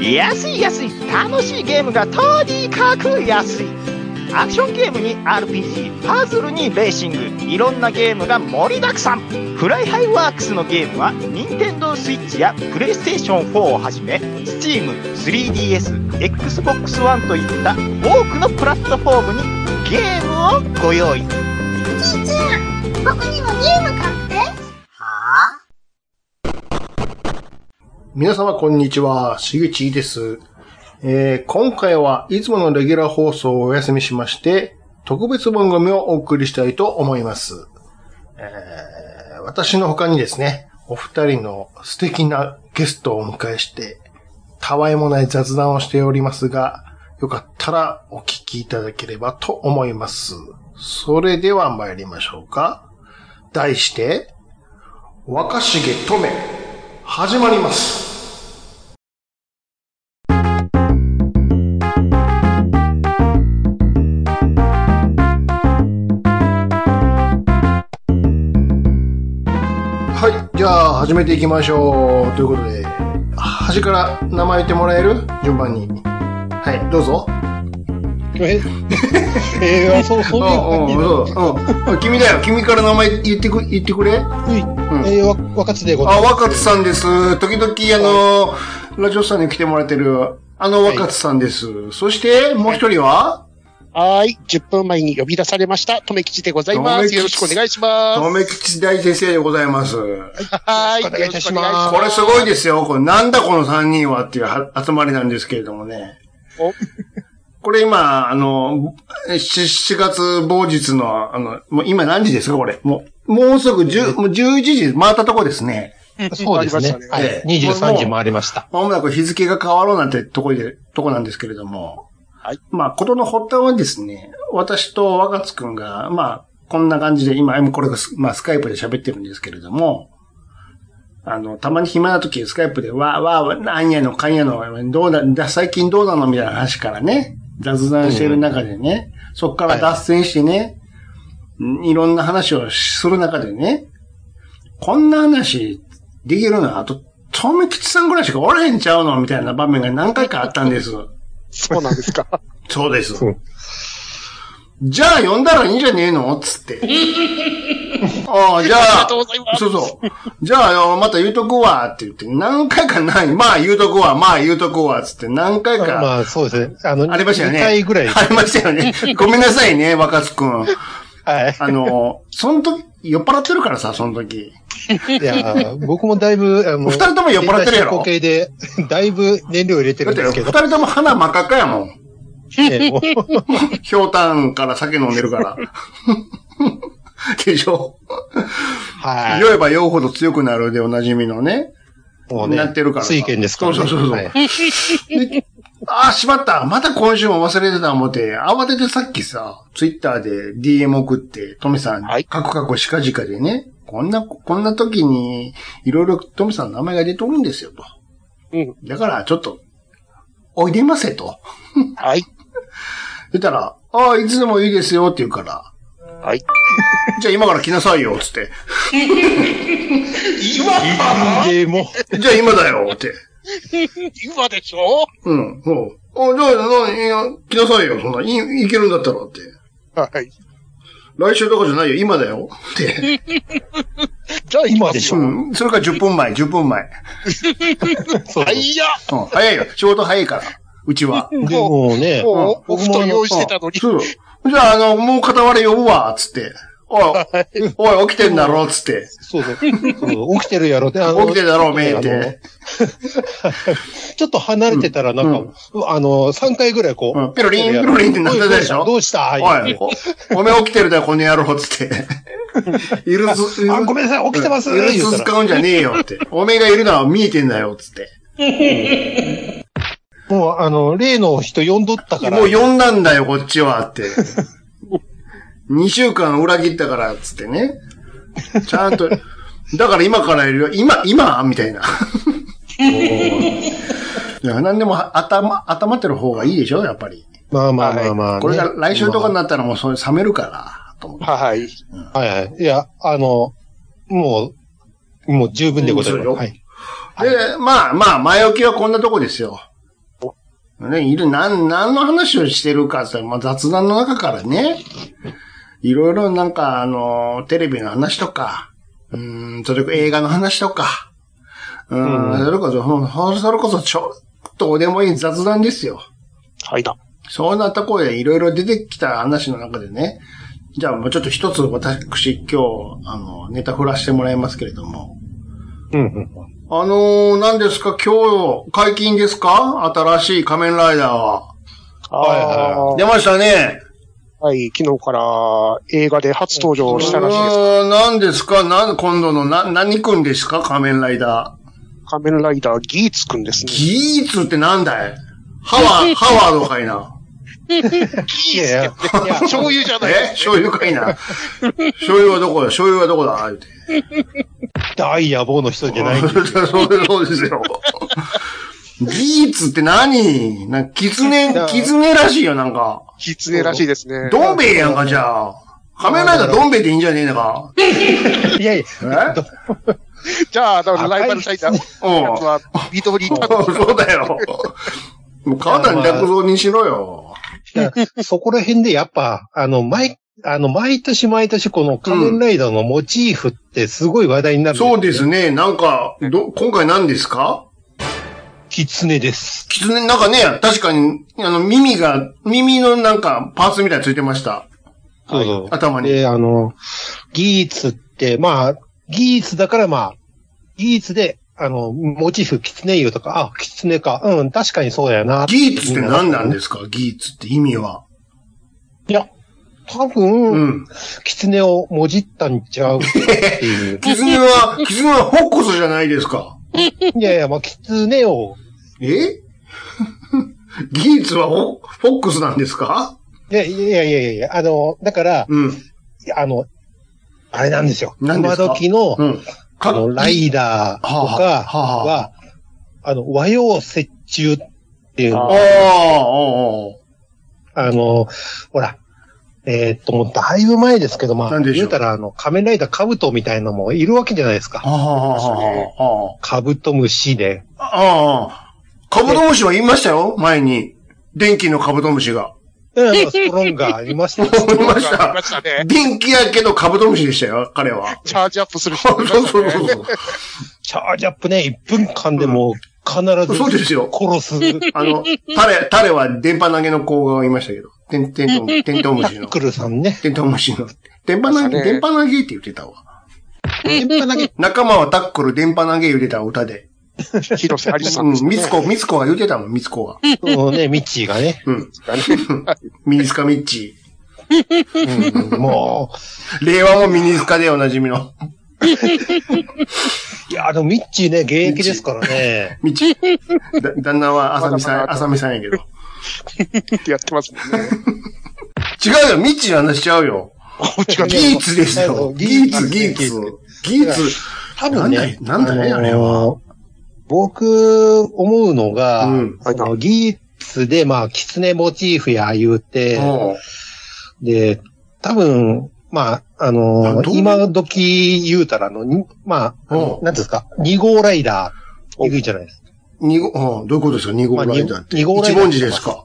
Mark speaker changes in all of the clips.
Speaker 1: 安い安い楽しいゲームがとにかく安いアクションゲームに RPG パズルにレーシングいろんなゲームが盛りだくさんフライハイワークスのゲームは NintendoSwitch や PlayStation4 をはじめ Steam3DSXbox One といった多くのプラットフォームにゲームをご用意
Speaker 2: 兄ちゃん、僕にもゲーム買って。は
Speaker 3: 皆様こんにちは、しげちです。えー今回はいつものレギュラー放送をお休みしまして、特別番組をお送りしたいと思います。えー私の他にですね、お二人の素敵なゲストをお迎えして、たわいもない雑談をしておりますが、よかったらお聞きいただければと思います。それでは参りましょうか。題して、若重とめ、始まります。はい。じゃあ、始めていきましょう。ということで、端から名前言ってもらえる順番に。はい、どうぞ。
Speaker 4: え、えー、あそう、そう
Speaker 3: うん、
Speaker 4: いう
Speaker 3: うん、そう。うん。君だよ。君から名前言ってく、言ってくれ。あ、
Speaker 4: 感じ。はい。えー、わ、若津でございます。
Speaker 3: 若津さんです。時々、あの、ラジオさんに来てもらってる、あの若津さんです。そして、もう一人は、
Speaker 4: はーい。10分前に呼び出されました、とめきちでございま
Speaker 3: 留
Speaker 4: す。
Speaker 3: 吉
Speaker 4: よろしくお願いします。
Speaker 3: とめきち大先生でございます。
Speaker 4: はーい。
Speaker 2: お願いいたします
Speaker 4: よろくお
Speaker 3: こ
Speaker 4: 願
Speaker 3: れすごいですよ。これなんだこの三人はっていうは集まりなんですけれどもね。
Speaker 4: お
Speaker 3: これ今、あの、し7月某日の、あの、もう今何時ですかこれ。もう、もうすぐ10、もう11時回ったとこですね。
Speaker 4: いします
Speaker 5: そうですね。は
Speaker 3: え
Speaker 5: い。
Speaker 3: え
Speaker 5: 23時回りました。
Speaker 3: まもなく日付が変わろうなんてとこで、とこなんですけれども。
Speaker 4: はい。
Speaker 3: まあ、ことの発端はですね、私と若津くんが、まあ、こんな感じで、今、今これがス、まあ、スカイプで喋ってるんですけれども、あの、たまに暇な時、スカイプで、わーわー、なんやの、かんやの、どうだ、だ最近どうなのみたいな話からね、雑談してる中でね、そっから脱線してね、うんいろんな話をする中でね、こんな話できるのは、あと、とめきちさんぐらいしかおらへんちゃうのみたいな場面が何回かあったんです。
Speaker 4: そうなんですか。
Speaker 3: そうです
Speaker 5: そう。
Speaker 3: じゃあ呼んだらいいんじゃねえのつ って。ああ、じゃ
Speaker 4: あり
Speaker 3: あ
Speaker 4: がとうございま、す
Speaker 3: そうそう。じゃあよ、また言うとくわ、って言って、何回かない。まあ言うとくわ、まあ言うとくわ、つって何回か。
Speaker 5: まあ、そうですね。あの、
Speaker 3: ありましたよね。
Speaker 5: 2回ぐらい。
Speaker 3: ありましたよね。ごめんなさいね、若津くん。
Speaker 5: はい。
Speaker 3: あの、その時、酔っ払ってるからさ、その 時。
Speaker 5: いや、僕もだいぶ、あの、
Speaker 3: 二人とも酔っ払ってるやろ
Speaker 5: データ進行形で、だいぶ燃料入れて
Speaker 3: だ
Speaker 5: る
Speaker 3: っ
Speaker 5: ん
Speaker 3: て、
Speaker 5: ですけ
Speaker 3: 二
Speaker 5: ど。
Speaker 3: 人とも鼻真っ赤っかやもん。
Speaker 5: ええもう
Speaker 3: ひょうたんから酒飲んでるから。 でしょ
Speaker 5: はい。
Speaker 3: 酔えば酔うほど強くなるでおなじみのね。
Speaker 5: も
Speaker 3: なってるから
Speaker 5: 水拳ですからね。
Speaker 3: そうそうそうそう
Speaker 5: はい
Speaker 3: ああ、しまったまた今週も忘れてた思って、慌ててさっきさ、ツイッターで DM 送って、トミさん、
Speaker 4: はい
Speaker 3: カクカクしかじかでね、こんな、こんな時に、いろいろトミさんの名前が出ておるんですよ、と。
Speaker 4: うん。
Speaker 3: だから、ちょっと、おいでいませ、と。
Speaker 4: はい。
Speaker 3: 言ったら、ああ、いつでもいいですよ、って言うから、
Speaker 4: はい。
Speaker 3: じゃあ今から来なさいよ、つって。
Speaker 5: でも、
Speaker 3: じゃあ今だよ、って。
Speaker 4: 今でしょ
Speaker 3: うん、そう。あ、じゃあ、ないや来なさいよ、そんな。い、いけるんだったらって。
Speaker 4: はい。
Speaker 3: 来週とかじゃないよ、今だよ。って。
Speaker 4: じゃあ今でし ょ
Speaker 3: う
Speaker 4: は
Speaker 3: ん。それから10分前、10分前。
Speaker 5: そう。
Speaker 4: いや。
Speaker 3: うん、早いよ。仕事早いから。うちは。
Speaker 5: でもね、
Speaker 4: もう、
Speaker 5: 僕
Speaker 4: オ
Speaker 5: も
Speaker 4: フと用意してたのに。
Speaker 3: そう。じゃあ、あの、もう片割れ呼ぶわ、つって。お い、おい、起きてんだろ、つって。
Speaker 5: そうそうそう。起きてるやろって、あ
Speaker 3: 起きてんだろ、おめえっ
Speaker 5: あ
Speaker 3: て
Speaker 5: の。ちょっと離れてたら、なんか、あの、3回ぐらいこ
Speaker 3: うん
Speaker 5: う、
Speaker 3: ピロリンピロリンってなってたでしょ
Speaker 5: どうしたどうした
Speaker 3: おい、おおめえ起きてるだよ、この野郎、つ って。許す、
Speaker 5: あごめんなさい起きてます
Speaker 3: 許
Speaker 5: 言うた
Speaker 3: す
Speaker 5: ら
Speaker 3: 使うんじゃねえよ、って。おめえがいるのは見えてんだよ、つって。
Speaker 5: もう、あの、例の人呼んどったから。
Speaker 3: もう呼んだんだよ、こっちは、 って。2週間裏切ったから、つってね。ちゃんと、だから今からやるよ。今、今みた いな。いや何でも頭、頭ってる方がいいでしょやっぱり。
Speaker 5: まあまあまあまあ、ね。
Speaker 3: これが来週とかになったらもうそれ冷めるから、と思って。
Speaker 4: はい。
Speaker 5: はいはい。いや、あの、もう、もう十分でございます。
Speaker 3: うん
Speaker 5: はい。
Speaker 3: で、まあまあ、前置きはこんなとこですよ。ね、いる、なん、何の話をしてるかって言ったら、まあ、雑談の中からね、いろいろなんか、あの、テレビの話とか、うん、それこそ映画の話とか、うん、それこそ、ほんほんそれこそ、ちょっとおでもいい雑談ですよ。
Speaker 4: はいだ。
Speaker 3: そんなところでいろいろ出てきた話の中でね、じゃあもうちょっと一つ私今日、あの、ネタ振らしてもらいますけれども。
Speaker 5: うんうん。
Speaker 3: あのー、何ですか今日、解禁ですか新しい仮面ライダーは。
Speaker 5: はいは
Speaker 4: あ
Speaker 3: 出ましたね。
Speaker 4: あ、はい、昨日から映画で初登場したらしいです。
Speaker 3: うーん何ですかなん、今度のな、何くんですか仮面ライダー。
Speaker 4: 仮面ライダーギーツくんですね。
Speaker 3: ギーツってなんだいハワ、ハワードかいな。
Speaker 5: いやいや、
Speaker 4: いや、 醤油じゃない。
Speaker 3: え醤油かいな。醤油はどこだ醤油はどこだ言うて。
Speaker 5: 大野望の人じ ゃない。
Speaker 3: そうそうですよ。ギーツって何なんか、キツネ、キツネらしいよ、なんか。
Speaker 4: キツネらしいですね。
Speaker 3: どん兵衛やんか、じゃあ。仮面ライダーどん兵衛でいいんじゃねえのか。
Speaker 5: いやいや、
Speaker 3: え
Speaker 4: じゃあ、だからライバルサイダーのやつは、ビトリー タ
Speaker 3: そうだよ。もう川谷拓造にしろよ。
Speaker 5: そこら辺でやっぱ、あの、毎、あの、毎年毎年この仮面ライダーのモチーフってすごい話題になる、
Speaker 3: そうです。ね。なんか、ど、今回何ですか
Speaker 5: キツネです。
Speaker 3: キツネ、なんかね、確かに、あの、耳が、耳のなんか、パーツみたいについてました。
Speaker 5: そうそう。
Speaker 3: 頭に。
Speaker 5: で、あの、ギーツって、まあ、ギーツだからまあ、ギーツで、あの、モチーフ、キツネ色とか、あ、キツネか、うん、確かにそうやな。
Speaker 3: ギーツって何なんですかギーツって意味は。
Speaker 5: いや、多
Speaker 3: う
Speaker 5: 分、
Speaker 3: ん。
Speaker 5: キツネをもじったんちゃうって いう。
Speaker 3: キツネは、キツネはホッコスじゃないですか。
Speaker 5: いやいや、まあ、キツネを、
Speaker 3: え ギーツはホフォックスなんですか
Speaker 5: いやいやいやいやいや、あの、だから、
Speaker 3: うん。
Speaker 5: あの、あれなんですよ。
Speaker 3: 何です
Speaker 5: 今
Speaker 3: か
Speaker 5: 時の、
Speaker 3: うん。
Speaker 5: あの、ライダーとか
Speaker 3: はあはあ
Speaker 5: は、あの、和洋折衷っていう、
Speaker 3: あ
Speaker 5: あ
Speaker 3: あ、あ
Speaker 5: の、ほら、えーっと、もうだいぶ前ですけど、まあ、
Speaker 3: 何でしょう
Speaker 5: 言うたら、あの、仮面ライダーカブトみたいのもいるわけじゃないです
Speaker 3: あ、あ
Speaker 5: か。
Speaker 3: あ、あ
Speaker 5: カブトムシで。
Speaker 3: あ、ああ。カブトムシは言いましたよ前に。電気のカブトムシが。
Speaker 5: うん、ストロンガーいましたよ。
Speaker 3: 言いまし
Speaker 4: いましたね
Speaker 3: た。電気やけどカブトムシでしたよ、彼は。
Speaker 4: チャージアップする人
Speaker 3: そ
Speaker 4: もいうま
Speaker 3: そ
Speaker 4: した
Speaker 3: う
Speaker 4: ね
Speaker 3: そうそう。
Speaker 5: チャージアップね、1分間でもう必ず
Speaker 3: そうですよ
Speaker 5: 殺す。
Speaker 3: あの、タレ、タレは電波投げの子がいましたけど。てんてんとん、てんとん虫 の
Speaker 5: ク。ルさんね。
Speaker 3: てんとん虫の。電波投げ、電波投げって言ってたわ。
Speaker 5: 電波投げ
Speaker 3: 仲間はタックル、電波投げ言ってた歌で。
Speaker 4: 広瀬アリスさ
Speaker 3: うん
Speaker 4: です
Speaker 3: ん、
Speaker 4: ね。
Speaker 3: みつこ、みつこが言ってたもん、みつこが。
Speaker 5: のね、ミッチーがね。
Speaker 3: うん。ミニスカミッチ。
Speaker 5: うんも
Speaker 3: 令和もミニスカでおなじみの。
Speaker 5: う、いや、でもミッチーね、現役ですからね。
Speaker 3: ミッチ。だ旦那はあさみさ
Speaker 4: まだま
Speaker 3: ん、
Speaker 4: だ
Speaker 3: あさみさんやけど。
Speaker 4: ってやってますもんね。
Speaker 3: 違うよ、ミッチの話しちゃうよ。
Speaker 4: こっち
Speaker 3: ギ
Speaker 4: が
Speaker 5: 違う
Speaker 4: ね、
Speaker 3: ーツですよ。ギーツ、ギ
Speaker 5: ギ
Speaker 3: ー
Speaker 5: ーツ
Speaker 3: ツ。ギーツ。
Speaker 5: 多分ね、
Speaker 3: なんだなんだね
Speaker 5: の
Speaker 3: あれは
Speaker 5: 僕、思うのが、
Speaker 3: うん
Speaker 5: あのギーツで、まあ、キツネモチーフや言うて、
Speaker 3: も
Speaker 5: で、多分、まあ、あの
Speaker 3: あどう
Speaker 5: 今時言うたら、あの、にまあ、
Speaker 3: うん
Speaker 5: なんですか、2号ライダー、いるじゃないですか。
Speaker 3: う、二号、うんどういうことですか二号ライダーって。
Speaker 5: まあ二号ラ
Speaker 3: 一
Speaker 5: イダー
Speaker 3: 文字ですか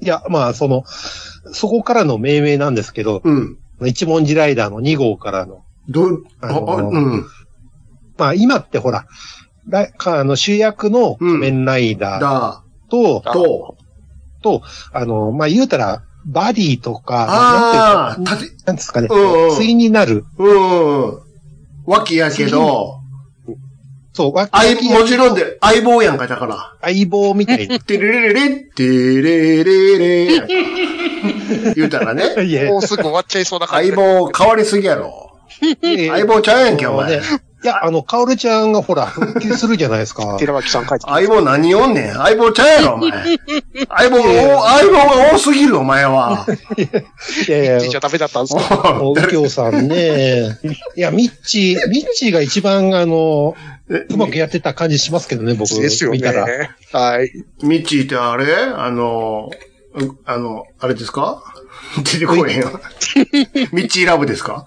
Speaker 5: いや、まあ、その、そこからの命名なんですけど、
Speaker 3: うん。
Speaker 5: 一文字ライダーの2号からの、
Speaker 3: どう、あ、
Speaker 5: あの
Speaker 3: あうん。
Speaker 5: まあ今ってほら、ライかあの主役の仮面ライダー
Speaker 3: だ、
Speaker 5: と、
Speaker 3: と、
Speaker 5: あの、まあ言うたら、バディとか、
Speaker 3: あ
Speaker 5: なん
Speaker 3: あ、
Speaker 5: てい
Speaker 3: た
Speaker 5: うか
Speaker 3: て、
Speaker 5: なんですかね、
Speaker 3: うんうん
Speaker 5: 対になる、
Speaker 3: うんうん。脇やけ ど、
Speaker 5: そう、わ
Speaker 3: 相、もちろんで、相棒やんか、だから。
Speaker 5: 相棒みた いに。
Speaker 3: てれれれれ、てれれれれ。 言うたらね、
Speaker 5: いや
Speaker 4: もうすぐ終わっちゃいそうな感じ
Speaker 3: 相
Speaker 4: で。
Speaker 3: 棒変わりすぎやろ。相棒ちゃうやんけ、お前
Speaker 5: ね。いや、あの、カオルちゃんがほら、復帰するじゃないです か。
Speaker 4: 寺脇さん書いてた。
Speaker 3: 相棒何おんねん。相棒ちゃうやろ、お 前。相棒が多、相棒が多すぎる、お前 は。
Speaker 5: いやい
Speaker 4: じゃ
Speaker 5: や、
Speaker 4: ダメだったんですか
Speaker 5: もう右京さんね。いや、ミッチー、ミッチーが一番、あの、うまくやってた感じしますけどね、僕。
Speaker 4: ですよ
Speaker 5: 見
Speaker 4: ね
Speaker 5: たら。。
Speaker 4: はい。
Speaker 3: ミッチーってあれあの、うあの、あれですか 出てこえへんよ。 ミッチーラブですか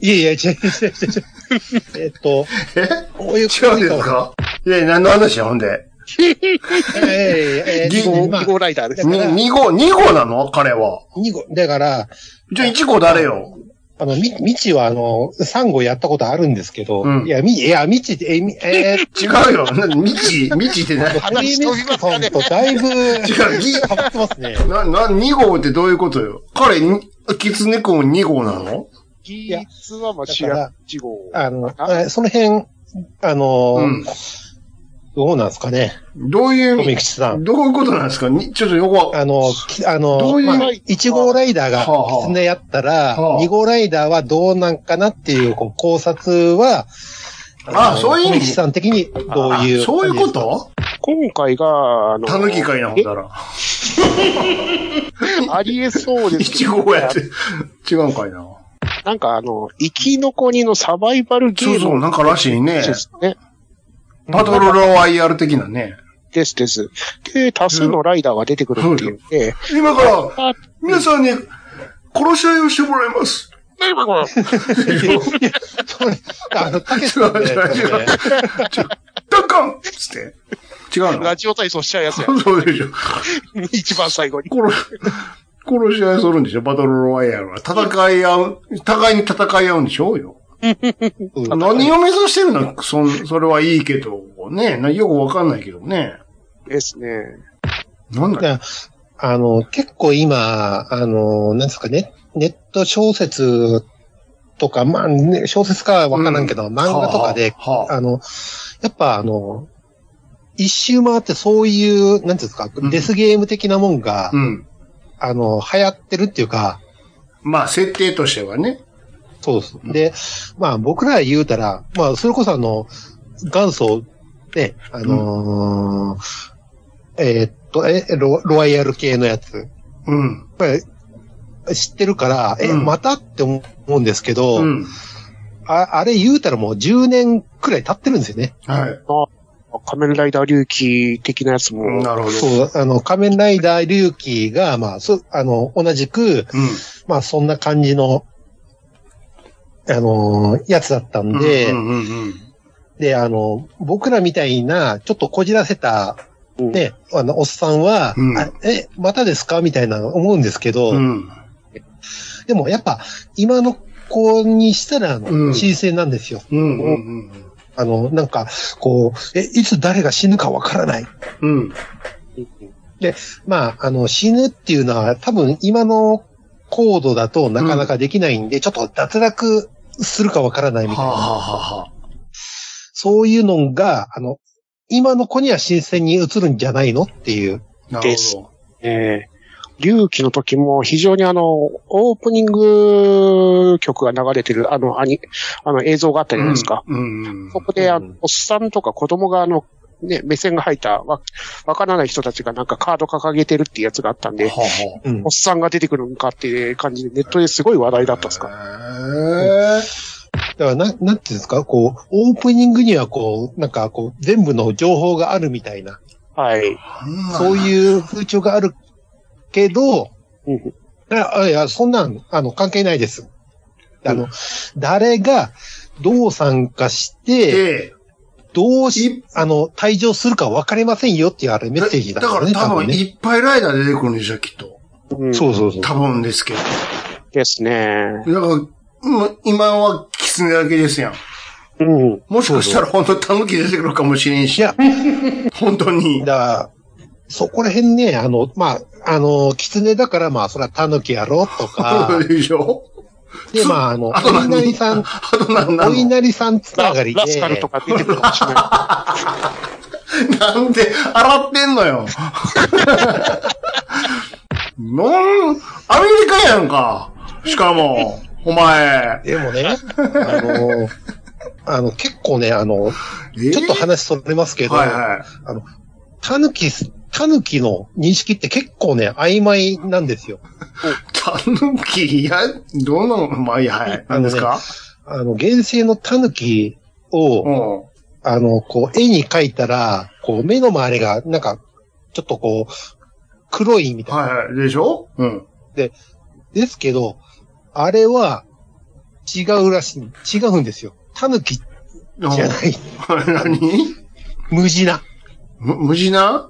Speaker 5: いやいや、違う 違う違う違う。えっと、
Speaker 3: え
Speaker 5: こういう
Speaker 3: 違うんですかいや、何の話や、ほんで。
Speaker 5: えーえ
Speaker 3: ギ
Speaker 5: ー、
Speaker 3: ー
Speaker 5: もうま
Speaker 4: 2号ライダーです。
Speaker 5: だから
Speaker 3: に二号、二号なの彼は。
Speaker 5: あ、2号、だから、
Speaker 3: じゃあ1号誰よ
Speaker 5: あの、み、未知はあの、3号やったことあるんですけど、
Speaker 3: うん
Speaker 5: いや、み、いや、未知って、え、み、えー、
Speaker 3: 違うよ。な未知、未知って何
Speaker 4: 話飛びますかね
Speaker 5: とだい ぶ、
Speaker 3: 違う、ギ
Speaker 5: かぶってますね。
Speaker 3: な、な、2号ってどういうことよ彼、にキツネ君2号なの
Speaker 4: ギーツはまあ主役1号。
Speaker 5: あの、
Speaker 4: あ
Speaker 5: えその辺、あの、
Speaker 3: うん
Speaker 5: どうなんですかね、
Speaker 3: どうい
Speaker 5: 富
Speaker 3: う、
Speaker 5: 吉さん。
Speaker 3: どういうことなんですかにちょっとよくわ
Speaker 5: あの、きあ
Speaker 3: ど
Speaker 5: の、
Speaker 3: ういう
Speaker 5: まあ、1号ライダーが
Speaker 3: はあはあ
Speaker 5: 狐やったら、
Speaker 3: はあ
Speaker 5: 2号ライダーはどうなんかなっていうこう考察は、
Speaker 3: あ
Speaker 5: の
Speaker 3: そういう意味
Speaker 5: 富吉さん的にどういう。
Speaker 3: あそういうこと
Speaker 4: 今回が、あの、
Speaker 3: たぬきかいな、ほんだら。
Speaker 4: ありえそう ですけ
Speaker 3: 1
Speaker 4: ど。
Speaker 3: 号やって、違うんかいな。
Speaker 4: なんかあの、生き残りのサバイバルゲ
Speaker 3: そう
Speaker 4: ー
Speaker 3: そう、
Speaker 4: ム
Speaker 3: なんからしいね。
Speaker 4: ですね。
Speaker 3: バトルロワイヤル的なね。
Speaker 4: ですです。で、多数のライダーが出てくるっていうんで、
Speaker 3: 今から、
Speaker 4: あ、
Speaker 3: 皆さんに殺し合いをしてもらいます。
Speaker 4: 何これ
Speaker 5: それあの、たけし
Speaker 3: 違う
Speaker 5: さんの
Speaker 3: 違う
Speaker 5: やつ
Speaker 3: 違う。ダンカンつって。違う
Speaker 4: ラ
Speaker 3: の
Speaker 4: ジオ体操しちゃう やつや。
Speaker 3: そうでしょ。
Speaker 4: 一番最後に。
Speaker 3: 殺し、殺し合いするんでしょバトルロワイヤルは。戦い合う、互いに戦い合うんでしょうよ。
Speaker 5: うん
Speaker 3: 何を目指してるのそん、それはいいけど、ねなよくわかんないけどね。
Speaker 4: ですね。
Speaker 3: なんだ
Speaker 5: だあの、結構今、あの、なんですかね、ネット小説とか、まあ、ね、小説かはわからんけど、漫画とかで、
Speaker 3: はあはあ
Speaker 5: あの、やっぱあの、一周回ってそういう、なんていうんですか、
Speaker 3: うん
Speaker 5: デスゲーム的なもんが、
Speaker 3: うん。
Speaker 5: あの、流行ってるっていうか、
Speaker 3: まあ、設定としてはね。
Speaker 5: そうです。で、まあ僕ら言うたら、まあそれこそあの、元祖、ね、あのーえーっと、え、ロロワイヤル系のやつ。
Speaker 3: うん。
Speaker 5: やっぱり知ってるから、え、
Speaker 3: うん
Speaker 5: またって思うんですけど、
Speaker 3: うん。
Speaker 5: ああれ言うたらもう10年くらい経ってるんですよね。
Speaker 3: はい。
Speaker 4: 仮面ライダー龍騎的なやつも、
Speaker 3: なるほど。
Speaker 5: そう、あの、仮面ライダー龍騎が、まあ、そ、あの、同じく、
Speaker 3: う
Speaker 5: まあ、そんな感じの、あのーやつだったん
Speaker 3: ん。
Speaker 5: で、
Speaker 3: うんうんうんうん。
Speaker 5: で、あの、僕らみたいな、ちょっとこじらせた、ね、あの、おっさんは、
Speaker 3: うん
Speaker 5: あえ、またですかみたいな思うんですけど、
Speaker 3: うん。
Speaker 5: でもやっぱ、今の子にしたら、あの
Speaker 3: うん
Speaker 5: 新鮮なんですよ。
Speaker 3: うんうん
Speaker 5: あの、なんか、こう、え、いつ誰が死ぬかわからない。
Speaker 3: うん。うん。
Speaker 5: まあ、あの、死ぬっていうのは、多分今のコードだとなかなかできないんで、ちょっと脱落するかわからないみ
Speaker 3: はあ
Speaker 5: たいな。
Speaker 3: はあはあはあ。
Speaker 5: そういうのが、あの、今の子には新鮮に映るんじゃないのっていう。
Speaker 3: なる
Speaker 4: です
Speaker 3: ほ
Speaker 4: えー、龍騎の時も非常にあの、オープニング曲が流れてる、あの、アニ、あの映像があった
Speaker 3: ど。
Speaker 4: じゃないですか。
Speaker 3: うん。うん
Speaker 4: そこで、あ
Speaker 5: うん
Speaker 4: の、おっさんとか子供があの、ね、目線が入った、わ、わからない人たちがなんかカード掲げてるってやつがあったんで、
Speaker 3: は
Speaker 5: うん
Speaker 4: おっさんが出てくるんかっていう感じで、ネットですごい話題だったんです
Speaker 3: あ
Speaker 4: か。
Speaker 3: はあ。へえ。
Speaker 5: だから、なん、なんていうんですか、こう、オープニングにはこう、なんかこう、全部の情報があるみたいな、
Speaker 4: はい。
Speaker 5: そういう風潮があるけど、
Speaker 4: うん
Speaker 5: ああいや、そんなん、あの、関係ないです。あの、誰が、どう参加して、
Speaker 3: で、
Speaker 5: どうし
Speaker 3: い、
Speaker 5: あの、退場するか分かりませんよっていうあれメッセージ
Speaker 3: だ
Speaker 5: だ
Speaker 3: か
Speaker 5: から
Speaker 3: ら
Speaker 5: ね、
Speaker 3: 多分
Speaker 5: ね。
Speaker 3: いっぱいライダー出てくるんでしょ、きっと。
Speaker 4: うん
Speaker 5: そうそうそう。
Speaker 3: 多分ですけど。
Speaker 4: ですね。
Speaker 3: だから、もう今はキツネだけですやん。
Speaker 4: うん。
Speaker 3: もしかしたら本当にタヌキ出てくるかもしれんし。
Speaker 5: いや、
Speaker 3: 本当に。
Speaker 5: だからそこら辺ね、あの、まあ、あの、狐だから、まあ、そら狸やろ、と
Speaker 3: そ
Speaker 5: か
Speaker 3: う、でしょ
Speaker 5: で、まあ、あの、
Speaker 3: あと
Speaker 5: お稲荷
Speaker 3: 何
Speaker 5: さん、
Speaker 3: あと何な
Speaker 5: お
Speaker 3: の
Speaker 5: 稲荷さんつな
Speaker 4: ラ
Speaker 5: がりで、
Speaker 4: ラスカルとか出てくるかもしれない。
Speaker 3: なんで、洗ってんのよ。なん、アメリカやんか。しかも、お前。
Speaker 5: でもね、あの、あの、結構ね、あの、
Speaker 3: え
Speaker 5: ちょっと話それますけど、
Speaker 3: はいは
Speaker 5: タヌキ、タヌキの認識って結構ね、曖昧なんですよ。
Speaker 3: い。タヌキ、いや、どんなの、まあ、いいや、はい。何ですか
Speaker 5: あの、原生のタヌキを、
Speaker 3: うん。は
Speaker 5: あの、こう、絵に描いたら、こう、目の周りが、なんか、ちょっとこう、黒いみ
Speaker 3: い
Speaker 5: たいな。
Speaker 3: はい。でしょうん。
Speaker 5: ですけど、あれは、違うらしい。違うんですよ。タヌキじゃない。
Speaker 3: 何
Speaker 5: 無地な。
Speaker 3: む無事な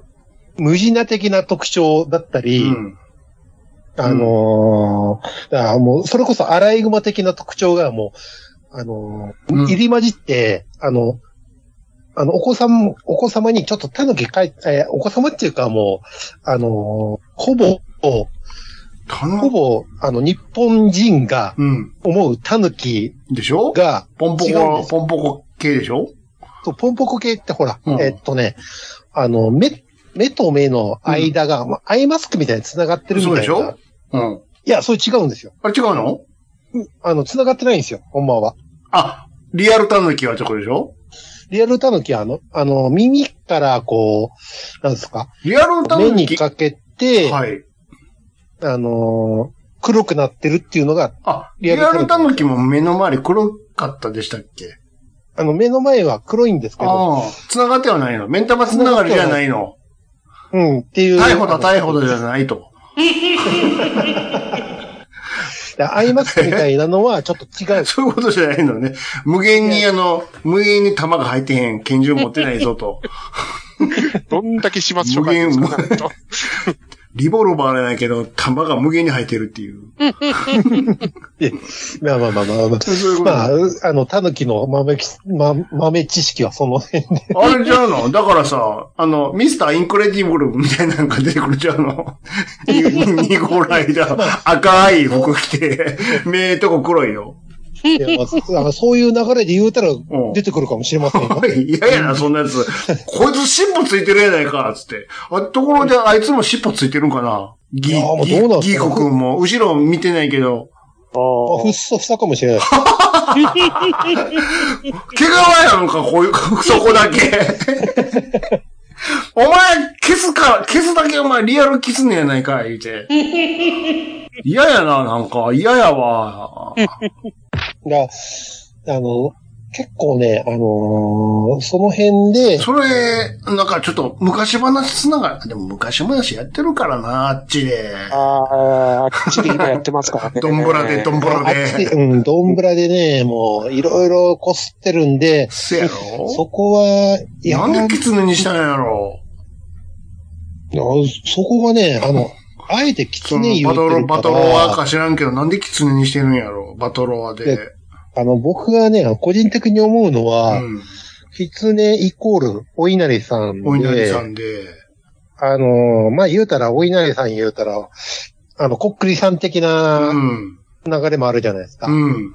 Speaker 5: 無地な的な特徴だった
Speaker 3: う
Speaker 5: り、
Speaker 3: ん。
Speaker 5: あのーだからもう、それこそアライグマ的な特徴がもう、あのー
Speaker 3: うん
Speaker 5: 入り混じって、あの、あの、お子さん、お子様にちょっとタヌキかい、えーお子様っていうかもう、あのーほぼ、ほ
Speaker 3: たの
Speaker 5: ぼ、あの、日本人が
Speaker 3: うん。
Speaker 5: 思うタヌキ
Speaker 3: でしょ
Speaker 5: が、
Speaker 3: ポンポ
Speaker 5: 違うんで
Speaker 3: コ、
Speaker 5: す
Speaker 3: ポンポコ系でしょ
Speaker 5: そうポンポコ系ってほら、
Speaker 3: うん
Speaker 5: えーっとね、あの、目、目と目の間が、まあアイマスクみたいに繋がってるみたい
Speaker 3: そう
Speaker 5: な。
Speaker 3: でしょうん。
Speaker 5: いや、それ違うんですよ。
Speaker 3: あれ違うの
Speaker 5: あの、繋がってないんですよ、ほんまは。
Speaker 3: あ、リアルタヌキはとこでしょ
Speaker 5: リアルタヌキはあの、あの、耳からこう、なんですか、
Speaker 3: リアルタ
Speaker 5: 目
Speaker 3: ヌ
Speaker 5: に
Speaker 3: キ。
Speaker 5: かけて、
Speaker 3: はい。
Speaker 5: あのー黒くなってるっていうのが、
Speaker 3: あ、リ
Speaker 5: リアルタ
Speaker 3: ア
Speaker 5: ヌ
Speaker 3: ルタ
Speaker 5: キ
Speaker 3: ヌキも目の周り黒かったでしたっけ
Speaker 5: あの、目の前は黒いんですけど、
Speaker 3: ああ、繋がってはないの。目ん玉繋がりじゃないの。
Speaker 5: うん、っていう。
Speaker 3: 逮捕だ逮捕
Speaker 5: だ。
Speaker 3: だじゃないと。
Speaker 5: でアイマスクみたいなのはちょっと 違う。
Speaker 3: そういうことじゃないのね。無限にあの、無限に弾が入ってへん。拳銃持ってないぞ と。
Speaker 4: どんだけ始末書書いてるんですかなんと
Speaker 3: リボルバーじゃないけど、弾が無限に入ってるっていう。
Speaker 5: まあまあまあまあまあ。
Speaker 3: そういうこと
Speaker 5: まあ、うあの、タヌキの豆き、ま、豆知識は その辺で。
Speaker 3: あれちゃうのだからさ、あの、ミスターインクレディブルみたいなんか出てくるちゃうのニコライダー、赤い服着て、目とこ黒いよ。
Speaker 5: いやまあそあのそういう流れで言うたら
Speaker 3: ん
Speaker 5: 出てくるかもしれませんよ。
Speaker 3: おい嫌やな、そんなやつ。こいつ尻尾ついてるやないか、つって。あ、ところであいつも尻尾ついてるんかなギ
Speaker 5: いやーも
Speaker 3: ー、
Speaker 5: う
Speaker 3: ギ
Speaker 5: どうなん
Speaker 3: ー、
Speaker 5: すか
Speaker 3: ギーコくんも、後ろ見てないけど、
Speaker 5: まあふっそふさか もしれない。
Speaker 3: 毛皮やんか、こういう、 そこだ け。お前、消すから、消すだけお前リアルキツネやないか、言うて。嫌やな、なんか、嫌やわ。
Speaker 5: が、あの、結構ね、あのーその辺で、
Speaker 3: それ、なんかちょっと昔話つながら、でも昔話やってるからな、あっちで。
Speaker 4: あーあっちで今やってますからね。
Speaker 3: どんぶらで、どんぶら
Speaker 5: あっちで、
Speaker 3: で。
Speaker 5: うん、どんぶらでね、もう、いろいろこすってるんで、
Speaker 3: せやろ
Speaker 5: そこは、いや、
Speaker 3: なんでキツネにしたんやろ
Speaker 5: あそこがね、あの、あえてキツ
Speaker 3: その
Speaker 5: ネ言
Speaker 3: バ
Speaker 5: うて
Speaker 3: トロ、
Speaker 5: る
Speaker 3: バ
Speaker 5: か
Speaker 3: トロワ
Speaker 5: ら、
Speaker 3: か知らんけど、なんでキツネにしてるんやろバトロワで。
Speaker 5: あの、僕がね、個人的に思うの
Speaker 3: う
Speaker 5: は、
Speaker 3: ん。
Speaker 5: キツネイコール、お稲荷さんで、
Speaker 3: お稲荷さんで。
Speaker 5: あのーまあ、言うたら、お稲荷さん言うたら、あの、こっくりさん的
Speaker 3: う。
Speaker 5: なん流れもあるじゃないですか。
Speaker 3: うん。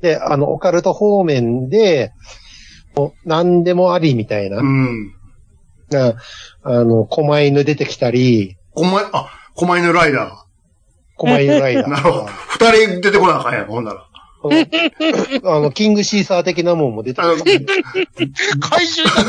Speaker 5: で、あの、オカルト方面で、もう何でもありみたいな、
Speaker 3: うん。
Speaker 5: があの、狛犬出てきたり、
Speaker 3: こまい、あ、こまいのライダ
Speaker 5: 狛犬ライ ダ
Speaker 3: ー。なるほど。
Speaker 5: ー
Speaker 3: 二人出てこなあかんやん、ほんなら。
Speaker 5: と か、あの、キングシーサー的なもんも出て
Speaker 3: あ
Speaker 5: き
Speaker 3: の、
Speaker 4: 怪獣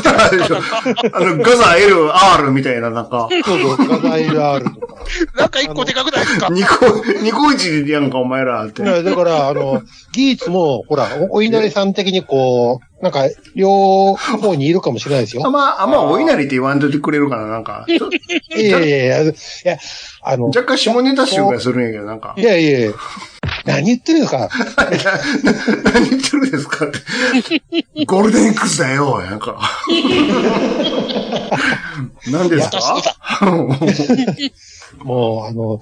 Speaker 4: だった
Speaker 3: あれでしょ あのガザ L、R みたいな、なんか、
Speaker 5: たり、ガザイル R とか。
Speaker 4: なんか一個でかくないですか
Speaker 3: ニコ、ニコイチでやんか、お前らって。
Speaker 5: だだから、あの、ギーツも、ほら、おお稲荷さん的にこう、なんか、両方にいるかもしれないです
Speaker 3: あん
Speaker 5: よ。
Speaker 3: ま、あんま、お稲荷って言わんといてくれるかな、なんか。ちょ
Speaker 5: いやいやいや、いや、あの、
Speaker 3: 若干下ネタ集がするんやけど、なんか
Speaker 5: い。やいやいや、何言ってるのか。
Speaker 3: 何言ってるんですかってゴールデン X だよ、なんか。何ですか
Speaker 5: もう、あの、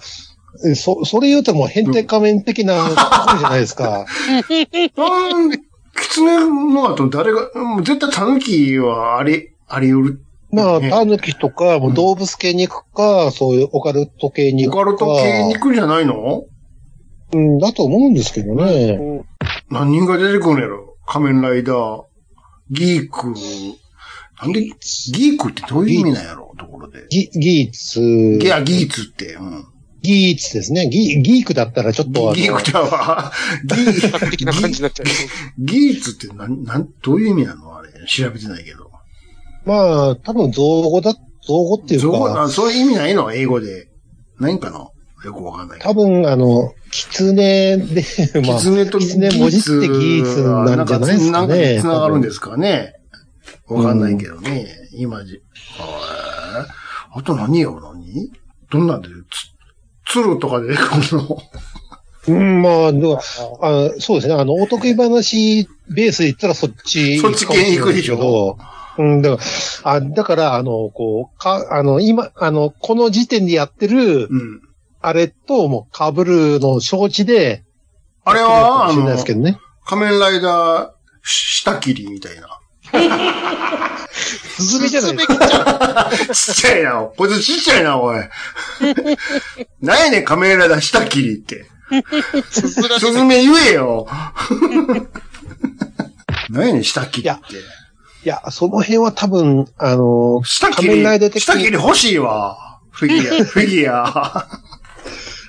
Speaker 5: えそ、それ言うともう変態仮面的なことじゃないですか。
Speaker 3: うん、キツネの後誰が、うん絶対狸はあり、あり得る。
Speaker 5: まあ、
Speaker 3: ね
Speaker 5: タヌキとか、もう動物系に行くか、そういうオカルト系に行
Speaker 3: オカル
Speaker 5: くか。
Speaker 3: ト系に行くんじゃないの
Speaker 5: うん、だと思うんですけどね。
Speaker 3: 何人が出てくるんやろ仮面ライダー、ギーク。なんで、ギークってどういう意味なんやろところで。
Speaker 5: ギ、ギーツ。
Speaker 3: いや、ギーツって。うん、
Speaker 5: ギーツですね。ギ、ギークだったらちょっとあの、
Speaker 3: ギークちゃう わ。ギ
Speaker 4: 比較的な感じに
Speaker 3: ー、
Speaker 4: なっちゃう。
Speaker 3: ギーツってなん、なん、どういう意味なのあれ。調べてないけど。
Speaker 5: まあ、多分造語だ、造語っていう
Speaker 3: そう
Speaker 5: か、
Speaker 3: な、そういう意味ないの英語で。ないんかなよくわかんないけど。
Speaker 5: 多分あの、キツネで、 まあ
Speaker 3: キ、ツネとギ
Speaker 5: 狐文字ってギーツなんじゃないです
Speaker 3: な
Speaker 5: かね
Speaker 3: んかつながるんですかね。わかんないけどね。今じ。あーあと何よ、何どんなんで、つ、鶴とかで、こ の、
Speaker 5: うん、まあ、でもあそうですね。あの、お得意話ベースで言ったらそっち。
Speaker 3: そっち系に行くでしょ
Speaker 5: かもれないけどうん、だから、あ、だから、あの、こう、か、あの、今、あの、この時点でやってる、
Speaker 3: うん。
Speaker 5: あれと、もう、被るの承知で、
Speaker 3: あれは、
Speaker 5: か
Speaker 3: あ
Speaker 5: もしれない
Speaker 3: の
Speaker 5: です、けどね。
Speaker 3: 仮面ライダー、下切りみたいな。
Speaker 5: 進みじゃないですか。
Speaker 3: ちっちゃいな、こいつちっちゃいな、お い。なんやねん、仮面ライダー下切りって。
Speaker 6: すずら
Speaker 3: す
Speaker 6: し
Speaker 3: ずめ言えよ。 なんやねん、下切りって。
Speaker 5: いや、その辺は多分、あの、
Speaker 3: 下切
Speaker 5: 仮面ライダー
Speaker 3: り、
Speaker 5: 的
Speaker 3: 下切り
Speaker 5: に、
Speaker 3: 欲しいわ。フィギュア、フィギュア。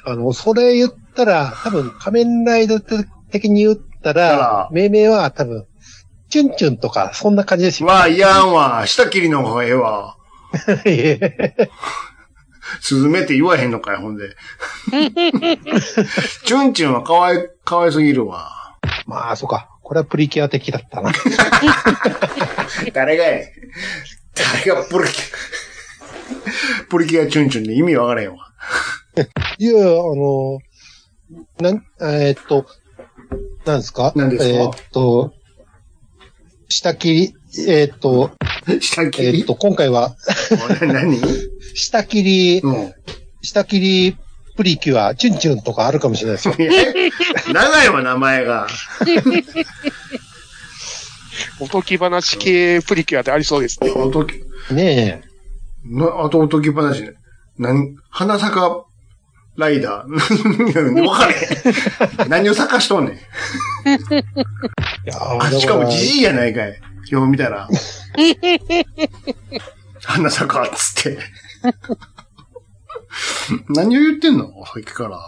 Speaker 5: あの、それ言ったら、多分、仮面ライダー的に言った
Speaker 3: あ
Speaker 5: ら
Speaker 3: あ、
Speaker 5: 命名は多分、チュンチュンとか、そんな感じですよ。
Speaker 3: わあ、いやんわ。下切りの方がええわ。スズメって言わへんのかよ、ほんで。チュンチュンはかわい、かわいすぎるわ。
Speaker 5: まあ、そうか。これはプリキュア的だったな。
Speaker 3: 誰がやねん誰がプリキュア、プリキュアチュンチュンで意味わからへんわ。
Speaker 5: いや、あの、なん、えーっと、なんですか
Speaker 3: 何ですか
Speaker 5: えーっと、下切り、えーっと、
Speaker 3: 下
Speaker 5: え
Speaker 3: 切
Speaker 5: ーっ
Speaker 3: り
Speaker 5: と、今回は、
Speaker 3: 何
Speaker 5: 下切り、
Speaker 3: うん。
Speaker 5: 下切り、プリキュア、チュンチュンとかあるかもしれな いですよ。
Speaker 3: いや長いわ、名前が。
Speaker 4: おとき話系プリキュアでありそうですね。
Speaker 3: おとき、
Speaker 5: ね
Speaker 3: な、あとおとき話ね。何花坂ライダー。 わかれへん。何を探しとん ねん。
Speaker 5: え。いや
Speaker 3: あ、しかもじじいやないかい。よう見た ら。花坂っつって。 何を言ってんのさっきから。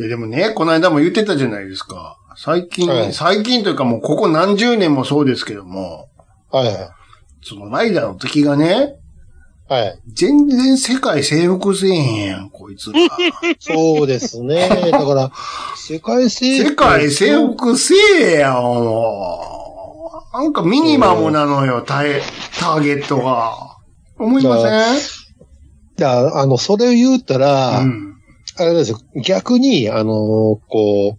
Speaker 3: いやでもね、この間も言ってたじゃないですか。最近、
Speaker 5: はい
Speaker 3: 最近というかもうここ何十年もそうですけども、
Speaker 5: はいは
Speaker 3: そのライダーの敵がね、
Speaker 5: い。はい。
Speaker 3: 全然世界征服せえへんやん、こい つら。
Speaker 5: そうですね。だから、世界征服。
Speaker 3: 世界征服せえやん、もう。なんかミニマムなのよ、ターゲターゲットが。思いませ
Speaker 5: いや、あの、それを言うたら、
Speaker 3: んうん。
Speaker 5: あれですよ、逆に、あのこう、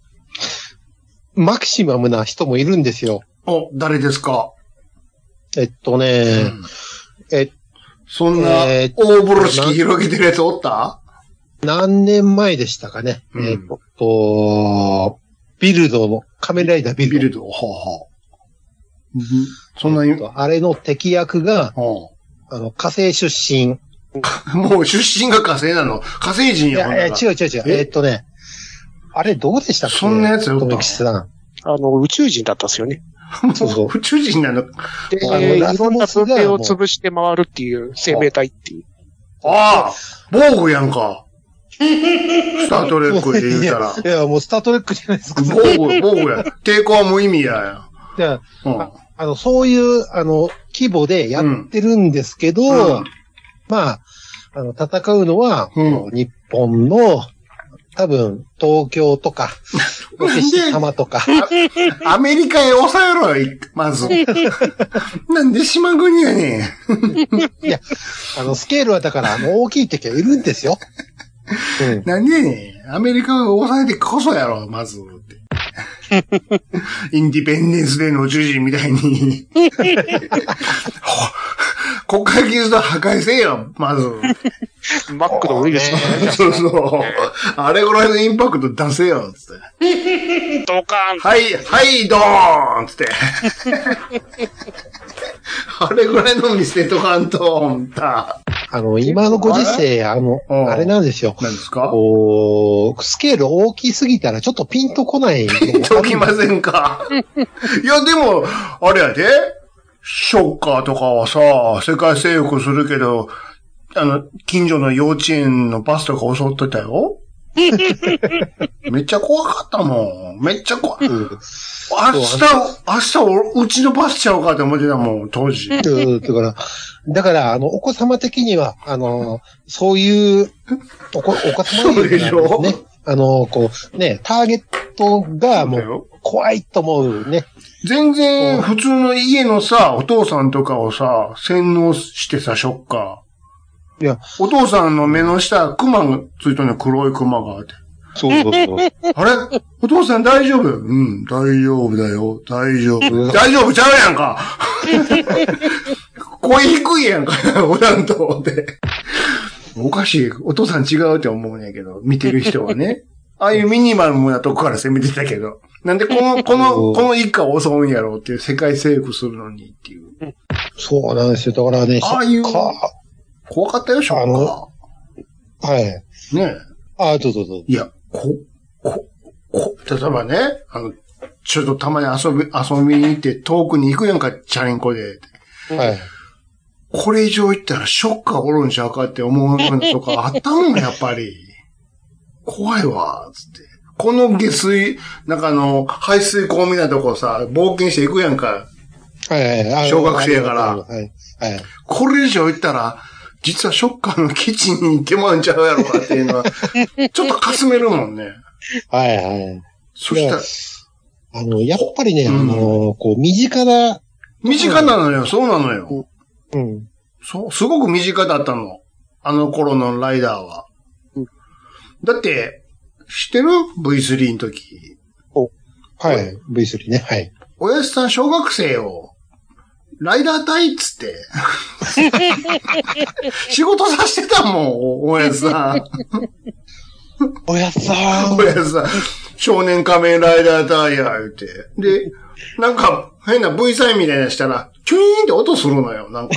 Speaker 5: マキシマムな人もいるんですよ。
Speaker 3: お、誰ですか
Speaker 5: えっとね、え、
Speaker 3: そんな
Speaker 5: えー、
Speaker 3: 大風呂敷広げてるやつおった
Speaker 5: 何年前でしたかね。
Speaker 3: うん
Speaker 5: えっと、ビルドの、仮面ライダービ
Speaker 3: ビ
Speaker 5: ルド。
Speaker 3: ルド。はあはあんそんなに、
Speaker 5: あれの敵役が、
Speaker 3: う
Speaker 5: あの、火星出身。
Speaker 3: んもう出身が火星なの火星人
Speaker 5: い
Speaker 3: や
Speaker 5: や、
Speaker 3: ほん
Speaker 5: い
Speaker 3: な
Speaker 5: や
Speaker 3: ら
Speaker 5: 違う違う違う。
Speaker 3: え
Speaker 5: えっとね、あれどうでしたっけ
Speaker 3: そんなやつおった
Speaker 5: 富吉さん。
Speaker 4: あの、宇宙人だったんですよね。
Speaker 5: そう そう。
Speaker 3: 宇宙人なの
Speaker 4: で、
Speaker 5: あの
Speaker 4: い
Speaker 5: ラスボスが
Speaker 4: ろんな文明
Speaker 5: も
Speaker 4: を
Speaker 5: う
Speaker 4: 潰して回るっていう生命体っていう。
Speaker 3: ああ防具やんか。スタートレックで言うたら。
Speaker 5: いや、いやもうスタートレックじゃないですか。
Speaker 3: 防具、防具や。抵抗は無意味や
Speaker 5: いや
Speaker 3: やん。うん
Speaker 5: ああの、そういう、あの、規模でやってるんですけど、
Speaker 3: うん
Speaker 5: まあ、あの、戦うのは、
Speaker 3: うん
Speaker 5: 日本の、多分、東京とか、
Speaker 3: なんで
Speaker 5: 玉 とか、
Speaker 3: アメリカへ抑えろよ、まず。 なんで島国やねん。
Speaker 5: あの、スケールはだから、あの、大きい敵はいるんですよ。うん。
Speaker 3: なんでやねん。アメリカを抑えてこそやろ、まず。インディペンデンスデーの宇宙人みたいに。 ほ国会議事堂破壊せえよ、まず。
Speaker 4: マックの売りですからね。
Speaker 3: そうそう。あれぐらいのインパクト出せよ、つって。
Speaker 4: ドカーン
Speaker 3: はい、はい、ドーン つって。あれぐらいの見せとかんと、ほんた。
Speaker 5: あの、今のご時世、あの、
Speaker 3: うん
Speaker 5: あれなんですよ。
Speaker 3: 何ですか
Speaker 5: こう、スケール大きすぎたらちょっとピンとこないのもあるん
Speaker 3: 言
Speaker 5: で
Speaker 3: っ
Speaker 5: す
Speaker 3: て
Speaker 5: よ。
Speaker 3: おきません かいや、でも、あれやで、ショッカーとかはさ、世界征服するけど、あの、近所の幼稚園のバスとか襲ってた よ。めっちゃ怖かったもん。めっちゃ怖い。明
Speaker 5: うん
Speaker 3: 日、明日俺、うちのバスちゃうかって思ってたもん、当時。
Speaker 5: うんだから、だから、あの、お子様的には、あの、そういう、お子、お子様
Speaker 3: そうでしょ
Speaker 5: ね。あの、こう、ね、ターゲットがも
Speaker 3: そうだ
Speaker 5: う
Speaker 3: よ、
Speaker 5: 怖いと思うね。
Speaker 3: 全然、
Speaker 5: うん
Speaker 3: 普通の家のさ、お父さんとかをさ、洗脳してさ、ショッカー。
Speaker 5: いや、
Speaker 3: お父さんの目の下、クマがついたのよ黒いクマがあって。
Speaker 5: そうそうそう。
Speaker 3: あれお父さん大丈夫うん、 大丈夫だよ。大丈夫。大丈夫ちゃうやんか声低いやんか、おらんと思って。おかしい。お父さん違うって思うんやけど、見てる人は ね。ああいうミニマムなとこから攻めてたけど。なんでこの、この、この一家を襲うんやろうっていう世界征服するのにっていう。
Speaker 5: そうなんですよ。だからね、
Speaker 3: ああいう
Speaker 5: か
Speaker 3: 怖かったよ、ショ
Speaker 5: あ
Speaker 3: ッカ
Speaker 5: のはい。
Speaker 3: ー。ね
Speaker 5: あ、どうぞどうぞ
Speaker 3: え。いや、こ、こ、こ、例えばね、あの、ちょっとたまに遊び、遊びに行って遠くに行くやんか、チャリンコで。
Speaker 5: はい。
Speaker 3: これ以上行ったらショッカーおるんちゃうかって思うのとかあったもん、やっぱり。怖いわ、つって。この下水、なんかあの、排水溝みたいなとこさ、冒険していくやんか。
Speaker 5: はいはい。あの
Speaker 3: 小学生やから
Speaker 5: はい。はい。
Speaker 3: これ以上行ったら、実はショッカーのキッチンに行ってまうんちゃうやろかっていうのは、ちょっとかすめるもんね。
Speaker 5: はいはい。
Speaker 3: そしたら、
Speaker 5: あの、やっぱりね、あ
Speaker 3: うん
Speaker 5: の、こう、身近な、
Speaker 3: 身近なのよ、そうなのよ。
Speaker 5: うん。
Speaker 3: そう、すごく身近だったの。あの頃のライダーは。だって、知ってる ?V3 の時。
Speaker 5: はい。V3 ね。はい。
Speaker 3: おやすさん小学生を、ライダー隊っつって。仕事させてたもん、おおやすさん。
Speaker 5: おやつさん
Speaker 3: おやすさん。少年仮面ライダー隊や、言うて。で、なんか、変な V サインみたいなのしたら、キュイーンって音するのよ、なんか。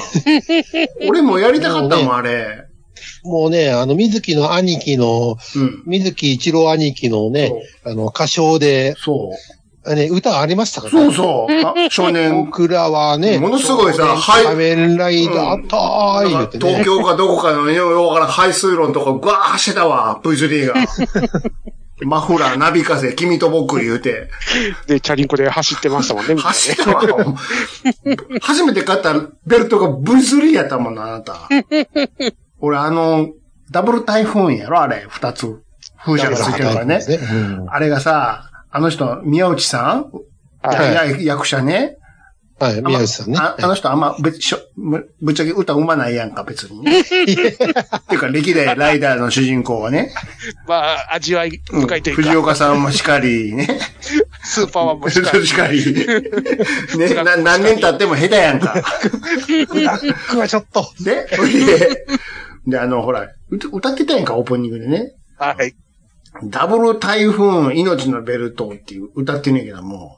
Speaker 3: 俺もやりたかったもん、あれ。
Speaker 5: もうね、あの、水木の兄貴の、
Speaker 3: うん。
Speaker 5: 水木一郎兄貴のね、あの、歌唱で、
Speaker 3: そう。
Speaker 5: あね、歌ありましたから
Speaker 3: そう
Speaker 5: ね。
Speaker 3: そう。あ少年、
Speaker 5: 僕らはね、
Speaker 3: ものすごいさはい
Speaker 5: 仮面ライダーたーい、言
Speaker 3: なん
Speaker 5: っ
Speaker 3: か
Speaker 5: て
Speaker 3: 東
Speaker 5: ね。
Speaker 3: 京かどこかのようわからん排水論とかぐわー走ってたわ、V3 が。マフラー、ナビカセ、君と僕言うて。
Speaker 4: で、チャリンコで走ってましたもんね、みたい
Speaker 3: 走ってたわ。初めて買ったベルトが V3 やったもんな、あなた。俺あの、ダブル台風やろあれ、二つ。風車がついてるからね。
Speaker 5: うん
Speaker 3: あれがさ、あの人、宮内さん、
Speaker 5: はい
Speaker 3: や役者ね。
Speaker 5: はい、宮内さんね。
Speaker 3: ああの人あんま、別しょぶぶっちゃけ歌うまないやんか、別に ね。っていうか、歴代ライダーの主人公はね、
Speaker 4: な。まあ、味わい
Speaker 3: うん
Speaker 4: 深いという
Speaker 3: 藤
Speaker 4: か、
Speaker 3: 岡さんもしかり、ね。
Speaker 4: スーパーマンもし
Speaker 3: し
Speaker 4: っかり
Speaker 3: かり。 ね、な何年経っても下手やんか。
Speaker 5: 僕はちょっと。
Speaker 3: で、ほいで、で、あの、ほら、歌歌ってたやんか、オープニングでね。
Speaker 4: はい。
Speaker 3: ダブル台風命のベルトっていう歌ってんねんけども、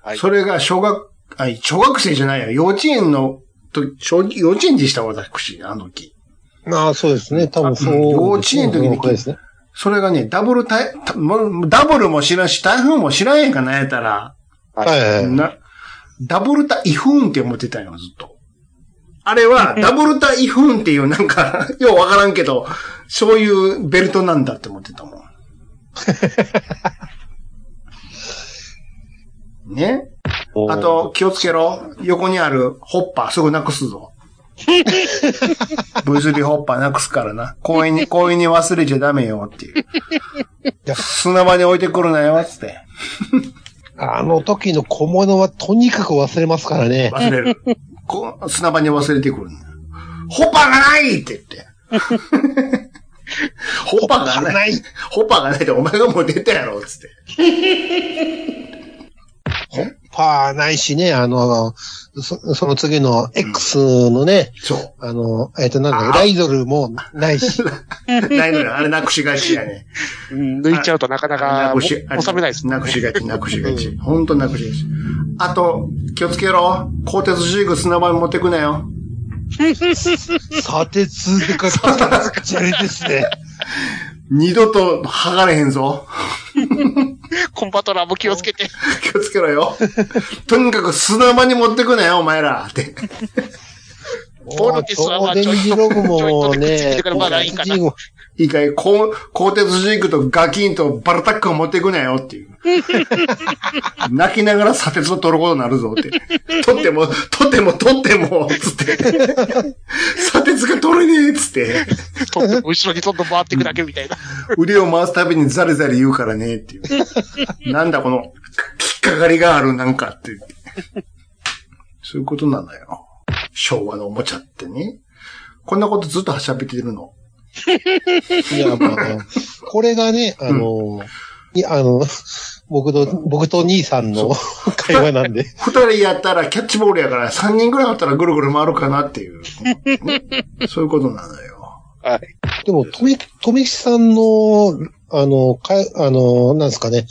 Speaker 4: はい
Speaker 3: それが小学、あ、小学生じゃないや、幼稚園の、と小幼稚園でした、私、あの時。
Speaker 5: ああ、そうですね。多分そう、
Speaker 3: うん幼稚園の時に
Speaker 5: そうですね。
Speaker 3: それがね、ダブル台、たもダブルも知らんし、台風も知らんやんか、なんやったら。
Speaker 5: はいはいはい。
Speaker 3: な、ダブル台風って思ってたんよ、ずっと。あれは、ダブル台風っていう、なんか、 ようわからんけど、そういうベルトなんだって思ってたもん。ねあと、気をつけろ。横にあるホッパーすぐなくすぞ。V3 ホッパーなくすからな。公園に、公園に忘れちゃダメよっていう。砂場に置いてくるなよ、つって。
Speaker 5: あの時の小物はとにかく忘れますからね。
Speaker 3: 忘れる。こう砂場に忘れてくるんだよホッパーがないって言って。ホッパーがない。 ホッパーがないってお前がもう出たやろ、つって。
Speaker 5: パーないしね、あの、そその次の X のね、
Speaker 3: そ
Speaker 5: あの、えっ、と、なん
Speaker 3: あ
Speaker 5: だ、ライドルもないし。
Speaker 3: う。ないのよ。あれなくしがちやね。
Speaker 4: うん抜いちゃうとなかな
Speaker 3: な
Speaker 4: か
Speaker 3: く
Speaker 4: も
Speaker 3: し
Speaker 4: 収めないですもんね
Speaker 3: なくしがち、なくしがち。ほんとなくしがち。あと、気をつけろ。鋼鉄ジーグ砂場に持ってくなよ。
Speaker 5: 砂鉄でかかった砂利ですね。
Speaker 3: 二度と剥がれへんぞ。
Speaker 4: コンバトラーも気をつけて。
Speaker 3: 気をつけろよ。とにかく砂場に持ってくなよ、お前ら。って。
Speaker 4: ボルティスはまあちょい
Speaker 5: 電磁ログもね、
Speaker 4: まだいいかな
Speaker 5: ジンを
Speaker 3: いいかい、こう鋼鉄ジークとガキンとバルタックを持ってくなよっていう。泣きながら砂鉄を取ることになるぞって。取っても、取っても、取っても、つって。砂鉄が取れねえ、つって。
Speaker 4: とんでも後ろにどんどん回っていくだけみた いな。
Speaker 3: 腕を回すたびにザリザリ言うからね、っていう。なんだこの、引っかかりがあるなんかって。そういうことなのよ。昭和のおもちゃってね。こんなことずっとはしゃべってるの。
Speaker 5: いや、まあ、これがね、あの、いやあの、僕と、僕と兄さんの会話なんで。
Speaker 3: 二人やったらキャッチボールやから、三人ぐらいだったらぐるぐる回るかなっていう。そういうことなのよ。
Speaker 5: でも、とめ、とめきさんの、あの、かあの、なんですかね、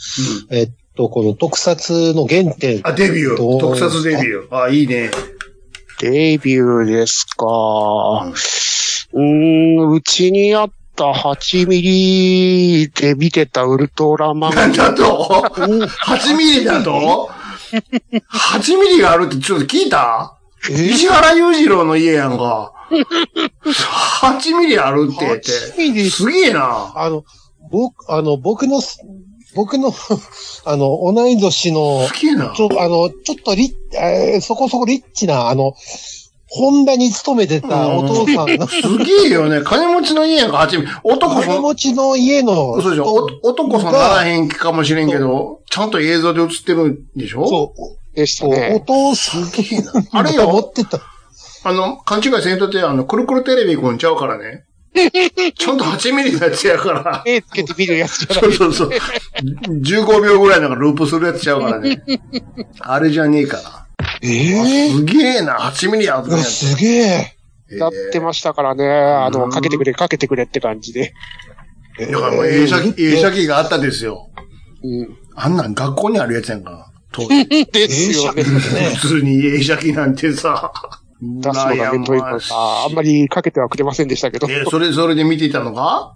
Speaker 5: えっと、この特撮の原点。
Speaker 3: あ、デビュ
Speaker 5: ど
Speaker 3: ー。
Speaker 5: う
Speaker 3: 特撮デビュー。あ、いいね。
Speaker 4: デビューですか。うーん、うちにあった8ミリで見てたウルトラマン。
Speaker 3: なんだと ?8 ミリだと ?8 ミリがあるってちょっと聞いた石原裕次郎の家やんか。8ミリあるって言って。
Speaker 5: 8ミリ
Speaker 3: すげえな。
Speaker 5: あの、僕、あの、僕の、僕の、 あの、同い年の、
Speaker 3: すげえな
Speaker 5: ち。ょ、あの、ちょっとリッ、えーそこそこリッチな、あの、ホンダに勤めてたお父 さんの、
Speaker 3: すげえよね。金持ちの家やんか、8ミリ。男さ
Speaker 5: 金
Speaker 3: ん。
Speaker 5: 持ちの家の、
Speaker 3: そうでしょお男さんならへんかもしれんけど、ちゃんと映像で映ってるんでしょ
Speaker 5: そう、
Speaker 4: でした
Speaker 5: そうお
Speaker 4: ね。
Speaker 5: 父さん
Speaker 3: すげえな。あれ
Speaker 5: が持
Speaker 3: よ、
Speaker 5: ってた。
Speaker 3: あの、勘違いせんとって、あの、くるくるテレビくんちゃうからね。ちゃんと8ミリのやつやから。
Speaker 4: 目つけて見るやつじゃな
Speaker 3: そ。
Speaker 4: いう
Speaker 3: そうそう。15秒ぐらいなんかループするやつちゃうからね。あれじゃねえから。
Speaker 5: え
Speaker 3: すげえな、8ミリある
Speaker 5: うわ
Speaker 3: ね。
Speaker 5: すげえ。
Speaker 4: やってましたからね。あ
Speaker 3: う
Speaker 4: の、
Speaker 3: ん
Speaker 4: かけてくれ、かけてくれって感じで。
Speaker 3: えーだからもう映写機、映写機があったですよ。
Speaker 4: うん。
Speaker 3: あんなん学校にあるやつやんか。当時。
Speaker 4: ですよね。
Speaker 3: 普通に映写機なんてさ。
Speaker 4: 出すのが面倒いからさ、あんまりかけてはくれませんでしたけど、
Speaker 3: えーそれぞれで見ていたのが、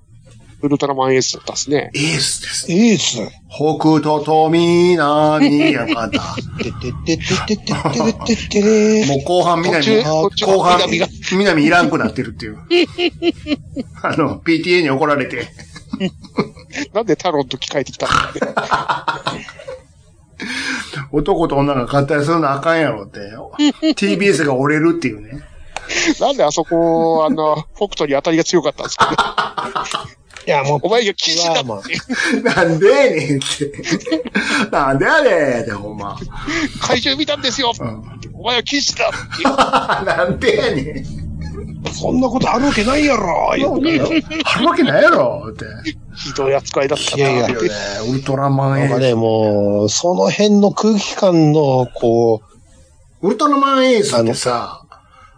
Speaker 4: ウルトラマンエースだったですね。
Speaker 3: エースです。
Speaker 5: いいっすね。
Speaker 3: 北斗と南やんかあん た。
Speaker 5: てててててててててれー
Speaker 3: もう後半
Speaker 4: 途
Speaker 3: 南
Speaker 4: 中、
Speaker 3: も、
Speaker 4: 途中、
Speaker 3: 後半
Speaker 4: 南が、
Speaker 3: 南いらんくなってるって いう。あの、PTA に怒られて。
Speaker 4: なんでタロンと機えてきたんだ って。
Speaker 3: 男と女が合体するのあかんやろって。TBS が折れるっていう ね。
Speaker 4: なんであそこ、あの、北斗に当たりが強かったんです かね。
Speaker 5: いや、もう
Speaker 4: お、前が記事だ
Speaker 5: うわ
Speaker 4: って。
Speaker 3: なんでやねんって。なんでやねんって、ほんま。
Speaker 4: 怪獣見たんですよ。お前は記事だって。
Speaker 3: なんでやねん。
Speaker 5: そんなことあるわけないやろい
Speaker 3: あるわけないやろって。
Speaker 4: ひどい扱いだったな。
Speaker 5: やいや
Speaker 3: あるよね。ウルトラマン
Speaker 5: なんか
Speaker 3: エース。
Speaker 5: ね、もう、その辺の空気感の、こ
Speaker 3: ウルトラマンエースってさ、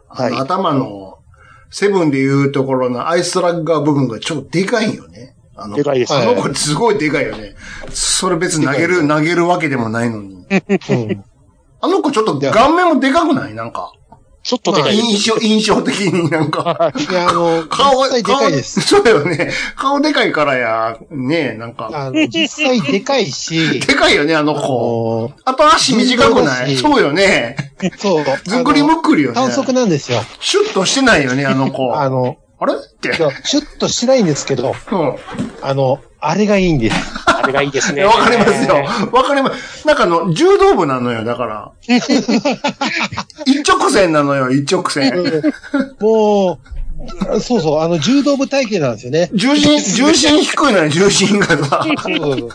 Speaker 3: あの、
Speaker 5: はい
Speaker 3: 頭の、セブンで言うところのアイスラッガー部分がちょっとでかいよね。あの、
Speaker 4: でかいです
Speaker 3: あ
Speaker 5: は
Speaker 4: ね。
Speaker 3: の子すごいでかいよね。それ別に投げる、投げるわけでもないのに。
Speaker 5: う、うん、
Speaker 3: あの子ちょっと顔面もでかくないなんか。
Speaker 4: ちょっとでかいです。
Speaker 3: 印象、印象的になん か。
Speaker 5: いや、あの、
Speaker 3: 顔、
Speaker 5: 実際でかいです。
Speaker 3: 顔そうだよね。顔でかいからや、ねえ、なんか。
Speaker 5: あの、実際でかいし、
Speaker 3: でかいよね、あの子。
Speaker 5: も
Speaker 3: あと足短くな
Speaker 5: 運動だ
Speaker 3: い
Speaker 5: し
Speaker 3: そうよね。
Speaker 5: う、そう、
Speaker 3: ずっくり
Speaker 5: あ
Speaker 3: む
Speaker 5: の
Speaker 3: っくりよね。
Speaker 5: 短足なんですよ。
Speaker 3: シュッとしてないよね、あの子。
Speaker 5: あ
Speaker 3: あ
Speaker 5: の、
Speaker 3: れって。
Speaker 5: いやシュッとしないんですけど、
Speaker 3: うん。
Speaker 5: あの、あれがいいんです。
Speaker 4: あれがいいです
Speaker 3: い
Speaker 4: ね。
Speaker 3: やわかりますよ。わかります。なんかあの、柔道部なのよ、だ から。一直線なのよ、一直線。
Speaker 5: もう、そうそう、あの、柔道部体型なんですよね。
Speaker 3: 重心、重心低いのよ、重心 がさ。
Speaker 5: そうそうそう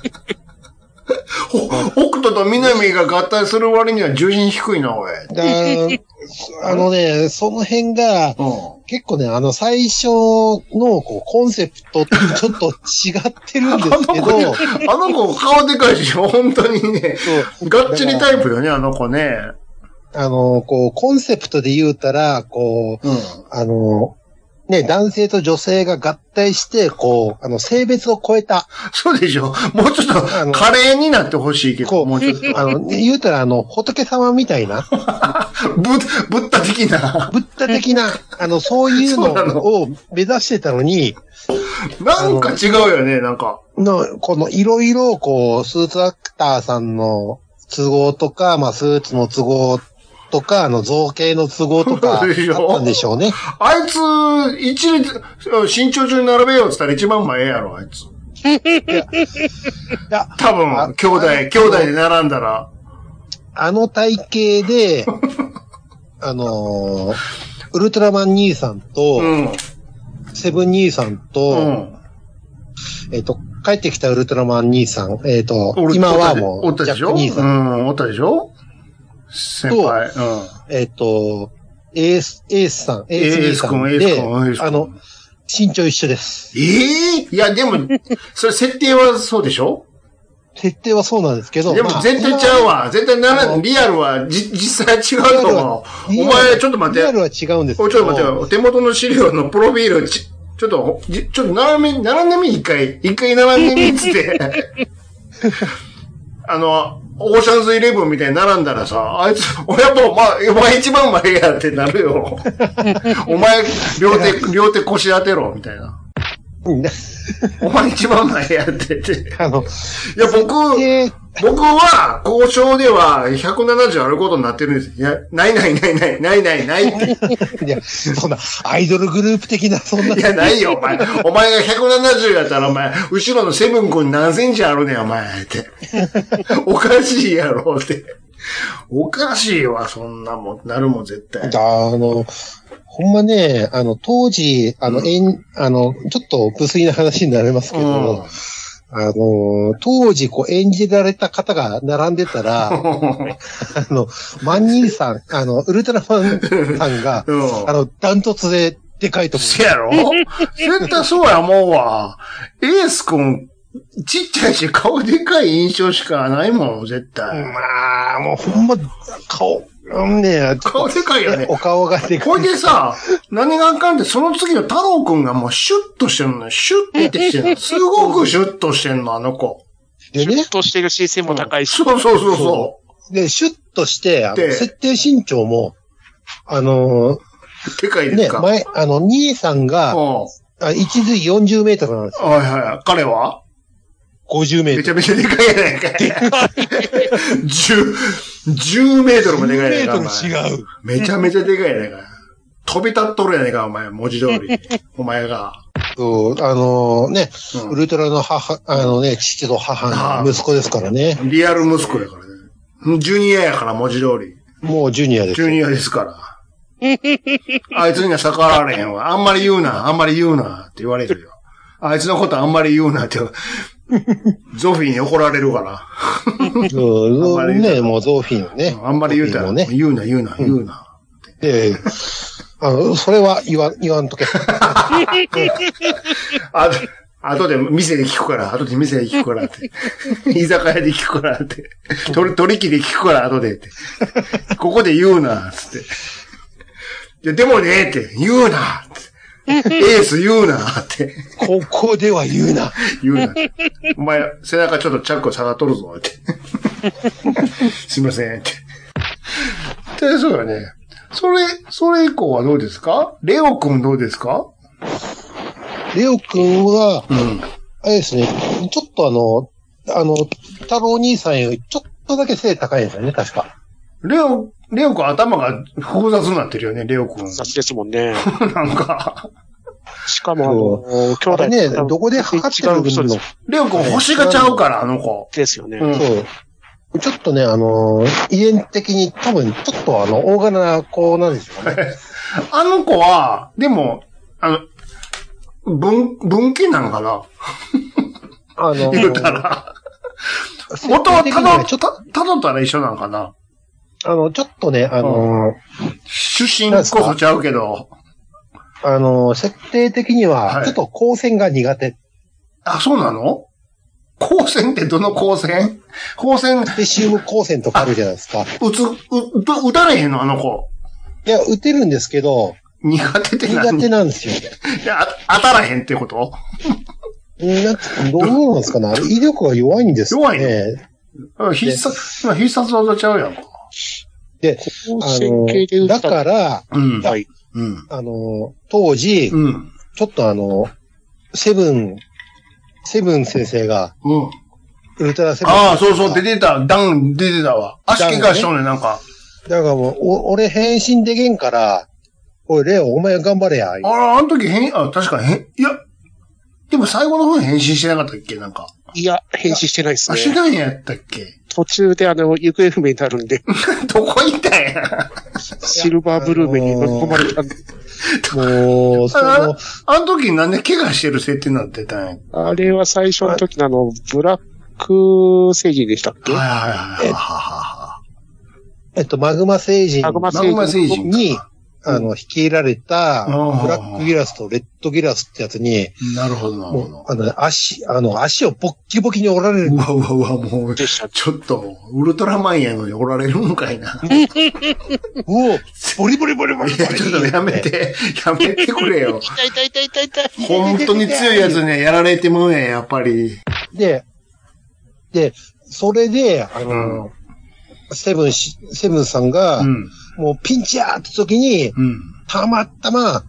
Speaker 3: ほ北斗と南が合体する割には重心低いな、おい。
Speaker 5: だ あのね、その辺が、
Speaker 3: う
Speaker 5: 結構ね、あの、最初の、こう、コンセプトとちょっと違ってるんです け
Speaker 3: あのん。
Speaker 5: ど、
Speaker 3: あの子、顔でかいし、本当にね。
Speaker 5: そう
Speaker 3: がっちりタイプよね、あの子ね。
Speaker 5: あの、こう、コンセプトで言うたら、こう、
Speaker 3: うん。
Speaker 5: あの、ね、男性と女性が合体して、こう、あの、性別を超えた、
Speaker 3: そうでしょ。もうちょっ
Speaker 5: あ
Speaker 3: と、
Speaker 5: の
Speaker 3: 華麗になってほしいけ
Speaker 5: こ
Speaker 3: ど、
Speaker 5: う
Speaker 3: もうちょっと。
Speaker 5: あ の、ね言うたら、あの、仏様みたいな、
Speaker 3: ぶ、ぶった的な。
Speaker 5: ブッダ的な、あの、そういう
Speaker 3: そうなの
Speaker 5: のを目指してたのに、
Speaker 3: なんか違うよね、なんか。
Speaker 5: の、このいろいろ、こう、スーツアクターさんの都合とか、まあ、スーツの都合とか、あの、造形の都合 とか、あ
Speaker 3: そうでしょ
Speaker 5: ったんでしょうね。
Speaker 3: あいつ、一列、身長中に並べようって言ったら一番前やろ、あいつ。
Speaker 5: や
Speaker 3: 多分、兄弟、兄弟で並んだら。
Speaker 5: あの体型で、 あのーウルトラマン兄さんと、
Speaker 3: うん。
Speaker 5: セブン兄さんと、
Speaker 3: うん。
Speaker 5: えっ、と、帰ってきたウルトラマン兄さん、えっ、と
Speaker 3: お、る
Speaker 5: 今はも
Speaker 3: おった
Speaker 5: う、
Speaker 3: で
Speaker 5: ジ
Speaker 3: お
Speaker 5: ャ
Speaker 3: ったでしょ
Speaker 5: ック兄さ、
Speaker 3: うんん、おったでしょ先輩。うん。
Speaker 5: えっ、と、エース、エースさん、エース兄さん
Speaker 3: エース君エース
Speaker 5: で
Speaker 3: 君エース、君
Speaker 5: あの、身長一緒です。
Speaker 3: ええいや、でも、それ設定はそうでしょ
Speaker 5: 設定はそうなんですけど。
Speaker 3: でも絶対ちゃうわ。絶対なら、リアルは、じ、実際違うと思う。お前、ちょっと待っ
Speaker 5: リ
Speaker 3: て
Speaker 5: アル。は違うんですけ
Speaker 3: お
Speaker 5: ど。
Speaker 3: いちょっと待ってよ。手元の資料のプロフィール、ち、ちょっと、じちょっと並んで、並んでみ、一回。一回並んでみ、つって。 あの、オーシャンズイレブンみたいに並んだらさ、あいつ、親も、まあ、お前一番前やってなるよ。お前、両手、両手腰当てろ、みたいな。お前一番前やってて。
Speaker 5: あの、
Speaker 3: いや、僕、
Speaker 5: で、
Speaker 3: 僕は、交渉では170あることになってるんです。いや、ないないないない、ないないないって。
Speaker 5: いや、そんな、アイドルグループ的な、そんな。
Speaker 3: いや、ないよ、お前。お前が170やったら、お前、後ろのセブン君何センチあるねん、お前、って。 おかしいやろ、って。おかしいわ、そんなもん、なるもん、絶対。
Speaker 5: あの、ほんまね、あの、当時、あの、えん、あの、ちょっと無粋な話になりますけ
Speaker 3: う
Speaker 5: ど、
Speaker 3: ん。
Speaker 5: あの、当時、こう、演じられた方が並んでたら、あの、万人さん、あの、ウルトラマンさんが、
Speaker 3: うん
Speaker 5: あの、ダントツで、でかいと思
Speaker 3: せやろ絶対そうやもんわ。エース君、ちっちゃいし、顔でかい印象しかないもん、絶
Speaker 5: う。
Speaker 3: 対。
Speaker 5: まあ、もうほんま、顔、うんね
Speaker 3: 顔でかいよね。
Speaker 5: お顔がでかい。
Speaker 3: これでさ、何があかんって、その次の太郎くんがもうシュッとしてるのよ。シュッってしてるの。すごくシュッとしてんの、あの子。
Speaker 5: で
Speaker 4: シ
Speaker 5: ね
Speaker 4: ュッ、としてるし、背も高いし。
Speaker 3: そうそうそうそ
Speaker 5: で、シュッとして、あの
Speaker 3: で
Speaker 5: 設定身長も、あの
Speaker 3: う。でかい
Speaker 5: ー
Speaker 3: で
Speaker 5: ね
Speaker 3: すか。、
Speaker 5: 前、あの、兄さん
Speaker 3: う
Speaker 5: が、
Speaker 3: ん。
Speaker 5: あ一髄40メートルなんですよ。
Speaker 3: はいはい。彼は
Speaker 5: 50メ
Speaker 3: め
Speaker 5: ー
Speaker 3: ち
Speaker 5: ト
Speaker 3: ゃ
Speaker 5: ル。
Speaker 3: めちゃでかいや ないかい。10、10メートルもでかいやないかい。お前
Speaker 5: 違う。
Speaker 3: めちゃめちゃでかいやないかい。飛び立っとるやないかい、お前。文字 通り。お前が。
Speaker 5: そう、あのーね、
Speaker 3: うん
Speaker 5: ウルトラの母、あのね、父と母の息子ですからね。
Speaker 3: リアル息子やからね。ジュニアやから、文字通り。
Speaker 5: もうジュニアです
Speaker 3: ジ。ュニアですから。 あいつには逆らわれへんわ。あんまり言うな、あんまり言うなって言われるよ。あいつのことあんまり言うなって。 ゾフィーに怒られるから。
Speaker 5: そ
Speaker 3: あんま
Speaker 5: う
Speaker 3: り言う
Speaker 5: ね、もうゾーフィーのね。
Speaker 3: あんまり言うた
Speaker 5: ゾ
Speaker 3: ら、
Speaker 5: ーフィーのね。
Speaker 3: 言うな、言うな、言うな。
Speaker 5: で、あの、それは言わ、言わんとけ。
Speaker 3: あと、あとで店で聞くから、あとで店で聞くからって。 居酒屋で聞くからって。取り、取り木で聞くから、あとでって。ここで言うな、つって。いや、でもね、って、言うな、って。エース言うな、って。
Speaker 5: ここでは言うな。
Speaker 3: 言うな。お前、背中ちょっとチャック下がっとるぞ、って。 すいません、って。で、そうだね。それ、それ以降はどうですかレオ君どうですか
Speaker 5: レオ君は、
Speaker 3: うん。
Speaker 5: あれですね、ちょっとあの、あの、太郎兄さんよりちょっとだけ背高いんですよね、確か。
Speaker 3: レオ、レオ君頭が複雑になってるよね、レオ君。
Speaker 4: 雑ですもんね。
Speaker 3: なんか、
Speaker 4: しかも、あの、兄
Speaker 5: あ
Speaker 4: 弟
Speaker 5: れね、どこで測ってる
Speaker 4: 違う人で
Speaker 5: の
Speaker 4: す
Speaker 3: レオ君星がちゃうから、あの子。
Speaker 4: ですよね。
Speaker 3: うん。
Speaker 5: そう。ちょっとね、あの、遺伝的に多分、ちょっとあの、大柄な子なんですよね。
Speaker 3: あの子は、でも、あの、文、文系なんかな
Speaker 5: あの、
Speaker 3: 言うたら。元
Speaker 5: 元
Speaker 3: は
Speaker 5: は
Speaker 3: た
Speaker 5: た
Speaker 3: だ、
Speaker 5: だ、ちょっと、
Speaker 3: たたどたら一緒なんかな
Speaker 5: あの、ちょっとね、あの、
Speaker 3: 出身こそちゃうけど。
Speaker 5: あの、設定的に
Speaker 3: は
Speaker 5: は、
Speaker 3: い
Speaker 5: ちょっと光線が苦手。
Speaker 3: あ、そうなの光線ってどの光線光線、
Speaker 5: で、シウム光線とかあるじゃないですか。
Speaker 3: 打つ、う、ど打たれへんのあの子。
Speaker 5: いや、打てるんですけど、
Speaker 3: 苦手って
Speaker 5: 苦
Speaker 3: 何
Speaker 5: 手なんですよ。
Speaker 3: いやあ当たらへんってこと
Speaker 5: なんてどうなんですかねあれ威力が弱いんですかね。
Speaker 3: うん必殺、今必殺技ちゃうやんか。
Speaker 5: で、あの、だから、
Speaker 3: うん。
Speaker 4: はい。
Speaker 3: うん。
Speaker 5: あの、当時、
Speaker 3: うん。
Speaker 5: ちょっとあの、セブン、セブン先生が、
Speaker 3: うん。
Speaker 5: ウルトラセブン。
Speaker 3: ああ、そうそう、出てた。ダウン出てたわ。足怪我しとんねん、なんか。
Speaker 5: だからもう、お俺変身できんから、おい、レオ、お前頑張れや。
Speaker 3: あら、あの時変、あ、確か変、いや、でも最後の方に変身してなかったっけなんか。
Speaker 4: いや、返信してないです
Speaker 3: あ、し
Speaker 4: ね。
Speaker 3: ないんやったっけ
Speaker 4: 途中であの、行方不明になるんで、
Speaker 3: どこ行ったんや。
Speaker 4: シルバーブルーメンに乗り込まれたんで、
Speaker 5: もう、そ の、
Speaker 3: あの時なんで怪我してる設定になってたんやっ
Speaker 4: あれは最初の時のあの、ブラック星人でしたっ
Speaker 3: け
Speaker 4: け
Speaker 3: はいはいはいはいはははは。
Speaker 5: えっと、マグマ星人
Speaker 4: マグマ
Speaker 3: マグマ星人
Speaker 5: に、あの、率いられた、
Speaker 3: うん
Speaker 5: ブラックギラスとレッドギラスってやつに、
Speaker 3: なるほど、なるほ
Speaker 5: も
Speaker 3: ど。
Speaker 5: う、あの、足、あの、足をボッキボキに折られる
Speaker 3: う。わうわうわ、もう、
Speaker 4: でした。
Speaker 3: ちょっと、ウルトラマンやのにおられるんかいな。
Speaker 5: おおボリボリボリボリ
Speaker 3: いや、ちょっとやめ。て、やめてくれよ。
Speaker 4: 痛い痛い痛い痛い痛い。
Speaker 3: 本当に強いやつにはやられてもんや、やっぱり。
Speaker 5: で、で、それで、あの、セブンし、セブンさんが、
Speaker 3: うん。
Speaker 5: もうピンチやーって時に、
Speaker 3: うん。
Speaker 5: たまたま、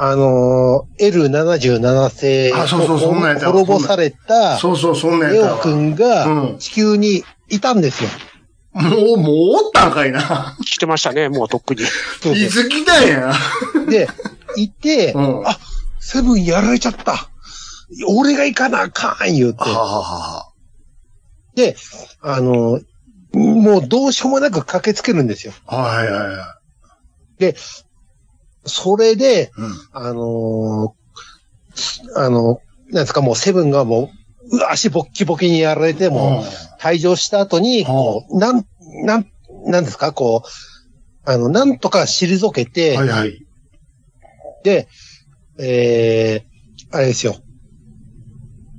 Speaker 5: あのー、L77 世
Speaker 3: あそうそうそんなんやった
Speaker 5: 滅ぼされた、
Speaker 3: そうそう、そんなん
Speaker 5: レ
Speaker 3: や
Speaker 5: オ
Speaker 3: ったわ。
Speaker 5: 君
Speaker 3: う
Speaker 5: が
Speaker 3: ん
Speaker 5: 地球にいたんですよ。
Speaker 3: もう、もうおったんかいな。
Speaker 4: 来てましたね、もうとっくに。
Speaker 5: そう
Speaker 3: いつ来たんや。
Speaker 5: で、いて、
Speaker 3: うん。は
Speaker 5: あセブンやられちゃった。俺が行かなあかん言うて
Speaker 3: あ、はあはあ
Speaker 5: で、あのー、もうどうしようもなく駆けつけるんですよ。
Speaker 3: はいはいは
Speaker 5: それで、
Speaker 3: い。うん。
Speaker 5: あのーあの、なんですか、もうセブンがもう、うわ足ボッキボキにやられて、もう退場した後に、こう、なん、なん、なんですか、こう、あの、なんとか退け
Speaker 3: うん
Speaker 5: て、
Speaker 3: はいはい。
Speaker 5: で、えー、あれですよ。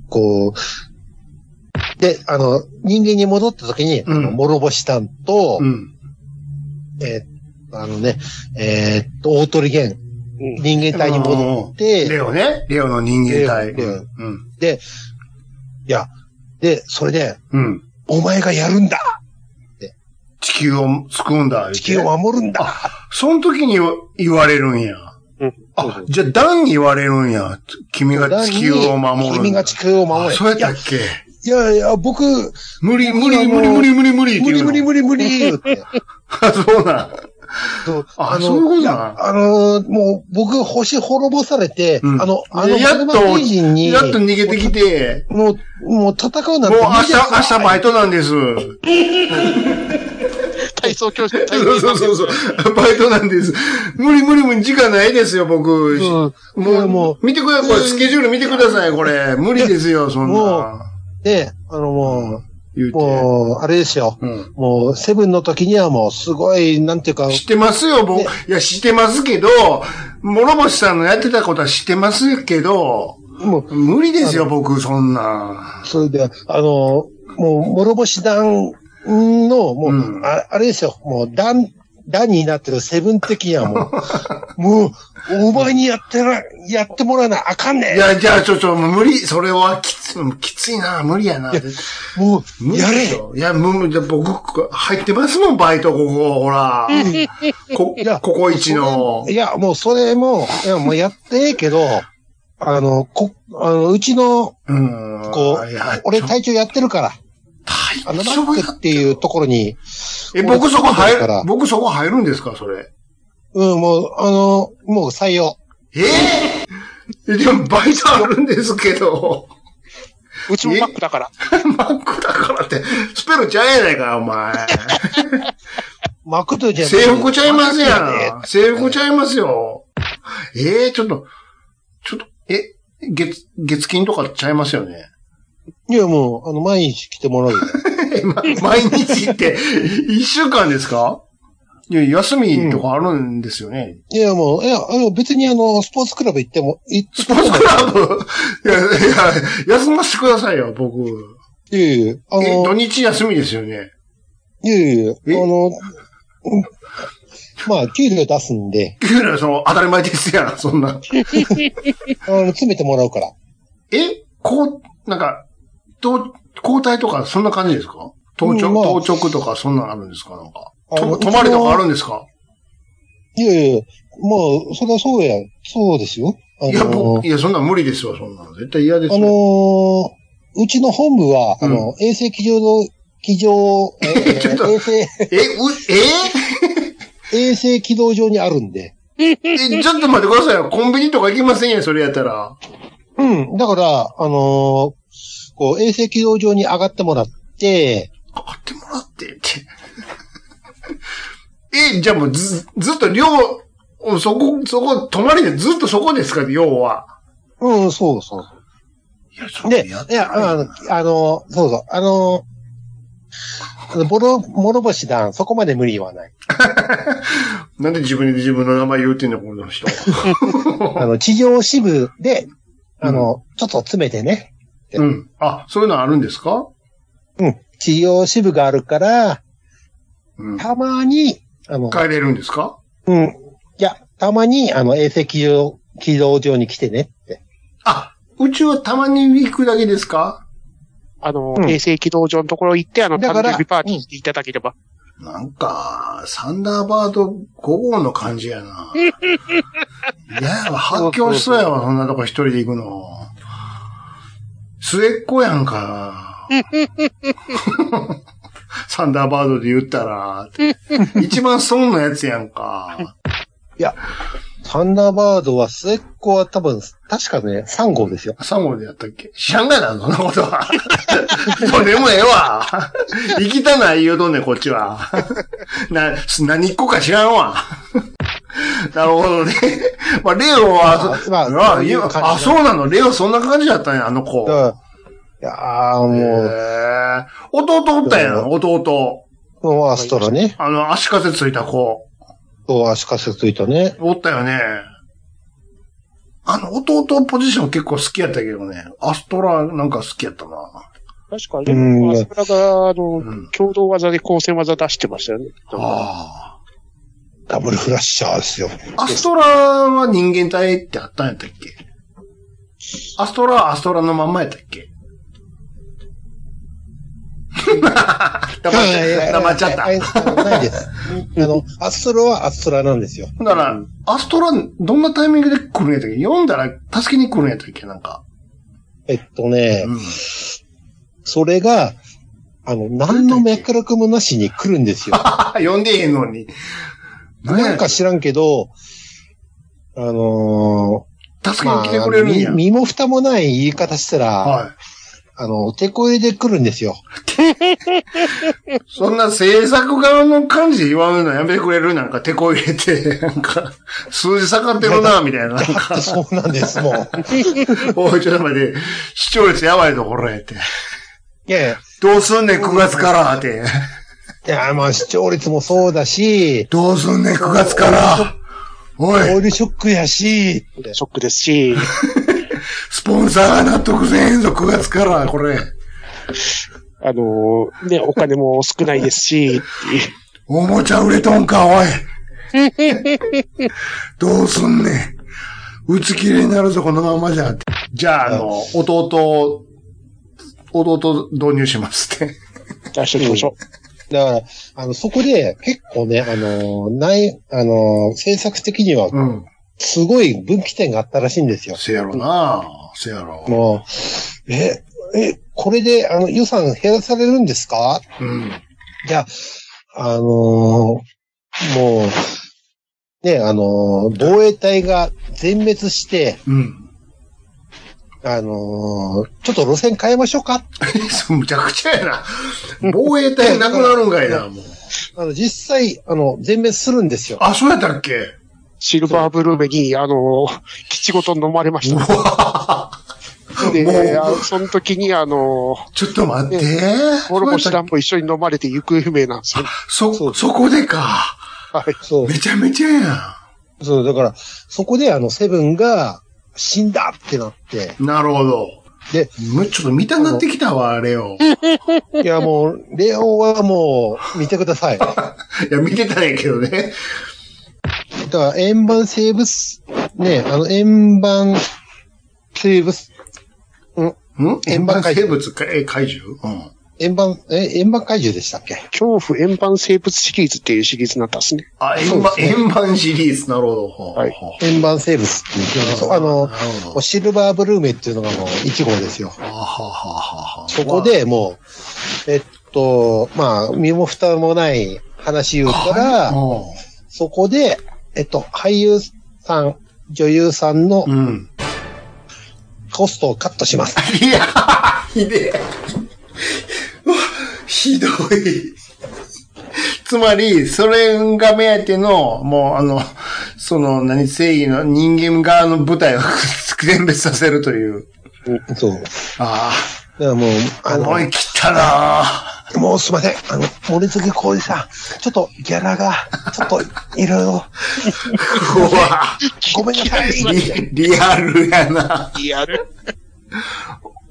Speaker 5: こう、で、あの、人間に戻った時に、
Speaker 3: うん
Speaker 5: あの諸星さんと、
Speaker 3: うん。
Speaker 5: えーあのね、えーっと、大鳥源、
Speaker 4: うん
Speaker 5: 人間体に戻って、
Speaker 3: レオね。レオの人間体。
Speaker 5: レオレオ
Speaker 3: うん。
Speaker 5: いや、で、それで、
Speaker 3: うん。
Speaker 5: お前がやるんだ
Speaker 3: 地球を救うんだ。
Speaker 5: 地球を守るんだ
Speaker 3: その時に言われるんや。
Speaker 4: うん
Speaker 3: あ、じゃあ、ダンに言われるんや。君が地球を守るんだ。
Speaker 5: 君が地球を守
Speaker 3: あ
Speaker 5: れ。
Speaker 3: そうやったっけ
Speaker 5: いやいやいや、僕、
Speaker 3: 無理、無
Speaker 5: あ
Speaker 3: 理、
Speaker 5: の
Speaker 3: 無理、無理、無理、無理って
Speaker 5: 無
Speaker 3: 言
Speaker 5: 理
Speaker 3: うの。
Speaker 5: 無理無理無理言って。
Speaker 3: あ、そうなん。
Speaker 5: そう
Speaker 3: あそういうこと
Speaker 5: い
Speaker 3: な
Speaker 5: やあのー、もう、僕、星滅ぼされて、
Speaker 3: うん
Speaker 5: あの、あの、
Speaker 3: やっ
Speaker 5: マグマ
Speaker 3: と、
Speaker 5: 星人に、
Speaker 3: やっと逃げてきて、
Speaker 5: もう、もう戦うな
Speaker 3: も
Speaker 5: ん
Speaker 3: う
Speaker 5: て
Speaker 3: 明
Speaker 5: 無理
Speaker 3: 日、
Speaker 5: ですよ。
Speaker 3: 明日バイトなん です。
Speaker 4: 体操教室、体
Speaker 3: そうそうそうそう。バイトなんです。無理無理無理、時間ないですよ、僕。
Speaker 5: うん
Speaker 3: もう、
Speaker 5: も
Speaker 3: 見てください、これ、スケジュール見てください、これ。無理ですよ、そん
Speaker 5: も
Speaker 3: な。
Speaker 5: で、あのも
Speaker 3: 言
Speaker 5: う、
Speaker 3: うて。
Speaker 5: もう、あれですよ。
Speaker 3: うん
Speaker 5: もう、セブンの時にはもう、すごい、なんていうか、
Speaker 3: 知ってますよ、僕。い
Speaker 5: ね
Speaker 3: や、知ってますけど、諸星さんのやってたことは知ってますけど、
Speaker 5: もう、
Speaker 3: 無理ですよ、僕、そんな。
Speaker 5: それで、あの、もう、諸星団の、もう、
Speaker 3: うん
Speaker 5: ああれですよ、もう、団、団になってるセブン的にはも う、もう、お前にやってら、やってもらわなあかんね
Speaker 3: いや、じゃあ、ちょ、ちょ、もう無理、それはきつ、きついな、無理やな。
Speaker 5: んも
Speaker 3: 無
Speaker 5: う、
Speaker 3: 理
Speaker 5: や
Speaker 3: で
Speaker 5: れ
Speaker 3: しょいや、もうもう、じゃあ僕、入ってますもん、バイト、ここ、ほら。こ
Speaker 5: いや、
Speaker 3: ここ一の
Speaker 5: い。や、もうそれも、いや、もうやってええけど、あの、こ、あの、うちの、
Speaker 3: うん。
Speaker 5: こ
Speaker 3: いや
Speaker 5: う、俺隊長やってるから、あの、
Speaker 3: 体
Speaker 5: マ
Speaker 3: 調
Speaker 5: ッ
Speaker 3: や
Speaker 5: クっていうところに、
Speaker 3: え、僕そこ入
Speaker 5: だ
Speaker 3: る
Speaker 5: から、
Speaker 3: 僕そこ入るんですか、それ。
Speaker 5: うん、もう、あの、もう採用。
Speaker 3: ええでも、バイトあるんですけど、
Speaker 4: うちもマックだから。
Speaker 3: マックだからって、スペルちゃえやないか、お前。
Speaker 5: マクドゥじゃ
Speaker 3: 制服ちゃいますや
Speaker 5: ん
Speaker 3: ん。制服ちゃいますよ。ええちょっと、ちょっと、え、月、月金とかちゃいますよね。
Speaker 5: いや、もう、あの、毎日来てもらうよ。
Speaker 3: えま毎日って、一週間ですかいや、休みとかあるんですよね。
Speaker 5: いや、もう、いや、あの別にあの、スポーツクラブ行っても、行って
Speaker 3: スポーツクラブいや、いや、休ませてくださいよ、僕。
Speaker 5: いやいや、あ
Speaker 3: え、土
Speaker 5: の、
Speaker 3: 日休みですよね。
Speaker 5: いやいや、あ
Speaker 3: え
Speaker 5: の、うんまあ、給料出すんで、
Speaker 3: 給料、その、当たり前ですやん、そんな。
Speaker 5: あの、詰めてもらうから。
Speaker 3: えこう、なんか、と、交代とか、そんな感じですか当直、
Speaker 5: うんまあ
Speaker 3: 当直とか、そんなのあるんですかなんか。
Speaker 5: あの
Speaker 3: と、泊まりとかあるんですか
Speaker 5: いやいや、まあ、それはそうや、そうですよ。あの、
Speaker 3: いや、僕、いや、そんなん無理ですわ、そんなの。絶対嫌です
Speaker 5: あ
Speaker 3: よ。
Speaker 5: のうちの本部は、あの、衛生基準の、基準、え
Speaker 3: ちょっと
Speaker 5: ー衛生、
Speaker 3: え、う、え
Speaker 5: 衛生軌道上にあるんで。
Speaker 3: えちょっと待ってくださいよ。コンビニとか行きませんよ、それやったら。
Speaker 5: うん。だから、あのこう、衛生軌道上に上がってもらって、
Speaker 3: 買ってもらって って。え、じゃあもうず、ずっと寮、そこ、そこ、泊まりでずっとそこですか、寮は。
Speaker 5: うん、そうそうそ。
Speaker 3: いや、そう
Speaker 5: で、いや、あの、あのそうそう、あの、 あのボロ、諸星団、そこまで無理はない。
Speaker 3: なんで自分で自分の名前言うてんのこの人。
Speaker 5: あの、地上支部で、あの、ちょっと詰めてね。
Speaker 3: うん。あ、そういうのあるんですか
Speaker 5: うん。地上支部があるから、
Speaker 3: うん。
Speaker 5: たまに、あの、
Speaker 3: 帰れるんですか
Speaker 5: うん。いや、たまに、あの、衛星軌道、軌道上に来てねって。
Speaker 3: あ、宇宙はたまに行くだけですか
Speaker 4: あの、
Speaker 5: うん
Speaker 4: 衛星軌道場のところ行って、あの、
Speaker 5: だ
Speaker 4: 誕
Speaker 5: から
Speaker 4: 生日パーティーしていただければ。
Speaker 3: なんか、サンダーバード5号の感じや な。いや、発狂しそうやわ、そんなとこ一人で行くの。末っ子やん か。サンダーバードで言ったら、一番損なやつやんか。
Speaker 5: サンダーバードは末っ子は多分、確かね、3号ですよ。
Speaker 3: 3号でやったっけ知らんがな、そんなことは。 どうでもええわ。生きたない言うとんねん、こっちは。 な、何っ個か知らんわ。 なるほどね。 まあ、レオは、
Speaker 5: ま
Speaker 3: あ
Speaker 5: あそういう感じ
Speaker 3: あ、そうなのレオそんな感じだったんや、あの子。
Speaker 5: だからいやー
Speaker 3: へ
Speaker 5: も
Speaker 3: え弟おったんやん、弟。
Speaker 5: う、もうアストラね。
Speaker 3: あの、足かせついた子。
Speaker 5: そう、足かせついたね。
Speaker 3: おったよね。あの、弟ポジション結構好きやったけどね。アストラなんか好きやったな。
Speaker 4: 確か、でも、
Speaker 5: うん
Speaker 4: アスプラが、あの、
Speaker 3: ん
Speaker 4: 共同技で光線技出してましたよね。
Speaker 3: あ
Speaker 5: ダブルフラッシャーですよ。
Speaker 3: あ。アストラは人間体ってあったんやったっけアストラはアストラのまんまやったっけ黙っち
Speaker 5: いやいやい
Speaker 3: ゃ
Speaker 5: や
Speaker 3: 黙っちゃった
Speaker 5: あ。ああないです。あの、アストラはアストラなんですよ。
Speaker 3: ほんなら、アストラ、どんなタイミングで来るんやったっけ読んだら助けに来るんやったっけなんか。
Speaker 5: えっとね、
Speaker 3: うん
Speaker 5: それが、あの、何の脈絡もなしに来るんですよ。
Speaker 3: あ読んでへんのに。
Speaker 5: なんか知らんけど、あのー
Speaker 3: 助けに来てくれるんや
Speaker 5: まあ。身身も蓋もない言い方したら、
Speaker 3: はい。
Speaker 5: あの、手こ入れで来る んですよ。
Speaker 3: そんな制作側の感じ言わんのやめてくれるなんか手こ入れて、なんか、数字下がってるな、みたいな。なんか
Speaker 5: そうなんです、もう。
Speaker 3: おい、ちょっと待って、視聴率やばいところやって。
Speaker 5: いやいや
Speaker 3: どうすんねん、9月からって。
Speaker 5: いや、まあ、視聴率もそうだし、
Speaker 3: どうすんねん、9月から。お
Speaker 5: オイ
Speaker 3: い、
Speaker 5: ルショックやし、
Speaker 4: ショックですし、
Speaker 3: スポンサーが納得せへんぞ、9月から、これ。
Speaker 4: あの、ね、お金も少ないですし、っていう
Speaker 3: おもちゃ売れとんか、 おい。どうすんねん。打ち切れになるぞ、このままじゃって。じゃあ、あの、弟を、弟を導入しますって。
Speaker 4: 出しておきましょ
Speaker 5: だから、あの、そこで、結構ね、あのー、ない、あのー、制作的には、
Speaker 3: うん。
Speaker 5: すごい分岐点があったらしいんですよ。
Speaker 3: せやろなせやろ。
Speaker 5: もう、え、え、これで、あの、予算減らされるんですか
Speaker 3: うん。
Speaker 5: じゃあ、あのーもう、ね、あのー防衛隊が全滅して、
Speaker 3: うん。
Speaker 5: あのーちょっと路線変えましょうか
Speaker 3: むちゃくちゃやな。防衛隊なくなるんかいな、もう。
Speaker 5: あの、実際、あの、全滅するんですよ。
Speaker 3: あ、そうやったっけ
Speaker 4: う。シルバーブルーベに、あの、基地ごと飲まれました。で、あその時に、あの、
Speaker 3: ちょっと待って。
Speaker 4: 諸星団も一緒に飲まれて行方不明なんですよ。
Speaker 3: そ、そこでか。
Speaker 4: はい。
Speaker 5: そ
Speaker 3: めちゃめちゃや
Speaker 5: う、そう、だから、そこで、あの、セブンが、死んだってなって、
Speaker 3: ん。なるほど。
Speaker 5: で、
Speaker 3: むちょっと見たなってきたわ、あれを。
Speaker 5: いや、もう、レオはもう、見てください。だか
Speaker 3: いや、見てたんやけどね。
Speaker 5: ら、円盤生物、ね、あの、円盤生物、
Speaker 3: ん円盤
Speaker 5: 円盤怪獣
Speaker 3: 生物か、え、怪獣うん。
Speaker 5: 円盤、え、円盤怪獣でしたっけ
Speaker 4: 恐怖円盤生物シリーズっていうシリーズになったんですね。
Speaker 3: あ、円
Speaker 5: そう
Speaker 3: 盤
Speaker 5: で、すね
Speaker 3: 円盤シリーズ、なるほど。
Speaker 4: はい
Speaker 3: ほうほう
Speaker 5: 円盤生物っていう。そうあの
Speaker 3: なるほ、ど
Speaker 5: もうシルバーブルーメっていうのがもう1号ですよ。
Speaker 3: あはははは
Speaker 5: そこでもう、えっと、まあ、身も蓋もない話言うから、
Speaker 3: は
Speaker 5: そこで、えっと、俳優さん、女優さんの
Speaker 3: いうん。うん。
Speaker 5: コストをカットします。
Speaker 3: いや、ひでえ。うわひどい。つまり、それが目当ての、もうあの、その、何、正義の人間側の舞台を全滅させるという。
Speaker 5: そう。
Speaker 3: あ
Speaker 5: だからもう、
Speaker 3: あ、
Speaker 5: あの
Speaker 3: 思、い切ったなあ
Speaker 5: もうすいません。あの、森月浩二さん、ちょっとギャラが、ちょっといろい ろ、
Speaker 3: うわ
Speaker 5: ごめんなさい。
Speaker 3: リリアルやな。
Speaker 4: リアル。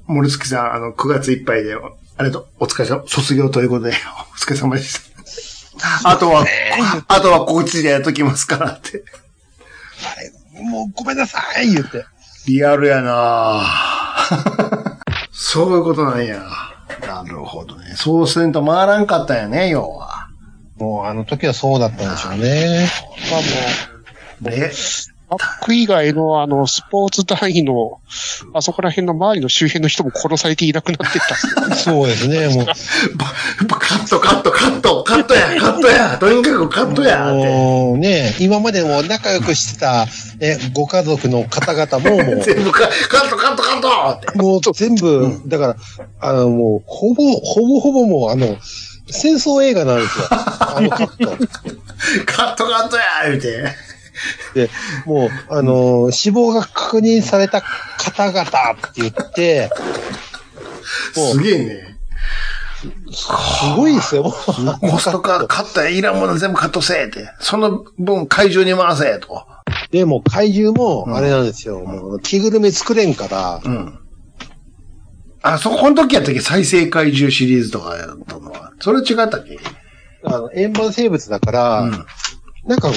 Speaker 3: 森月さん、あの、9月いっぱいで、あれと、お疲れ様、卒業ということで、お疲れ様でした。あとは、あとは告知でやっときますからって。
Speaker 5: もうごめんなさい、言って。
Speaker 3: リアルやなそういうことなんや。なるほどね。そうせんと回らんかったんやね、要は。
Speaker 5: もうあの時はそうだったんでしょう ね。
Speaker 4: まあも
Speaker 3: ね。
Speaker 4: う、バック以外のあの、スポーツ単位の、あそこら辺の周りの周辺の人も殺されていなくなってったっすよ。
Speaker 5: そうですね、もう。
Speaker 3: ばばカット、カット、カット、カットや、カットや、とにかくカットや、って。
Speaker 5: もうね、今までも仲良くしてた、ね、ご家族の方々も、もう、
Speaker 3: 全部カカット、カット、カットって。
Speaker 5: もう全部、だから、あの、もう、ほぼ、ほぼほぼもう、あの、戦争映画なんですよ。あのカット。
Speaker 3: カット、カットや、言うて。
Speaker 5: で、もう、あの、死亡が確認された方々って言って、も
Speaker 3: すげえね。
Speaker 5: う、すごいですよ、もう。
Speaker 3: コストカカットや、いらんもの全部カットせえって。その分、会場に回せ、と。
Speaker 5: で、もう怪獣も、あれなんですよ、もう、着ぐるみ作れんから、
Speaker 3: うん。あ、そこの時やったっけ再生怪獣シリーズとかやったのは。それ違ったっけ
Speaker 5: あの、円盤生物だから、
Speaker 3: うん
Speaker 5: なんかこ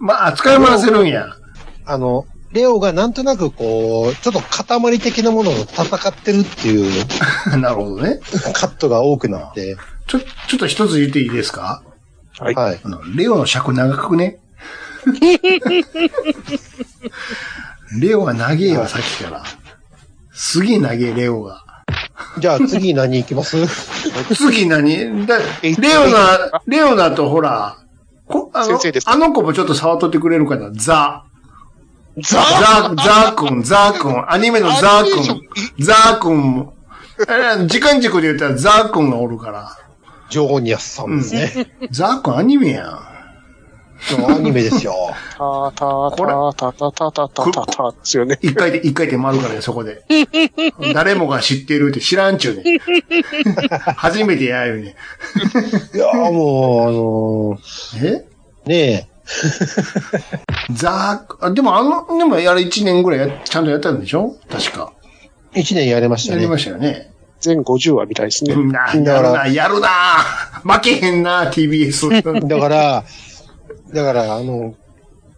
Speaker 5: う、
Speaker 3: まあ、使い回せるんや。
Speaker 5: あの、レオがなんとなくこう、ちょっと塊的なものを戦ってるっていう
Speaker 3: なるほどね。
Speaker 5: カットが多くなって、
Speaker 3: ちょ、ちょっと一つ言っていいですか
Speaker 4: はい
Speaker 5: はい。
Speaker 3: あの、レオの尺長く ね。レオが長えわ、さっきから。すげえ長え、レオが。
Speaker 5: じゃあ次何行きます
Speaker 3: 次何だレオナ、レオナとほら、こあの
Speaker 4: 先生です
Speaker 3: あの子もちょっと触っとってくれるかなザ。ザザー君、ザー君、アニメのザー
Speaker 4: アニメーション
Speaker 3: 君、ザー君も、あれ時間軸で言ったらザー君がおるから。
Speaker 5: ジョーニアスさんですね。
Speaker 3: ザー君アニメやん。
Speaker 5: もう アニメですよ。
Speaker 4: たたたたたたたたたですよね。
Speaker 3: 一回で、一回で回るからね、そこで。誰もが知ってるって知らんちゅうね。初めてやるね。
Speaker 5: いやーもう、
Speaker 3: え
Speaker 5: あのーね
Speaker 3: ザー、あでもあの、でもやれ一年ぐらいやちゃんとやったんでしょ確か。
Speaker 5: え、一年やれました
Speaker 3: や
Speaker 5: ね
Speaker 3: り。ましたよね。
Speaker 4: 全50話みたいですね。
Speaker 3: な、やるな、やるな負けへんな、TBS。
Speaker 5: だから、だから、あの、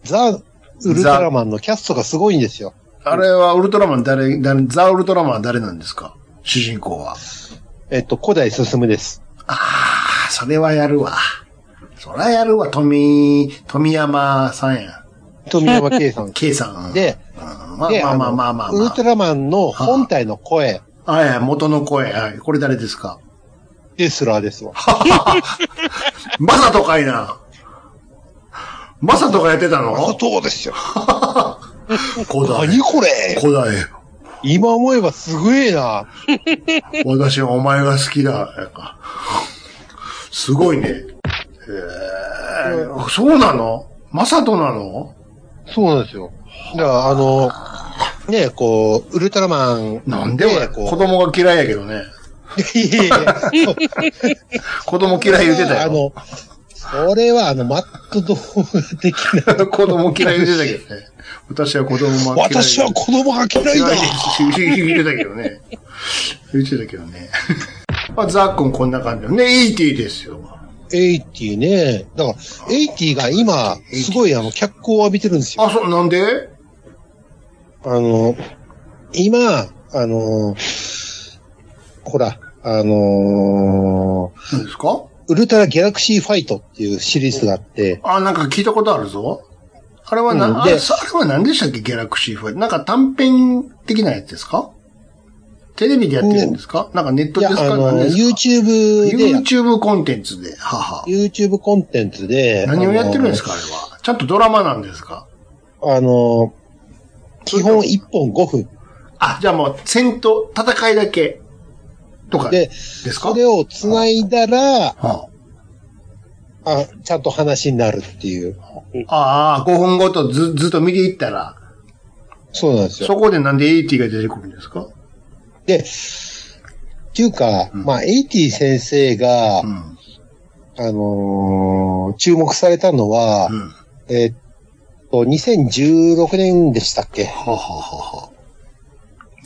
Speaker 5: ザ・ウルトラマンのキャストがすごいんですよ。
Speaker 3: あれはウルトラマン誰、誰、ザ・ウルトラマンは誰なんですか主人公は。
Speaker 5: えっと、古代進むです。
Speaker 3: あ、それはやるわ。そらやるわ、富、富山さんや。。
Speaker 5: 富山圭さん
Speaker 3: K さん。
Speaker 5: で、
Speaker 3: うん、まあ
Speaker 5: で、
Speaker 3: まあまあ
Speaker 5: の
Speaker 3: まあまあ、
Speaker 5: ウル
Speaker 3: ま
Speaker 5: トラマンの本体の声、
Speaker 3: あ。はいはい、元の声。はい、これ誰ですか
Speaker 5: レスラーですわ。
Speaker 3: マサトかいな。マサトがやってたの
Speaker 5: そうですよ。
Speaker 3: 古代。
Speaker 5: 何これ
Speaker 3: 古代。
Speaker 5: 今思えばすごえな。
Speaker 3: 私はお前が好きだ。やっぱすごいね。へーそうなのマサトなの
Speaker 5: そうなんですよ。だから、あの、ねこう、ウルトラマン。
Speaker 3: なんで俺、
Speaker 5: ね
Speaker 3: 子
Speaker 5: こ
Speaker 3: 供が嫌いやけどね。
Speaker 5: う、いやいやいや
Speaker 3: 子供 嫌い言うてた
Speaker 5: あ
Speaker 3: よ。
Speaker 5: の、それは、あの、マット動画的 な。
Speaker 3: 子供嫌い言うてたけどね。私は子供が嫌い。
Speaker 5: 子供が嫌
Speaker 3: 嫌い 言うてたけどね。言うてたけどね。 まあ、ザックンこんな感じ。ね、ET ですよ。
Speaker 5: エイティね。だから、エイティが今、すごい、あの、脚光を浴びてるんですよ。
Speaker 3: あ、そう、なんで
Speaker 5: あの、今、あの、ほら、あの
Speaker 3: なんですか
Speaker 5: ウルトラギャラクシーファイトっていうシリーズがあって、
Speaker 3: あ、なんか聞いたことあるぞ。あれはな、
Speaker 5: うん
Speaker 3: あれ
Speaker 5: で
Speaker 3: それは何でしたっけギャラクシーファイト。なんか短編的なやつですかテレビでやってるんですか、なんかネット
Speaker 5: い
Speaker 3: で
Speaker 5: や、
Speaker 3: すか
Speaker 5: あ
Speaker 3: 何
Speaker 5: の、
Speaker 3: ですか
Speaker 5: YouTube で、
Speaker 3: YouTube コンテンツで。はは。
Speaker 5: YouTube コンテンツで、
Speaker 3: 何をやってるんですかあれは。ちゃんとドラマなんですか
Speaker 5: あの、基本1本5分。
Speaker 3: あ、じゃあもう戦闘、戦いだけ。とか。
Speaker 5: で、
Speaker 3: ですか
Speaker 5: それを繋いだら、
Speaker 3: は
Speaker 5: あ、ちゃんと話になるっていう。
Speaker 3: あ、ああ、5分ごとずずっと見ていったら、
Speaker 5: そうなんです
Speaker 3: そ
Speaker 5: よ。
Speaker 3: こでなんで AT が出てくるんですか
Speaker 5: で、っていうか、
Speaker 3: うん
Speaker 5: まあ、エイティ先生が、
Speaker 3: うん。
Speaker 5: あのー注目されたのは、
Speaker 3: うん。は
Speaker 5: えっと、2016年でしたっけ
Speaker 3: あ、はあはあはあ、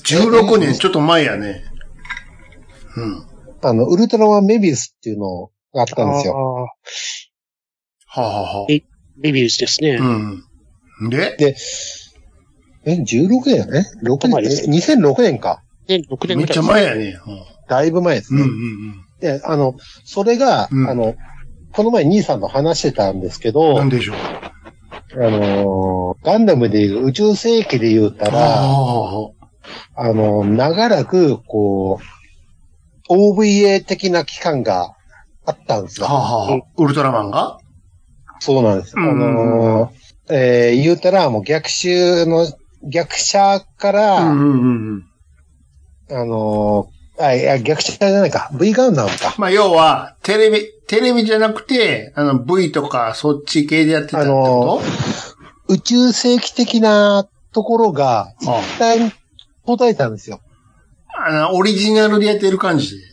Speaker 3: 16年、ちょっと前やね。うん。
Speaker 5: あの、ウルトラマンメビウスっていうのがあったんですよ。
Speaker 4: よ。
Speaker 3: はあ、はあはあ
Speaker 4: えレビュースですね。
Speaker 3: うん。で、
Speaker 5: え、16年やね ?6
Speaker 4: ま
Speaker 5: 年
Speaker 4: りです
Speaker 5: え ?2006 年か。
Speaker 4: で、6年
Speaker 3: めっ
Speaker 4: ぐら
Speaker 3: ち
Speaker 4: い
Speaker 3: ゃ。前やね。
Speaker 5: だいぶ前です
Speaker 3: うん。
Speaker 5: ね。
Speaker 3: うんうん
Speaker 5: で、あの、それが、
Speaker 3: うん
Speaker 5: あの、この前兄さんと話してたんですけ
Speaker 3: うん。
Speaker 5: ど、
Speaker 3: な
Speaker 5: あ
Speaker 3: んでしょう。
Speaker 5: のーガンダムでいう宇宙世紀で言うた
Speaker 3: ああ
Speaker 5: ら、あ
Speaker 3: は
Speaker 5: の、長らく、こう、OVA 的な期間があったんです
Speaker 3: あ、はあ、は
Speaker 5: よ。
Speaker 3: あ、はあ、ウルトラマンが
Speaker 5: そうなんです。あ
Speaker 3: うん
Speaker 5: のーえー言うたら、もう逆襲の、逆者から、
Speaker 3: うんうんうんうん。
Speaker 5: あのーあ、いや、逆者じゃないか。V ガンダムか。
Speaker 3: まあ、要は、テレビ、テレビじゃなくて、あの、V とか、そっち系でやってたってこと、
Speaker 5: 宇宙世紀的なところが、一旦途絶えたんですよ。
Speaker 3: あの、オリジナルでやってる感じで。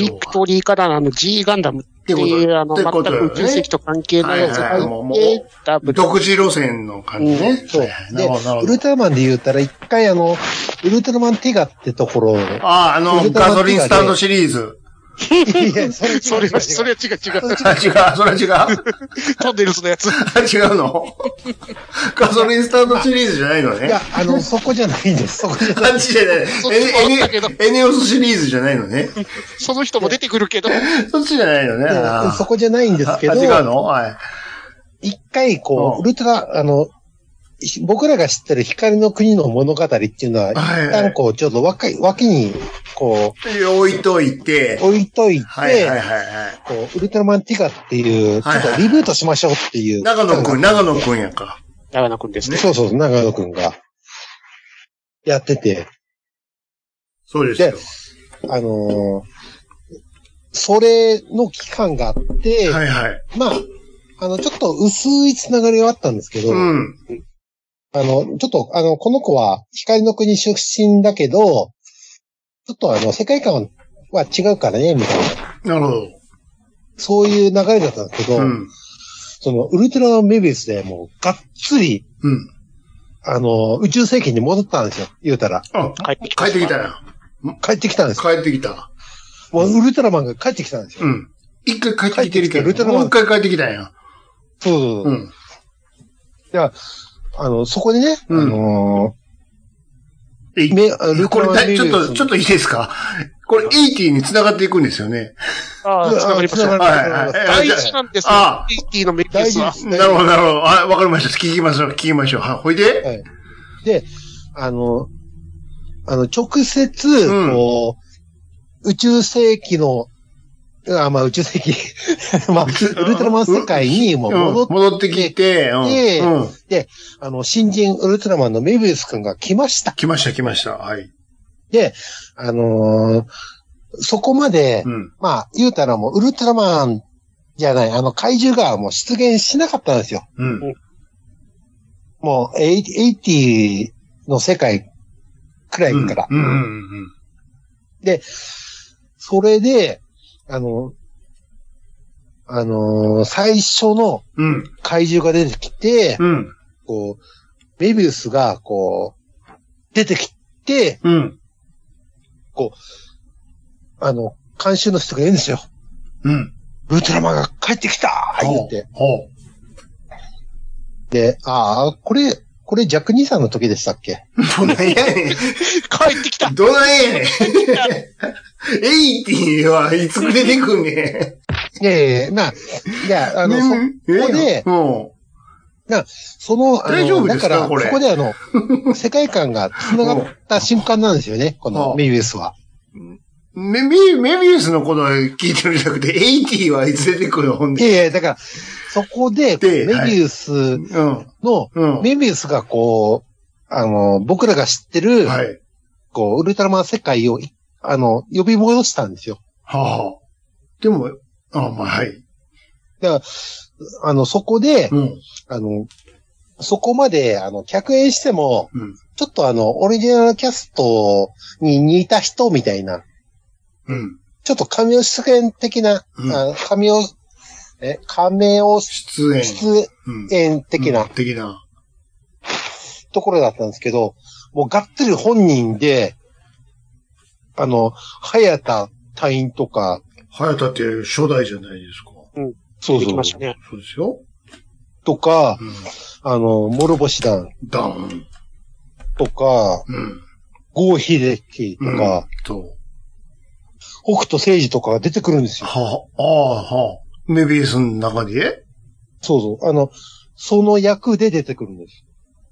Speaker 4: ビクトリーからのあの G ガンダムって
Speaker 3: って
Speaker 4: い
Speaker 3: こと
Speaker 4: う、あの、
Speaker 3: ってこ
Speaker 4: 全
Speaker 3: と
Speaker 4: く
Speaker 3: よね
Speaker 4: 宇宙世紀と関係ないやつ
Speaker 3: はいはい
Speaker 4: が
Speaker 3: もうもう
Speaker 4: 入ってた
Speaker 3: 要は
Speaker 4: 部
Speaker 3: 独自路線の感じね。
Speaker 5: そう
Speaker 3: はいはいな
Speaker 5: で
Speaker 3: るほど、なる、ほ
Speaker 5: ウ
Speaker 3: ど
Speaker 5: ル。トラマンで言ったら、一回あの、ウルトラマンティガってところを、い
Speaker 3: ああ、あ
Speaker 5: ウ
Speaker 3: の、
Speaker 5: ルトラ
Speaker 3: ガ
Speaker 5: マン
Speaker 3: ソリンスタンドシリーズ。
Speaker 5: やそれ
Speaker 4: それは、それは違う違う。
Speaker 3: あ、 違う、それは違う。
Speaker 4: トンネルズのやつ。
Speaker 3: あ違うの ガソリンスタンドシリーズじゃないのね。
Speaker 5: いや、あの、そこじゃないんです。そこじゃない。
Speaker 3: あっちじゃない。
Speaker 4: そっちもあったけど
Speaker 3: エネエネオスシリーズじゃないのね。
Speaker 4: その人も出てくるけど、
Speaker 3: そっちじゃないのね。あ
Speaker 5: でそこじゃないんですけど
Speaker 3: あ、違うのはい。
Speaker 5: 一回こ
Speaker 3: うん
Speaker 5: う、ウルトラ、あの、ひ僕らが知ってる光の国の物語っていうのは、一
Speaker 3: はい
Speaker 5: 旦こう、ちょっと若い、脇に、こ
Speaker 3: 置いといて
Speaker 5: う、、置いといて、
Speaker 3: はいはいはいはい。
Speaker 5: こう、ウルトラマンティガっていう、ちょ
Speaker 3: はい
Speaker 5: っとリブートしましょうっていう。
Speaker 3: 長野くん、
Speaker 5: な
Speaker 3: 長野くんやんか。
Speaker 4: 長野くんですね。
Speaker 5: そうそう、長野くんが、やってて、
Speaker 3: そうですよ。
Speaker 5: あのーそれの期間があって、
Speaker 3: はいはい。
Speaker 5: まあ、あの、ちょっと薄いつながりはあったんですけど、
Speaker 3: うん。
Speaker 5: あの、ちょっと、あの、この子は光の国出身だけど、ちょっとあの、世界観は違うからね、みたいな。
Speaker 3: なるほど。
Speaker 5: そういう流れだったんですけど、
Speaker 3: うん。
Speaker 5: その、ウルトラメビウスでもう、がっつり、
Speaker 3: うん。
Speaker 5: あの、宇宙世紀に戻ったんですよ、言うたら。
Speaker 3: あ、
Speaker 4: 帰って
Speaker 3: 帰
Speaker 4: きた
Speaker 3: ってきたな。
Speaker 5: 帰ってきたんですよ。
Speaker 3: 帰ってきた。
Speaker 5: もう、ウルトラマンが帰ってきたんですよ。
Speaker 3: うん。一回帰ってきてるけ
Speaker 5: 帰ってきたウル
Speaker 3: ど、
Speaker 5: トラマン
Speaker 3: もう一回帰ってきたんや。
Speaker 5: そうそうそうう。
Speaker 3: ん。
Speaker 5: あの、そこでね、
Speaker 3: うん
Speaker 5: あの
Speaker 3: え
Speaker 5: ー、め、あの
Speaker 3: これだ、ちょっと、ちょっ
Speaker 5: と、
Speaker 3: といいですかこれ、80に繋がっていくんですよね。
Speaker 4: ああ、繋がりまし
Speaker 5: 繋
Speaker 4: た。
Speaker 5: がりました
Speaker 3: はいはい
Speaker 4: 大事なんですよ
Speaker 3: ああ。
Speaker 4: 80のメディアスは
Speaker 5: 大。事
Speaker 3: なるほど、なるほど。あ、わかりました。聞きましょう、聞きましょう。は、ほいで
Speaker 5: はい。で、あの、あの、直接、
Speaker 3: ん
Speaker 5: こう、宇宙世紀の、あ、まあ、宇宙世紀、 まあ、ウルトラマン世界にも
Speaker 3: う
Speaker 5: うん戻って、
Speaker 3: 戻ってきて、うん。
Speaker 5: で
Speaker 3: うん。
Speaker 5: あの、新人ウルトラマンのメビウス君が来ました。
Speaker 3: 来ました、来ました。はい。
Speaker 5: で、あのーそこまで、
Speaker 3: うん。
Speaker 5: まあ、言うたらもう、ウルトラマンじゃない、あの、怪獣がもう出現しなかったんですよ。
Speaker 3: うん。
Speaker 5: もう、エイエイティの世界くらいから。
Speaker 3: うんうんうん
Speaker 5: それで、あの、あのー最初の
Speaker 3: うん。うん。
Speaker 5: 怪獣が出てきて、
Speaker 3: うん。
Speaker 5: こう、メビウスが、こう、出てきて、
Speaker 3: うん。
Speaker 5: あの、監修の人が言うんですよ。
Speaker 3: うん。
Speaker 5: ウルトラマンが帰ってきた言って。
Speaker 3: ほ
Speaker 5: で、ああ、これ、これジャック兄さんの時でしたっけ
Speaker 3: う。ほう。どないやねん。
Speaker 4: 帰ってきた
Speaker 3: どないやねん。 エイティはいつ出てくんね
Speaker 5: いやいやいやまあ、いや、あ
Speaker 3: ん。
Speaker 5: の、そ
Speaker 3: え
Speaker 5: こで
Speaker 3: えやんうん。
Speaker 5: その、あの
Speaker 3: 大丈夫ですか
Speaker 5: だから、
Speaker 3: こ
Speaker 5: こ
Speaker 3: れ
Speaker 5: こであの、世界観が繋がった瞬間なんですよね、こ
Speaker 3: う
Speaker 5: の
Speaker 3: ん
Speaker 5: メビウスは。
Speaker 3: メビ、メビウスのことは聞いてるんじゃなくて、エイティはいつ出てくるのほん
Speaker 5: い
Speaker 3: で。
Speaker 5: やいや、だから、そこで、
Speaker 3: で
Speaker 5: メ
Speaker 3: はい
Speaker 5: ビウス
Speaker 3: うん。
Speaker 5: の、
Speaker 3: うん。
Speaker 5: メビウスがこう、あの、僕らが知ってる、
Speaker 3: はい。
Speaker 5: こう、ウルトラマン世界を、いあの、呼び戻したんですよ。
Speaker 3: はあはあ。でも、あまあ、はい。
Speaker 5: あの、そこで、
Speaker 3: うん。
Speaker 5: あの、そこまで、あの、客演しても、
Speaker 3: うん
Speaker 5: ちょっとあの、オリジナルキャストに似た人みたいな
Speaker 3: うん。
Speaker 5: ちょっと神尾出演的な、
Speaker 3: うん
Speaker 5: あ神尾、え、亀尾
Speaker 3: 出演。
Speaker 5: 出
Speaker 3: うん。
Speaker 5: 演的
Speaker 3: う
Speaker 5: なん
Speaker 3: 的な。
Speaker 5: ところだったんですけど、もうがっつり本人で、あの、早田隊員とか、
Speaker 3: 早田って初代じゃないですか。
Speaker 5: そ
Speaker 4: できましたね。
Speaker 3: そうですよ。
Speaker 5: とか、
Speaker 3: うん。
Speaker 5: あの、諸星団
Speaker 3: ダウン。
Speaker 5: とか、
Speaker 3: うん。
Speaker 5: 郷秀樹と
Speaker 3: うん
Speaker 5: か、。
Speaker 3: と。
Speaker 5: 北斗誠治とかが出てくるんですよ。
Speaker 3: は、ああ、はあ。メビウスの中で
Speaker 5: そうそう。あの、その役で出てくるんです。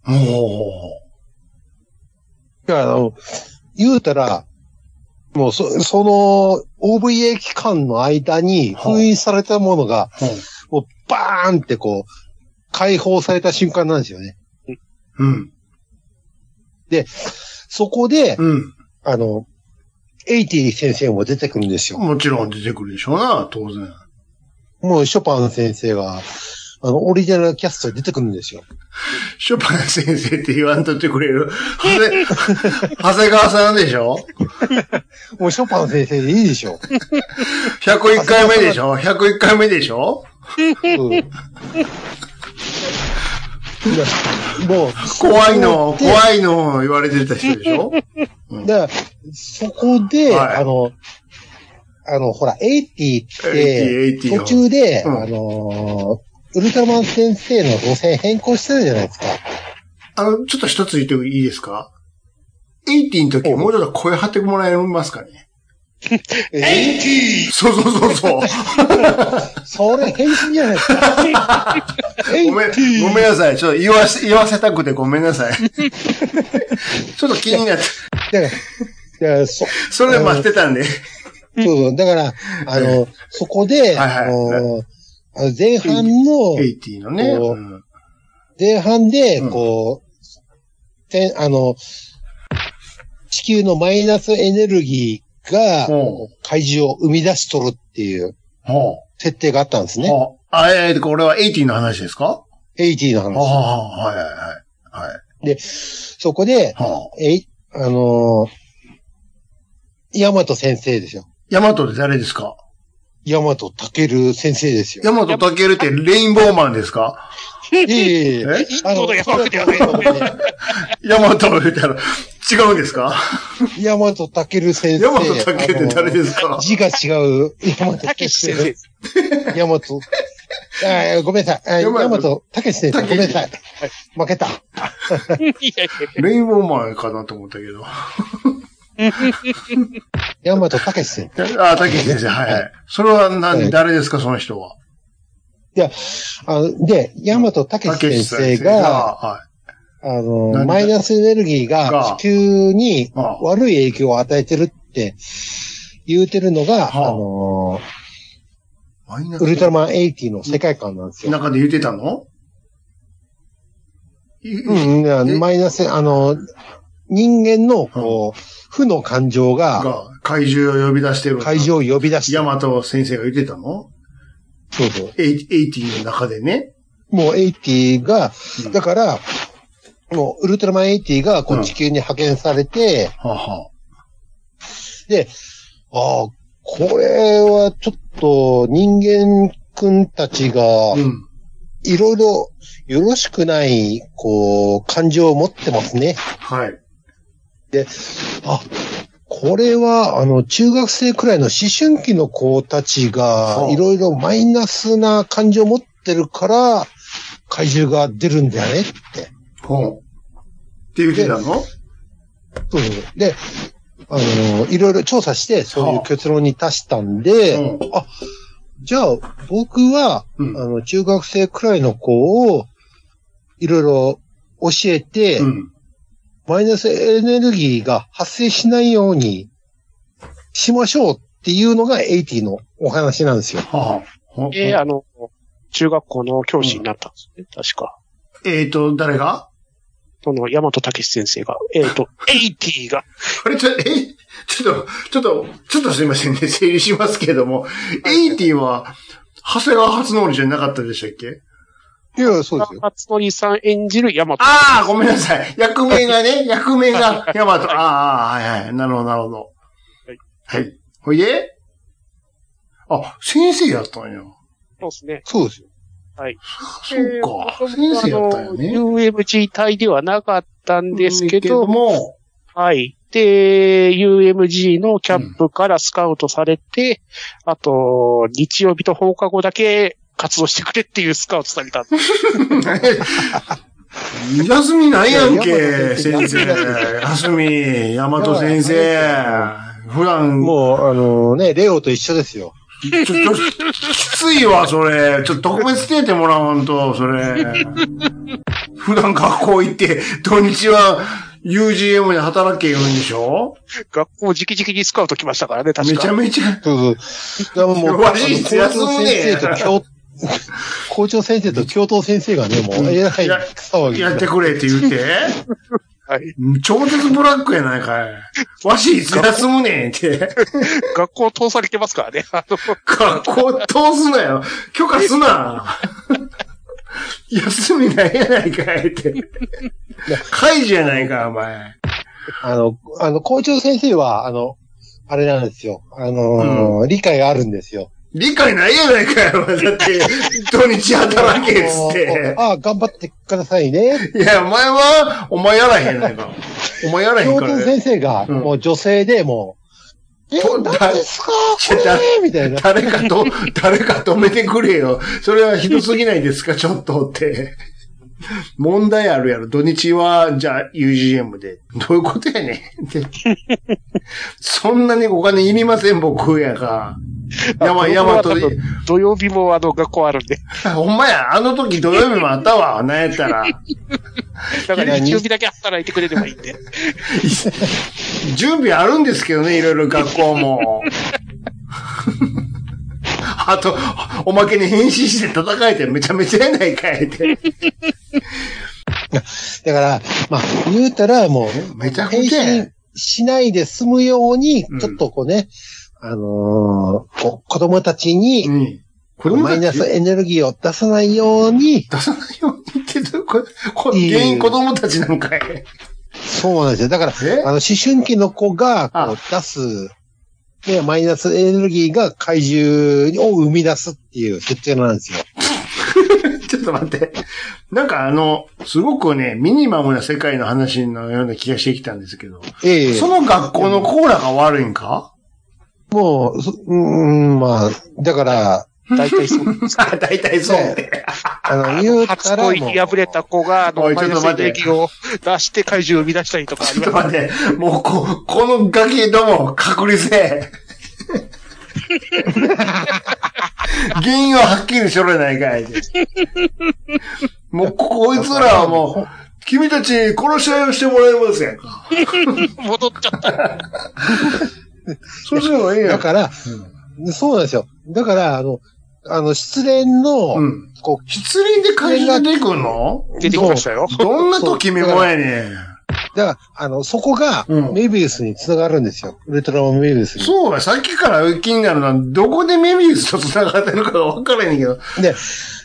Speaker 3: も
Speaker 5: だから、あの、言うたら、もうそ、その OVA 期間の間に
Speaker 3: はい
Speaker 5: 封印されたものが、
Speaker 3: う、
Speaker 5: もうバーンってこう、解放された瞬間なんですよね。
Speaker 3: うん。
Speaker 5: そこで、
Speaker 3: うん。
Speaker 5: あの、エイティ先生も出てくるんですよ。
Speaker 3: もちろん出てくるでしょうな、当然。
Speaker 5: もうショパン先生が、あの、オリジナルキャストで出てくるんですよ。
Speaker 3: ショパン先生って言わんとってくれる。長谷長谷川さんでしょ
Speaker 5: もうショパン先生でいいで しょ。
Speaker 3: ?101 回目でしょ ?101 回目でしょ
Speaker 5: うんいやもう、
Speaker 3: 怖いの、
Speaker 5: で
Speaker 3: 怖いの言われてた人でしょ
Speaker 5: だからそこで、
Speaker 3: はい
Speaker 5: あの、あの、ほら、エイティって、
Speaker 3: ?80、80
Speaker 5: 途中で、
Speaker 3: うん
Speaker 5: あのーウルトラマン先生の路線変更してるじゃないですか。
Speaker 3: あの、ちょっと一つ言っていいですか ?80 の時、もうちょっと声張ってもらえますかね
Speaker 5: え
Speaker 3: そうそうそうそう。
Speaker 5: それ変身じゃないです か。エイ
Speaker 3: ごめん、ごめんなさい。ちょっと言わせ、言わせたくてごめんなさい。ちょっと気になって、
Speaker 5: だからだから、そ、
Speaker 3: それで待ってたんで。
Speaker 5: そう、だから、あの、そこで、
Speaker 3: はいはい
Speaker 5: あの、あの前半の、
Speaker 3: 80のね。
Speaker 5: こ
Speaker 3: う
Speaker 5: う
Speaker 3: ん
Speaker 5: 前半で
Speaker 3: う、ん
Speaker 5: こう、てん、あの、地球のマイナスエネルギーが、
Speaker 3: ほう
Speaker 5: 怪獣を生み出しとるっていう
Speaker 3: ほう。
Speaker 5: 設定があったんですね。
Speaker 3: あ、あえー、これは80の話ですか
Speaker 5: エイティの
Speaker 3: ああ、
Speaker 5: 話。
Speaker 3: はいはいはい。はい。
Speaker 5: そこで、
Speaker 3: はあ、
Speaker 5: えい、あのー、ヤマト先生ですよ。
Speaker 3: ヤマトって誰ですか
Speaker 5: ヤマトタケル先生ですよ。
Speaker 3: ヤマトタケルってレインボーマンですか
Speaker 5: いやいやいや
Speaker 3: え
Speaker 4: インドのヤマトではない
Speaker 3: ヤマト言ったら違うんですか
Speaker 5: ヤマトタケル先生。
Speaker 3: ヤマトタケルって誰です
Speaker 5: あの
Speaker 3: か
Speaker 5: ー字が違う。ヤマト
Speaker 4: たけし先生。
Speaker 5: ヤマト。あーごめんなさい。あ
Speaker 3: ヤ
Speaker 5: ー
Speaker 3: マト
Speaker 5: ヤマトタケシ先生。
Speaker 3: タ
Speaker 5: ご
Speaker 3: ケシ
Speaker 5: めんなさい。負けた。
Speaker 4: いやい
Speaker 3: レインボーマンかなと思ったけど。あ、
Speaker 5: ヤマトタケシ先生。
Speaker 3: タケル先生、はいはい。それは
Speaker 5: は
Speaker 3: 何、
Speaker 5: い
Speaker 3: 誰ですか、その人は。
Speaker 5: いや、あので、ヤマトタケ
Speaker 3: タケ
Speaker 5: シ
Speaker 3: ル
Speaker 5: 先生が、
Speaker 3: は
Speaker 5: あの
Speaker 3: 何、
Speaker 5: マイナスエネルギー
Speaker 3: が
Speaker 5: が地球に
Speaker 3: ああ
Speaker 5: 悪い影響を与えてるって言うてるのが、
Speaker 3: はあ
Speaker 5: あの、
Speaker 3: い。マイナス
Speaker 5: ウルトラマン80の世界観なんですよ。
Speaker 3: 中で言ってたのい
Speaker 5: うん、うんマイナス、あの、人間の、こう、負の感情が
Speaker 3: が怪獣を呼び出してる。
Speaker 5: 怪獣を呼び出して
Speaker 3: ヤ、マト先生が言ってたの
Speaker 5: そうそう。
Speaker 3: 80の中でね。
Speaker 5: もう80が
Speaker 3: うん、
Speaker 5: だから、もう、ウルトラマン80が、こ
Speaker 3: うん
Speaker 5: う、地球に派遣されて、
Speaker 3: はあは
Speaker 5: で、ああ、これはちょっと人間くんたちが
Speaker 3: あ。う、ん。
Speaker 5: いろいろよろしくない、こう、感情を持ってますね。
Speaker 3: はい。
Speaker 5: あ、これは、あの、中学生くらいの思春期の子たち
Speaker 3: は
Speaker 5: が
Speaker 3: あ、
Speaker 5: いろいろマイナスな感情を持ってるから、怪獣が出るんだよねって。
Speaker 3: ほう。って言ってたの
Speaker 5: そうそうそうで、あの、いろいろ調査して、そういう結論に達したんで、
Speaker 3: うん
Speaker 5: じゃあ、僕は、
Speaker 3: うん
Speaker 5: あの、中学生くらいの子を、いろいろ教えて、
Speaker 3: うん。
Speaker 5: マイナスエネルギーが発生しないようにしましょうっていうのが80のお話なんですよ。
Speaker 3: はあはあ。
Speaker 4: えあの、中学校の教師になったんですね、確か。
Speaker 3: えっと、誰が
Speaker 4: その、山本武先生が、えっ、と、エイティが、
Speaker 3: あれ、ちょ、えちょっと、ちょっと、ちょっとすいませんね。整理しますけれども、80は、長谷川初能じゃなかったでしたっけ
Speaker 5: いや、そうですよ。
Speaker 4: 松則さん演じる山本。
Speaker 3: ああ、ごめんなさい。役名がね、役名が、ヤマト。ああ、はいはい。なるほど、なるほど。は
Speaker 4: はいい。
Speaker 3: はい。ほいであ、先生やったんや。
Speaker 4: そうですね。
Speaker 5: そうですよ。
Speaker 3: そうか。先生やったんや
Speaker 4: あ
Speaker 3: ね。
Speaker 4: の UMG 体ではなかったんですけど、
Speaker 3: も、
Speaker 4: はい。で、UMG のキャンプからスカウトされて、あと、日曜日と放課後だけ活動してくれっていうスカウトさ れた。
Speaker 3: 休みないやん
Speaker 5: い
Speaker 3: け、
Speaker 5: や
Speaker 3: 先生。休み、大和先生。普段、
Speaker 5: もう、あのね、レオと一緒ですよ。
Speaker 3: ちょ、ちょ、きついわ、それ。ちょっと特別定てもらわんと、それ。普段学校行って、土日は UGM で働け言うんでしょ
Speaker 4: 学校直々にスカウト来ましたからね、確
Speaker 3: め
Speaker 4: か
Speaker 3: ちゃめちゃ。
Speaker 5: そうそう。だからもう、
Speaker 3: わし
Speaker 5: 校長
Speaker 3: 休
Speaker 5: 先生
Speaker 3: むね
Speaker 5: と教、校長先生と教頭先生がね、もう、えらい
Speaker 3: や
Speaker 5: 騒ぎ。
Speaker 3: やってくれって言って。
Speaker 4: はい。
Speaker 3: 超絶ブラックやないかい。わし、いつ休むねんって。
Speaker 4: 学校通されてますからね。あの、
Speaker 3: 学校通すなよ。許可すな。 休みないやないかいって。会じやないか、お前。
Speaker 5: あの、あの、校長先生は、あの、あれなんですよ。あのー理解があるんですよ。
Speaker 3: 理解ないやないかよ。だって、土日働けっつって。
Speaker 5: ああ、頑張ってくださいね。
Speaker 3: いや、お前は、お前やらへんやないか。お前やらへん
Speaker 5: 教
Speaker 3: から
Speaker 5: 頭
Speaker 3: ね。
Speaker 5: 先生が、
Speaker 3: うん
Speaker 5: もう女性でもう、え、
Speaker 3: と
Speaker 5: 何ですかこ
Speaker 3: だ
Speaker 5: れみたいな。
Speaker 3: 誰かと、誰か止めてくれよ。それはひどすぎないですか、ちょっとって。問題あるやろ。土日は、じゃあ UGM で。どういうことやねんって。そんなにお金いりません、僕やが。やばい、やばい、とで。
Speaker 4: 土曜日もあの、学校あるんで。
Speaker 3: ほんまや、あの時土曜日もあったわ。なんやったら。
Speaker 4: だから日曜日だけ働いてくれればいいんで。
Speaker 3: 準備あるんですけどね、いろいろ学校も。あと、おまけに変身して戦えてめちゃめちゃやないかいって。
Speaker 5: だから、まあ、言うたらもう、
Speaker 3: めちゃくちゃや
Speaker 5: 返信しないで済むように
Speaker 3: うん、
Speaker 5: ちょっとこうね、あのーこ子供たちに、
Speaker 3: うん。これも
Speaker 5: マイナスエネルギーを出さないように、
Speaker 3: 出さないようにってどういうことこ
Speaker 5: いえいえ
Speaker 3: 原因子供たちなんかい。
Speaker 5: そうなんですよ。だから、
Speaker 3: え
Speaker 5: あの、思春期の子が、こ
Speaker 3: あ
Speaker 5: う、出す、ね、マイナスエネルギーが怪獣を生み出すっていう設定なんですよ。
Speaker 3: ちょっと待って。なんかあの、すごくね、ミニマムな世界の話のような気がしてきたんですけど、
Speaker 5: ええ
Speaker 3: その学校のコーラが悪いん か
Speaker 5: もう、そうーん、まあ、だから、
Speaker 4: 大体そう。
Speaker 3: あ、大体そうって。
Speaker 5: あの、言うた
Speaker 4: 初
Speaker 5: らもう、
Speaker 4: 恋に破れた子が、あの、
Speaker 3: おい
Speaker 4: マイ
Speaker 3: ちょ
Speaker 4: ナ
Speaker 3: っと
Speaker 4: ス
Speaker 3: 待
Speaker 4: エ
Speaker 3: って
Speaker 4: ネルギーを出して怪獣を生み出したりとかあ
Speaker 3: ち
Speaker 4: り
Speaker 3: ょっ
Speaker 4: ま
Speaker 3: と
Speaker 4: す。
Speaker 3: 待って、もうこ、このガキどもを隔離せえ。原因ははっきりしろやないかい。もう、こいつらはもう、君たち殺し合いをしてもらいますやんか。
Speaker 4: 戻っちゃった。
Speaker 3: そうすればいいや
Speaker 5: だ
Speaker 3: んか。
Speaker 5: から、そうなんですよ。だから、あの、あの、失恋の、
Speaker 3: うん。
Speaker 5: こう、
Speaker 3: 失恋で怪獣出てくんの
Speaker 4: 出てきましたよ。
Speaker 3: どんな時めもやねん。
Speaker 5: だから、あの、そこが
Speaker 3: うん、
Speaker 5: メビウスに繋がるんですよ。ウルトラマンメビウスに。
Speaker 3: そうや、さっきから気になるのは、どこでメビウスと繋がってるかが分からへんけど。
Speaker 5: で、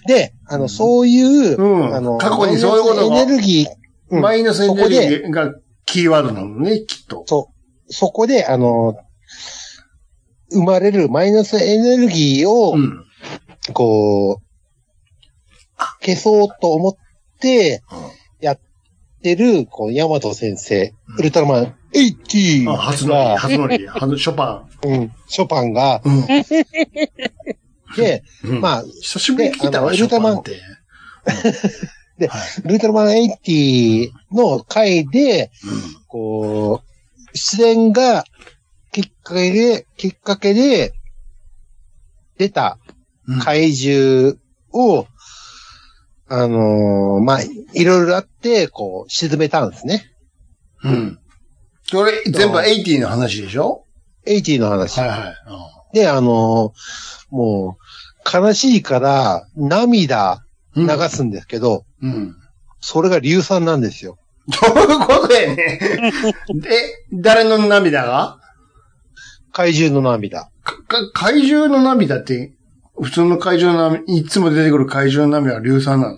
Speaker 5: で、あの、そういう、
Speaker 3: うん
Speaker 5: あの、
Speaker 3: 過去にそういうことが
Speaker 5: マイナスエネルギー、うん
Speaker 3: マイナスエネルギーがキーワードなのね、きっと。
Speaker 5: そう、そこで、あの、生まれるマイナスエネルギーを
Speaker 3: う、ん。
Speaker 5: こう、消そうと思って、やってる、こう、ヤマト先生、ウルトラマン80
Speaker 3: あ、
Speaker 5: が、
Speaker 3: 初乗り、初乗 り、初ショパ
Speaker 5: うん、ショパンが、
Speaker 3: ン。
Speaker 5: で、
Speaker 3: うん。あ、
Speaker 5: まあ、
Speaker 3: 久しぶりに聞いたわ、
Speaker 5: であの
Speaker 3: ショパンっ
Speaker 5: ウル
Speaker 3: て。
Speaker 5: ウルトラマン80の回で、こう、失恋がきっかけで、きっかけで出た
Speaker 3: うん。い。
Speaker 5: 怪獣を、あのーまあ、いろいろあって、こう、沈めたんですね。
Speaker 3: うん。それ、全部80の話でしょ
Speaker 5: 80の話。
Speaker 3: はいはい。
Speaker 5: で、あのーもう、悲しいから涙
Speaker 3: う
Speaker 5: 流
Speaker 3: ん。
Speaker 5: すんですけど、
Speaker 3: うん。
Speaker 5: それが硫酸なんですよ。
Speaker 3: どういうことや ねん。で、誰の涙が
Speaker 5: 怪獣の涙。
Speaker 3: かか怪獣の涙って、普通の怪獣の涙、いつも出てくる怪獣の涙は硫酸なの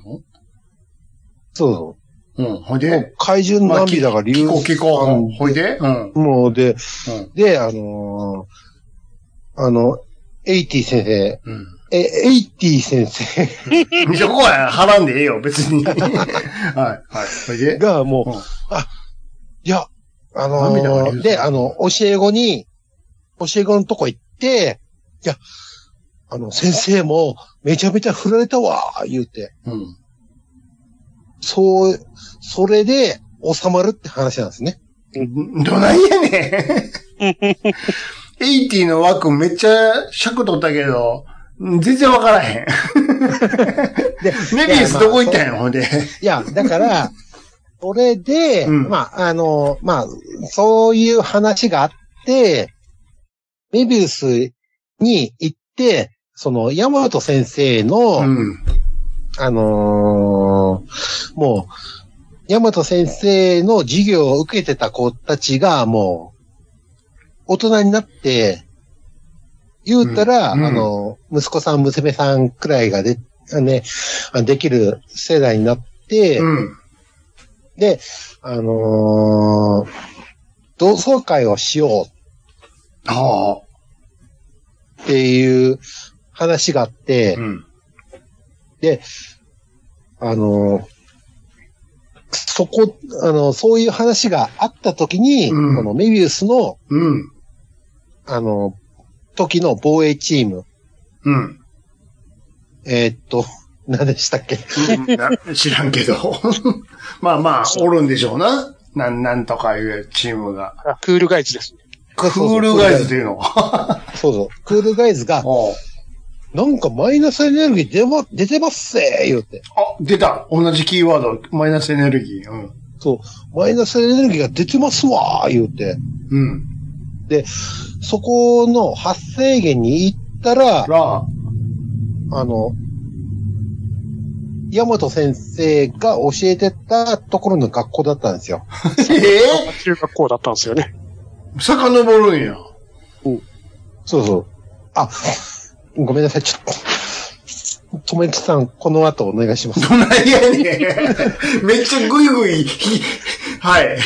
Speaker 5: そうそ。
Speaker 3: うん。ほいう
Speaker 5: もう
Speaker 3: で、
Speaker 5: 怪獣の涙が
Speaker 3: 聞
Speaker 5: 硫
Speaker 3: こう
Speaker 5: 酸
Speaker 3: 聞こう。ほいで、うん。
Speaker 5: もうで、
Speaker 3: うん
Speaker 5: で、あのあの、エイティ先生、
Speaker 3: うん。
Speaker 5: え、エイティ先生
Speaker 3: じゃあ、ここははらんでええよ、別に。 はい、はい。それで、
Speaker 5: がもう、
Speaker 3: うん
Speaker 5: あ、いや、あのー
Speaker 3: 涙が流出
Speaker 5: で、あの、教え子に、教え子のとこ行って、いや、あの、先生もめちゃめちゃ振られたわ、言うて。
Speaker 3: うん。
Speaker 5: そう、それで収まるって話なんですね。
Speaker 3: どないやねん。エイティの枠めっちゃ尺取ったけど、うん全然わからへん。
Speaker 5: で、
Speaker 3: メビウスどこ行ったんや、ほんで。
Speaker 5: いや、だから、それで、
Speaker 3: うん
Speaker 5: まあ、あの、まあ、そういう話があって、メビウスに行って、その、ヤマト先生の、
Speaker 3: うん。
Speaker 5: あのーもう、ヤマト先生の授業を受けてた子たちが、もう、大人になって、言うたら、
Speaker 3: うんうん
Speaker 5: あの、息子さん、娘さんくらいがで、ね、あできる世代になって、
Speaker 3: うん。
Speaker 5: で、あのー同窓会をしよう
Speaker 3: は
Speaker 5: っていう話があって、
Speaker 3: あ。うん。
Speaker 5: あのーそこ、あの、そういう話があった時に、
Speaker 3: うん
Speaker 5: このメビウスの、
Speaker 3: うん。
Speaker 5: あの、時の防衛チーム、
Speaker 3: うん。
Speaker 5: えーっと、 何でしたっけ
Speaker 3: な知らんけど。 まあまあ、おるんでしょうな。なん、なんとかいうチームが。
Speaker 4: あクールガイズです。
Speaker 5: ク
Speaker 3: クールガイズっていうの。
Speaker 5: そうそう。クールガイズが、
Speaker 3: おう
Speaker 5: なんかマイナスエネルギー出ま、出てますせ言うて。
Speaker 3: あ、出た。同じキーワード。マイナスエネルギー。うん。
Speaker 5: そう。マイナスエネルギーが出てますわ言うて。
Speaker 3: うん。
Speaker 5: そこの発生源に行ったら、
Speaker 3: ら、
Speaker 5: あの、ヤマト先生が教えてたところの学校だったんですよ。
Speaker 3: え
Speaker 4: 中学校だったんですよね。
Speaker 3: ぇ、遡るんや。
Speaker 5: そうそう。あ、ごめんなさい、ちょっと。とめきさん、この後お願いします。
Speaker 3: どないやねん。めっちゃグイグイ、ひはい。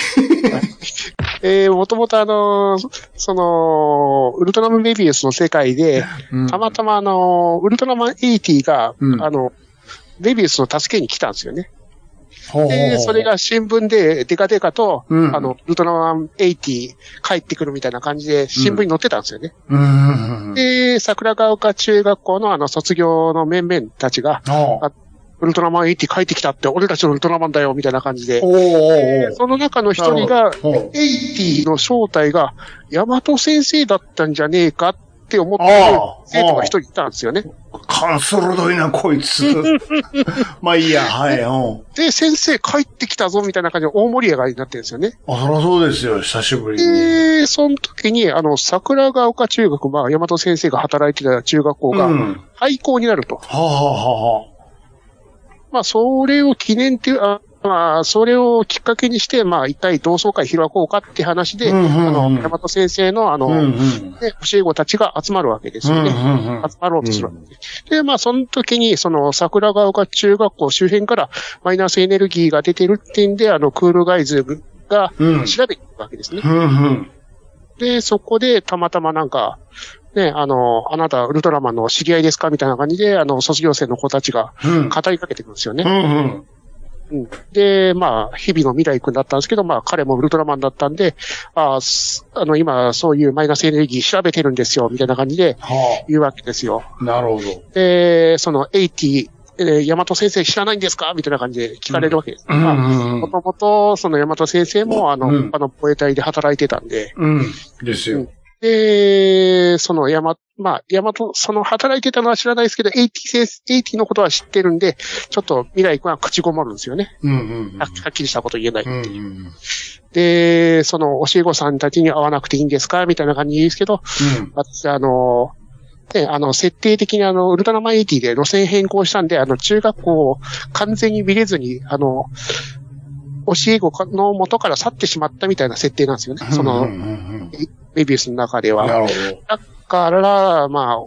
Speaker 4: えー、もともとあのーその、ウルトラマンメビウスの世界で、たまたまあのーウルトラマン80が、
Speaker 3: うん
Speaker 4: あの、メビウスの助けに来たんですよね。
Speaker 3: ほうほうほう
Speaker 4: で、それ、が新聞でデカデカと、
Speaker 3: うん
Speaker 4: あの、ウルトラマン80帰ってくるみたいな感じで新聞に載ってたんですよね。
Speaker 3: うんうんうん。
Speaker 4: で、桜ヶ丘中学校のあの卒業の面々たちが、
Speaker 3: おう
Speaker 4: あウルトラマン80帰ってきたって、俺たちのウルトラマンだよ、みたいな感じで。
Speaker 3: おうお
Speaker 4: で
Speaker 3: う
Speaker 4: その中の一人が、
Speaker 3: おうほう
Speaker 4: 80の正体が、ヤマト先生だったんじゃねえかって思ってる
Speaker 3: ああ
Speaker 4: 生徒が一人いたんですよね。
Speaker 3: 勘鋭いな、こい つ。まあいいや、はい、うん。
Speaker 4: で、先生帰ってきたぞみたいな感じで大盛り上がりになってるんですよね。
Speaker 3: あ、そりゃそうですよ、久しぶりに。
Speaker 4: で、その時に、あの、桜ヶ丘中学、まあ、大和先生が働いてた中学校
Speaker 3: うん。
Speaker 4: が
Speaker 3: は
Speaker 4: 廃校になると。
Speaker 3: あ、はあは
Speaker 4: まあ、それを記念っていう、あまあ、それをきっかけにして、まあ、一回同窓会開こうかって話で、
Speaker 3: うんうんうん
Speaker 4: あの、大和先生の、あの、
Speaker 3: あ、はあ。うんうん。
Speaker 4: ね教え子たちが集まるわけです
Speaker 3: うん
Speaker 4: よね。
Speaker 3: うんうん。
Speaker 4: 集まろうとするわけです。で、まあ、その時に、その、桜ヶ丘中学校周辺からマイナスエネルギーが出てるってんで、あの、クールガイズが
Speaker 3: うん
Speaker 4: 調べていくわけですね。
Speaker 3: うんうん。
Speaker 4: で、そこで、たまたまなんか、ね、あの、あなた、ウルトラマンの知り合いですかみたいな感じで、あの、卒業生の子たちが
Speaker 3: うん。
Speaker 4: 語りかけてくるんですよ
Speaker 3: う
Speaker 4: ね。
Speaker 3: んうん。
Speaker 4: うんで、まあ、日々の未来君だったんですけど、まあ、彼もウルトラマンだったんで、あーすあの、今、そういうマイナスエネルギー調べてるんですよ、みたいな感じで
Speaker 3: は
Speaker 4: 言うわけですよ。
Speaker 3: あ、なるほど。
Speaker 4: で、その、80、えー、ヤマト先生知らないんですかみたいな感じで聞かれるわけです。
Speaker 3: うん
Speaker 4: まあ
Speaker 3: うんう
Speaker 4: も
Speaker 3: ん。
Speaker 4: ともと、そのヤマト先生も、あの、
Speaker 3: うん
Speaker 4: あの、防衛隊で働いてたんで、
Speaker 3: うん。ですよ。
Speaker 4: で、その山、まあ、山と、その働いてたのは知らないですけど、80先生、80のことは知ってるんで、ちょっと未来君は口ごもるんですよね。
Speaker 3: うんうん
Speaker 4: はっはっきりしたこと言えない。
Speaker 3: うん。うんうん
Speaker 4: で、その、教え子さんたちに会わなくていいんですかみたいな感じで言うんですけど、私、あの、ね、あの、設定的にあの、ウルトラマン80で路線変更したんで、あの、中学校を完全に見れずに、あの、教え子の元から去ってしまったみたいな設定なんですよね
Speaker 3: う。ん。
Speaker 4: そ
Speaker 3: うんう
Speaker 4: の、
Speaker 3: んうん
Speaker 4: メビウスの中では。
Speaker 3: なるほ
Speaker 4: だから、まあ、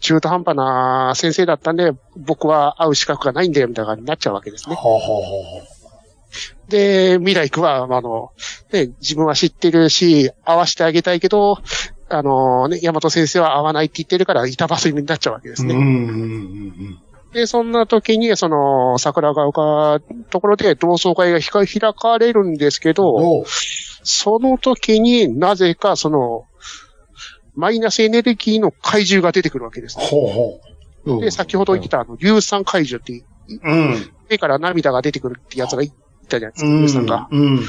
Speaker 4: 中途半端な先生だったんで、僕は会う資格がないんだよ、みたいな感じになっちゃうわけです
Speaker 3: ど。
Speaker 4: ね。
Speaker 3: ほうほうほうほう。
Speaker 4: で、未来君は、あの、ね、自分は知ってるし、会わせてあげたいけど、あのね、ヤマト先生は合わないって言ってるから、板挟みになっちゃうわけです
Speaker 3: うん
Speaker 4: ね。
Speaker 3: うんうん
Speaker 4: で、そんな時に、その、桜ヶ丘ところで同窓会がひか開かれるんですけど、
Speaker 3: おう
Speaker 4: その時になぜかその、マイナスエネルギーの怪獣が出てくるわけですね。
Speaker 3: ほうほう。うん
Speaker 4: で、先ほど言ってた、あの、硫酸怪獣って、
Speaker 3: うん。
Speaker 4: 目から涙が出てくるってやつがいたじゃないですか、
Speaker 3: うん
Speaker 4: 硫酸が。
Speaker 3: うん。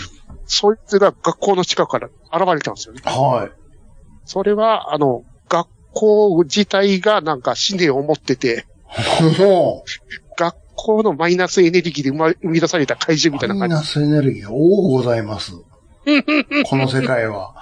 Speaker 4: そいつが学校の近くから現れたんですよね。
Speaker 3: は
Speaker 4: それは、あの、学校自体がなんか使命を持ってて、
Speaker 3: い。ほう。
Speaker 4: 学校のマイナスエネルギーで生ま生み出された怪獣みたいな
Speaker 3: マイ
Speaker 4: 感
Speaker 3: ナスエネルギー多うございます。この世界は。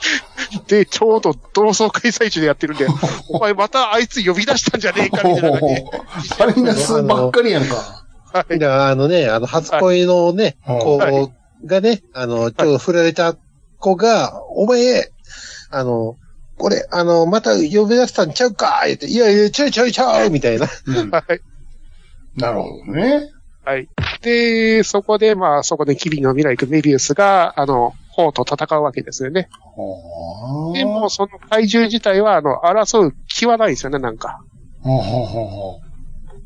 Speaker 4: じで、ちょうど同窓会最中でやってるんで、お前またあいつ呼び出したんじゃねえかみたいな感じで。
Speaker 3: マイナスばっかりやんか。
Speaker 4: はい
Speaker 5: だからあのね、あの、初恋のね、
Speaker 3: はい
Speaker 5: 子
Speaker 4: は
Speaker 5: がね、あの、ちょっと振られた子が、お前、あの、これ、あの、また呼び出したんちゃうか言って、いやいや、ちょいちょいちょいみたいな。
Speaker 3: うん
Speaker 4: はい。
Speaker 3: なるほどね。
Speaker 4: はい。で、そこで、まあ、そこで、キリの未来くメビウスが、あの、ホウと戦うわけですよね。
Speaker 3: ほう。
Speaker 4: でも、その怪獣自体は、あの、争う気はないですよね、なんか。
Speaker 3: ほうほうほうほ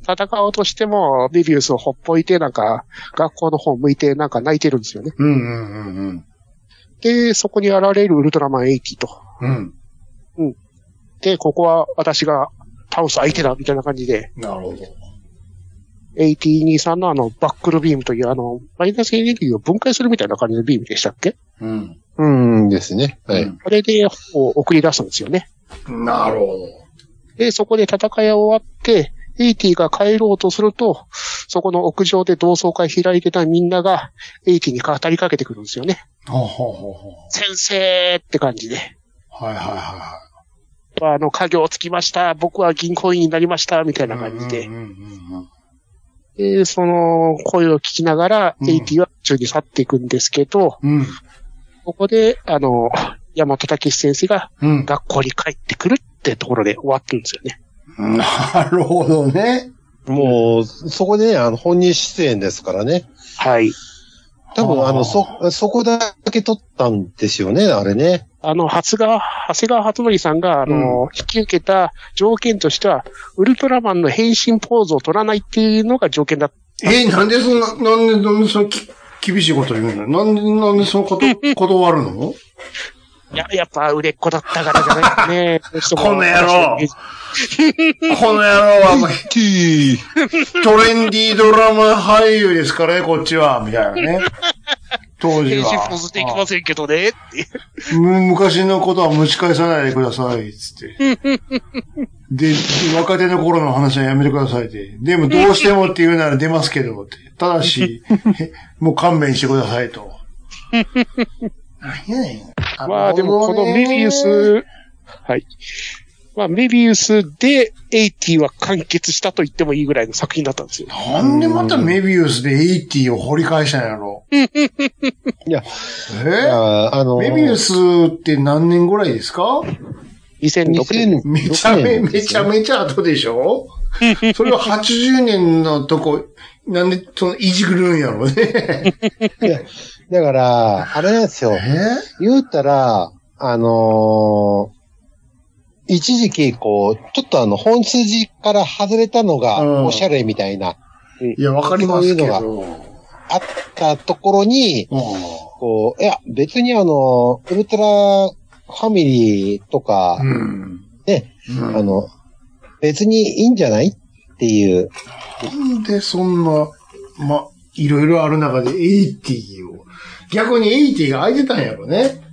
Speaker 4: 戦おうとしても、メビウスをほっぽいて、なんか、学校の方向いて、なんか泣いてるんですよね。
Speaker 3: う。うんうんうん
Speaker 4: で、そこに現れるウルトラマン80と。
Speaker 3: うん。うん。
Speaker 4: で、ここは私が倒す相手だ、みたいな感じで、
Speaker 3: なるほど。
Speaker 4: AT2 さんのあの、バックルビームという、あの、マイナスエネルギーを分解するみたいな感じのビームでしたっけ
Speaker 3: うん。
Speaker 5: うんですね。はい。
Speaker 3: うん
Speaker 4: あれで、こう送り出すんですよね。
Speaker 3: なるほど。
Speaker 4: で、そこで戦いは終わって、エイティが帰ろうとすると、そこの屋上で同窓会開いてたみんなが、エイティに語りかけてくるんですよね。
Speaker 3: ほうほうほうほ
Speaker 4: 先生って感じで。
Speaker 3: う。はいはいは
Speaker 4: あの、家業つきました。僕は銀行員になりました。みたい
Speaker 3: い
Speaker 4: な
Speaker 3: はい。
Speaker 4: 感じで
Speaker 3: うん。うんうん
Speaker 4: で、その声を聞きながら、
Speaker 3: うん
Speaker 4: エイティは宇宙に去っていくんですけど、
Speaker 3: うん。うん
Speaker 4: ここで、あの、山本武先生が
Speaker 3: うん。
Speaker 4: 学校に帰ってくるってところで終わってるんですよね。
Speaker 3: なるほどね。
Speaker 5: もう、そこでね、あの、本人出演ですからね。
Speaker 4: はい。
Speaker 5: 多分、
Speaker 3: はあ
Speaker 5: あの、そ、そこだけ撮ったんですよね、あれね。
Speaker 4: あの、初川、長谷川初則さんが、あの、引き受けた条件としては、ウルトラマンの変身ポーズを取らないっていうのが条件だっ
Speaker 3: え、なんでそんな、なんで、なんでそんなき厳しいこと言うのなんで、なんでそのこと、 断るの
Speaker 4: た。いや、やっぱ売れっ子だったからじゃないかね。こ
Speaker 3: この野郎この野郎 は、トレンディードラマ俳優ですからね、こっちは、みたいなね。当時
Speaker 4: 変身
Speaker 3: は。
Speaker 4: ポーズできませんけどね。っていう
Speaker 3: む昔のことは蒸し返さないでください、つって。で、若手の頃の話はやめてくださいって。でもどうしてもって言うなら出ますけど、って。ただし、 へもう勘弁してくださいと。何やねん。
Speaker 4: まあでも、このメビウ
Speaker 3: なる
Speaker 4: ス、はい。まあ、メビウスで、エイティは完結したと言ってもいいぐらいの作品だったんですよ。
Speaker 3: ほどね。なんでまたメビウスで80を掘り返したんやろ。
Speaker 5: いや、い
Speaker 3: え
Speaker 5: やあの、
Speaker 3: メビウスって何年ぐらいですか
Speaker 4: 2006年。
Speaker 5: 2006年
Speaker 3: めちゃめ、めちゃ
Speaker 5: め
Speaker 3: めちゃ後でし ょそれを80年のとこ、なんで、その、いじくるんやろうね。
Speaker 5: だから、あれなんですよ。
Speaker 3: え
Speaker 5: 言うたら、あのー一時期、こう、ちょっとあの、本筋から外れたの
Speaker 3: うん
Speaker 5: が、おしゃれみたいな、
Speaker 3: いや、わかりますけ
Speaker 5: そう
Speaker 3: ど。
Speaker 5: あったところに、
Speaker 3: うん
Speaker 5: こう、いや、別にあの、ウルトラファミリーとか
Speaker 3: う、ん。
Speaker 5: ね、
Speaker 3: うん
Speaker 5: あの、別にいいんじゃないっていう。
Speaker 3: なんでそんな、ま、いろいろある中で80を。逆に80が空いてたんやろね。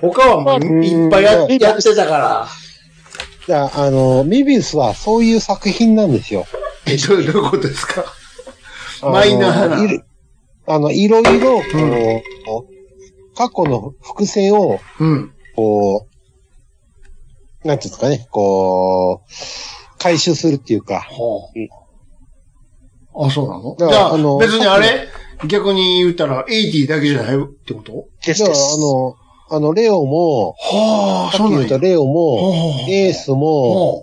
Speaker 3: 他はもういっぱいや
Speaker 5: うん
Speaker 3: やってたから。
Speaker 5: じゃあ、あの、ミビウスはそういう作品なんですよ。
Speaker 3: え、どうどういうことですか
Speaker 5: あの
Speaker 3: マイナーない
Speaker 5: るあの、いろいろ、こう、過去の伏線を、
Speaker 3: うん。
Speaker 5: こう、なんていうんですかね、こう、回収するっていうか、
Speaker 3: はあ。あ、そうなの
Speaker 5: だか
Speaker 3: じ
Speaker 5: ら
Speaker 3: ゃあ、
Speaker 5: あの
Speaker 3: 別にあれ逆に言ったら80だけじゃないってこと
Speaker 4: です
Speaker 5: だか
Speaker 4: で
Speaker 5: らあ
Speaker 4: す。
Speaker 5: の、あの、レオも、
Speaker 3: はあ、そ
Speaker 5: さっ
Speaker 3: う
Speaker 5: き
Speaker 3: なん
Speaker 5: 言っ
Speaker 3: や
Speaker 5: た。レオも、
Speaker 3: はあ
Speaker 5: エースも、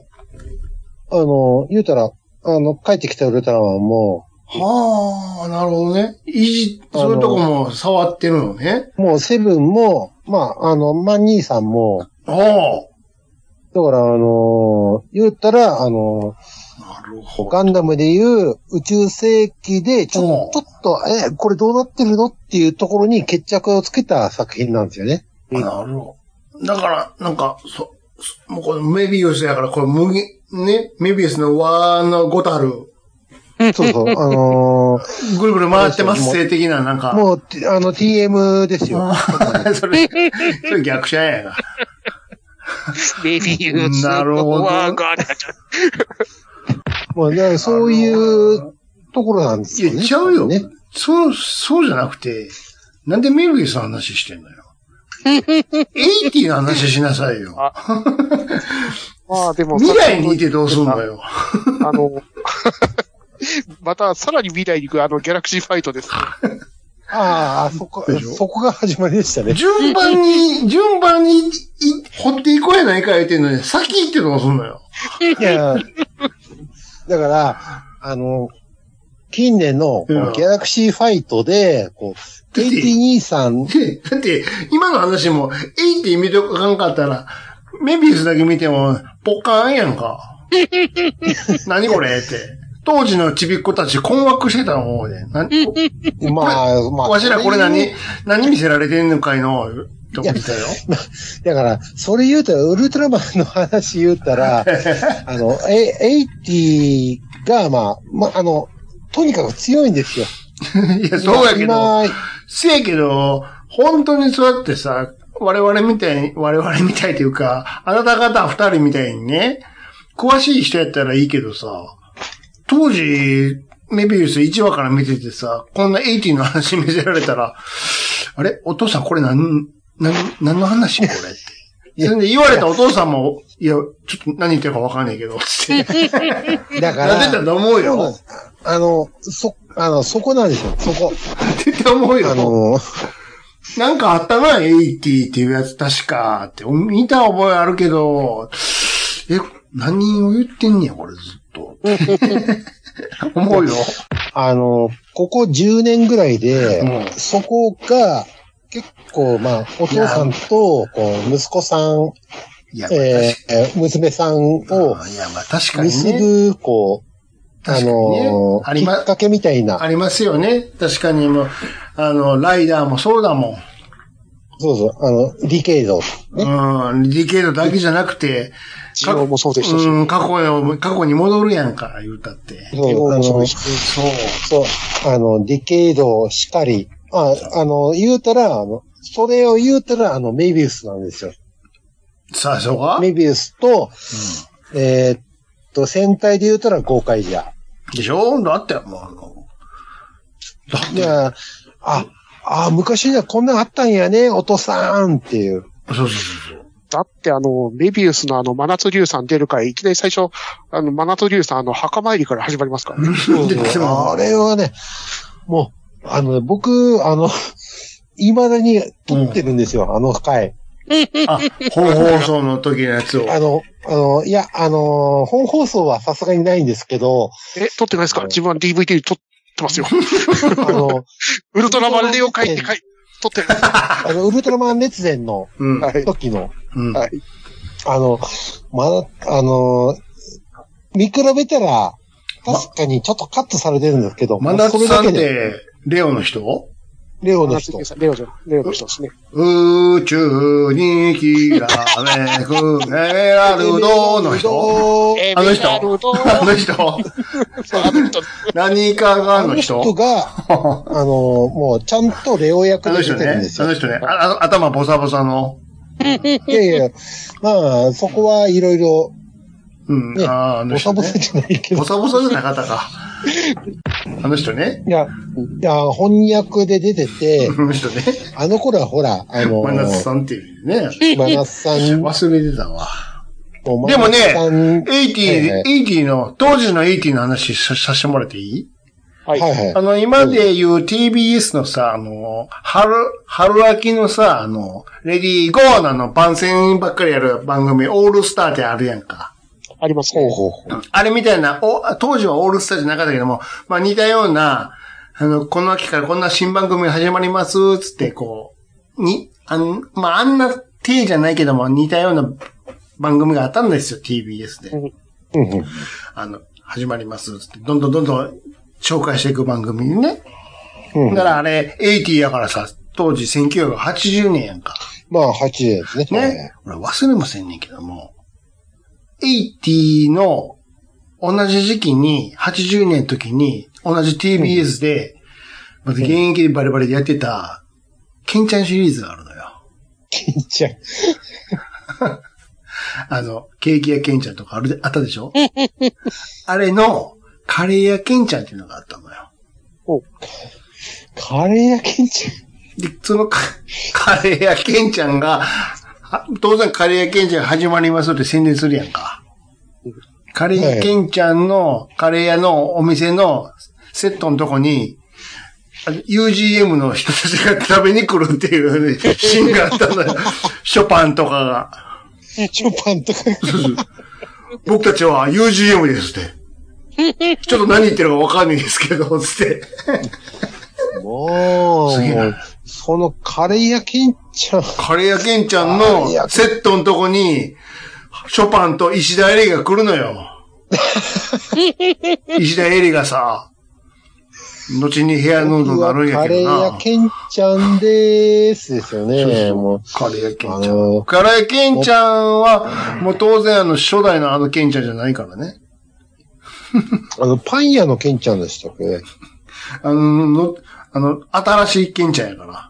Speaker 3: は
Speaker 5: あの、言うたら、あの、帰ってきたウルトラマンも、
Speaker 3: あ、はあ、なるほどね。いじ、そういうとこも触ってるのね。
Speaker 5: もうセブンも、まあ、あの、マン兄さんも、
Speaker 3: は
Speaker 5: だから、あのー言ったら、あの
Speaker 3: なる
Speaker 5: ー
Speaker 3: ほど。
Speaker 5: ガンダムでいう宇宙世紀で、ち
Speaker 3: う
Speaker 5: ょ
Speaker 3: ん
Speaker 5: ちょっと、え、これどうなってるのっていうところに決着をつけた作品なんですよね。
Speaker 3: なるほど。だから、なんか、そ、そもうこれメビウスやから、これ麦、ね、メビウスの輪のごたる、
Speaker 5: そうそう。あのー
Speaker 3: ぐるぐる回ってます、
Speaker 5: そう
Speaker 3: 性的な、なんか。
Speaker 5: もう、T- あの、TM です
Speaker 3: う、
Speaker 5: よ。
Speaker 3: それ、それ逆者やな。
Speaker 4: レビューズ
Speaker 3: なるほど
Speaker 4: ワーガーになっちゃう
Speaker 5: もう、だからそういうところなんです
Speaker 3: いや、
Speaker 5: よね。
Speaker 3: ちゃうよ。
Speaker 5: ね。
Speaker 3: そう、そうじゃなくて、なんでメビウスの話してんのよ。エイティの話しなさいよ。
Speaker 4: まあでも、
Speaker 3: 未来にいてどうすんのよ。
Speaker 4: あの、 またさらに未来に行くあのギャラクシーファイトですね。
Speaker 5: ああ、そこ
Speaker 3: でしょ、
Speaker 5: そこが始まりでしたね。
Speaker 3: 順番に、順番にい、掘っていこうやないか言ってんのに、先行ってどうすんのよ。
Speaker 5: いや、だから、あの、近年のこう
Speaker 3: うん
Speaker 5: ギャラクシーファイトで、こう、
Speaker 3: だって
Speaker 5: AT2 さん、
Speaker 3: でだって、今の話も、エイティ見ておかんかったら、メビウスだけ見ても、ポッカーンやんか。何これって。当時のちびっ子たち困惑してた方で。な
Speaker 5: まあ、まあ、
Speaker 3: わしらこれ何
Speaker 5: い、
Speaker 3: 何見せられてんのかいのって思ってたよ。
Speaker 5: だから、それ言うたら、ウルトラマンの話言う たら、あの、え AT が、まあ、まあ、あの、とにかく強いんですよ。
Speaker 3: いや、そうやけど、
Speaker 5: 今
Speaker 3: せやけど、本当にそうやってさ、我々みたいに、我々みたいというか、あなた方二人みたいにね、詳しい人やったらいいけどさ、当時、メビウス1話から見ててさ、こんな80の話見せられたら、あれお父さんこれ何、何、何の話これって。それで言われたお父さんも、いや、ちょっと何言ってるかわかんないけど、つって。
Speaker 5: だ から、
Speaker 3: なってたと思う
Speaker 5: そうなん
Speaker 3: よ
Speaker 5: で。すあの、そ、あの、そこなんですよ。そこ。
Speaker 3: って思うよ。
Speaker 5: あの、
Speaker 3: なんかあったな、80っていうやつ確か、って、見た覚えあるけど、え、何を言ってんねや、これずっ と。思うよ。
Speaker 5: あの、ここ10年ぐらいで、
Speaker 3: うん
Speaker 5: そこが、結構、まあ、お父さんと、こう、息子さん、
Speaker 3: いや、
Speaker 5: えー娘さん
Speaker 3: ま
Speaker 5: を
Speaker 3: あ確かにいや、まあ確かに
Speaker 5: 結
Speaker 3: ね。
Speaker 5: ぶ、こう、あ
Speaker 3: 確かにね
Speaker 5: の
Speaker 3: あり
Speaker 5: き
Speaker 3: ま
Speaker 5: っかけみたいな。
Speaker 3: ありますよね。確かにもう、あの、ライダーもそうだもん。
Speaker 5: そうそう、あの、ディケイド。ね。
Speaker 3: うん、ディケードだけじゃなくて、
Speaker 4: 治療もそうでしたし。
Speaker 3: うん、過去へ、過去に戻るやんか、言うたって。
Speaker 4: 治療
Speaker 5: そう、あ
Speaker 4: もそう
Speaker 5: の
Speaker 4: でし、たし。
Speaker 3: そう。
Speaker 5: そう、あの、ディケイドしかり、あ、あの、言うたら、あの、それを言うたら、あの、メビウスなんですよ。
Speaker 3: さあ、そうか
Speaker 5: メビウスと、えーっと、戦隊で言うたら豪快じゃ。
Speaker 3: でしょだって、もうあの、だって
Speaker 5: いや、あ、あ、昔にはこんなのあったんやね、お父さんっていう。
Speaker 3: そうそうそうそう。
Speaker 4: だってあの、メビウスのあの、真夏竜さん出る回、いきなり最初、あの、真夏竜さんあの、墓参りから始まりますからね。
Speaker 3: ででも
Speaker 5: あれはね、もう、あの、僕、あの、未だに撮ってるんですよ、あの回。
Speaker 3: あ、本放送の時のやつを。
Speaker 5: あの、あの、いや、あの、本放送はさすがにないんですけど、
Speaker 4: え、撮ってないですか自分は DVD で撮ってますよ。
Speaker 5: あの、
Speaker 4: ウルトラマンレオ回って回、撮ってない。
Speaker 5: あのウルトラマン熱伝の
Speaker 3: うん。
Speaker 4: は
Speaker 5: 時の、
Speaker 3: うん。
Speaker 4: はい
Speaker 5: あの、ま、あの、見比べたら、確かにちょっとカットされてるんですけど、
Speaker 3: マナ
Speaker 5: そ
Speaker 3: ツ
Speaker 5: れ
Speaker 3: さ
Speaker 5: だ
Speaker 3: ん
Speaker 5: け
Speaker 3: っ
Speaker 5: で、
Speaker 3: て、レオの人
Speaker 5: レオ
Speaker 4: 真
Speaker 5: の
Speaker 4: 夏
Speaker 5: 人
Speaker 4: 竜。さん、レオじゃん、レオの人ですね。
Speaker 3: 宇宙にきらめくエラルドの人
Speaker 4: え
Speaker 3: あの人
Speaker 4: メガロド
Speaker 3: あの人
Speaker 4: そうあの人
Speaker 3: 何かが
Speaker 5: あ
Speaker 3: の
Speaker 5: の
Speaker 3: 人
Speaker 5: 人が、
Speaker 3: あ
Speaker 5: あの、もうちゃんとレオ役
Speaker 3: の
Speaker 5: で
Speaker 3: 人
Speaker 5: 出て
Speaker 3: ね。
Speaker 5: るんです
Speaker 3: あ
Speaker 5: よ。
Speaker 3: の人ね。ああ頭ボサボサの。
Speaker 5: いやいや、まあ、そこはいろいろ、
Speaker 3: うん。
Speaker 5: ね
Speaker 3: あーあの
Speaker 5: ボ
Speaker 3: 人
Speaker 5: サ
Speaker 3: ね
Speaker 5: ボサじゃないけど
Speaker 3: ボ。サボサじゃなかったか。あの人ね。
Speaker 5: いや、いや、翻訳で出てて、
Speaker 3: あの人ね。
Speaker 5: あの頃はほら、あの、
Speaker 3: マナツさんっていうね。
Speaker 5: 真夏さんも
Speaker 3: 忘れてたわ。
Speaker 5: 真
Speaker 3: でもね
Speaker 5: 夏さんはいは
Speaker 3: 80、
Speaker 5: い
Speaker 3: 80の、当時の80の話ささせてもらっていい
Speaker 4: は
Speaker 5: はい
Speaker 4: い。
Speaker 5: はい
Speaker 3: あ。の、今で言う TBS のさ、あの、春、春秋のさ、あの、レディーゴーナの番宣ばっかりやる番組、オールスターってあるやんか。
Speaker 4: あります
Speaker 5: ほう
Speaker 4: ね。
Speaker 5: ほうほう。
Speaker 3: あれみたいな、お当時はオールスターじゃなかったけども、まあ似たような、あの、この秋からこんな新番組が始まります、つってこう、に、あの、まああんな体じゃないけども、似たような番組があったんですよ、TBS で。
Speaker 5: うんうん。
Speaker 3: あの、始まりますっつって。どんどんどんどん紹介していく番組にね。
Speaker 5: うん
Speaker 3: だからあれ、80やからさ、当時1980年やんか。
Speaker 5: まあ、8年ですね。
Speaker 3: ね。俺忘れませんねんけども。80の同じ時期に、80年の時に、同じ TBS で、まず現役でバリバリでやってた、ケンちゃんシリーズがあるのよ。
Speaker 5: はい。じゃ
Speaker 3: あの、ケーキ屋ケンちゃんとかあるであったでしょあれの、カレー屋ケンちゃんっていうのがあったのよ。
Speaker 5: カレー屋ケンち
Speaker 3: で、そのカ、 カレー屋ケンちゃんが、は当然カレー屋ケンちゃんが始まりますって宣伝するやんか。カレー屋ケンちゃんの、カレー屋のお店のセットのとこに、あの UGM の人たちが食べに来るっていう、ね、シーンがあったのよ。ショパンとかが。
Speaker 5: ゃん、チョパンとか。
Speaker 3: そうそう僕たちは UGM ですって。ちょっと何言ってるかわかんないですけど、つって。
Speaker 5: も
Speaker 3: すげえ
Speaker 5: う
Speaker 3: な、
Speaker 5: そのカレー屋ケンちゃん。
Speaker 3: カレー屋ケンちゃんのセットのとこに、ショパンと石田エリが来るの よ。石田エリがさ、後にヘアヌードになるんや
Speaker 5: カ
Speaker 3: け
Speaker 5: レ
Speaker 3: ど
Speaker 5: ー屋
Speaker 3: な。
Speaker 5: ケンちゃんでーすですよね。もう
Speaker 3: カレー屋ケン
Speaker 5: あ
Speaker 3: ちゃん。
Speaker 5: の、
Speaker 3: カレー屋ケンちゃんは、もう当然あの初代のあのケンちゃんじゃないからね。
Speaker 5: あの、パン屋のケンちゃんでしたっけ
Speaker 3: あの、のあの、新しいケンちゃんやから。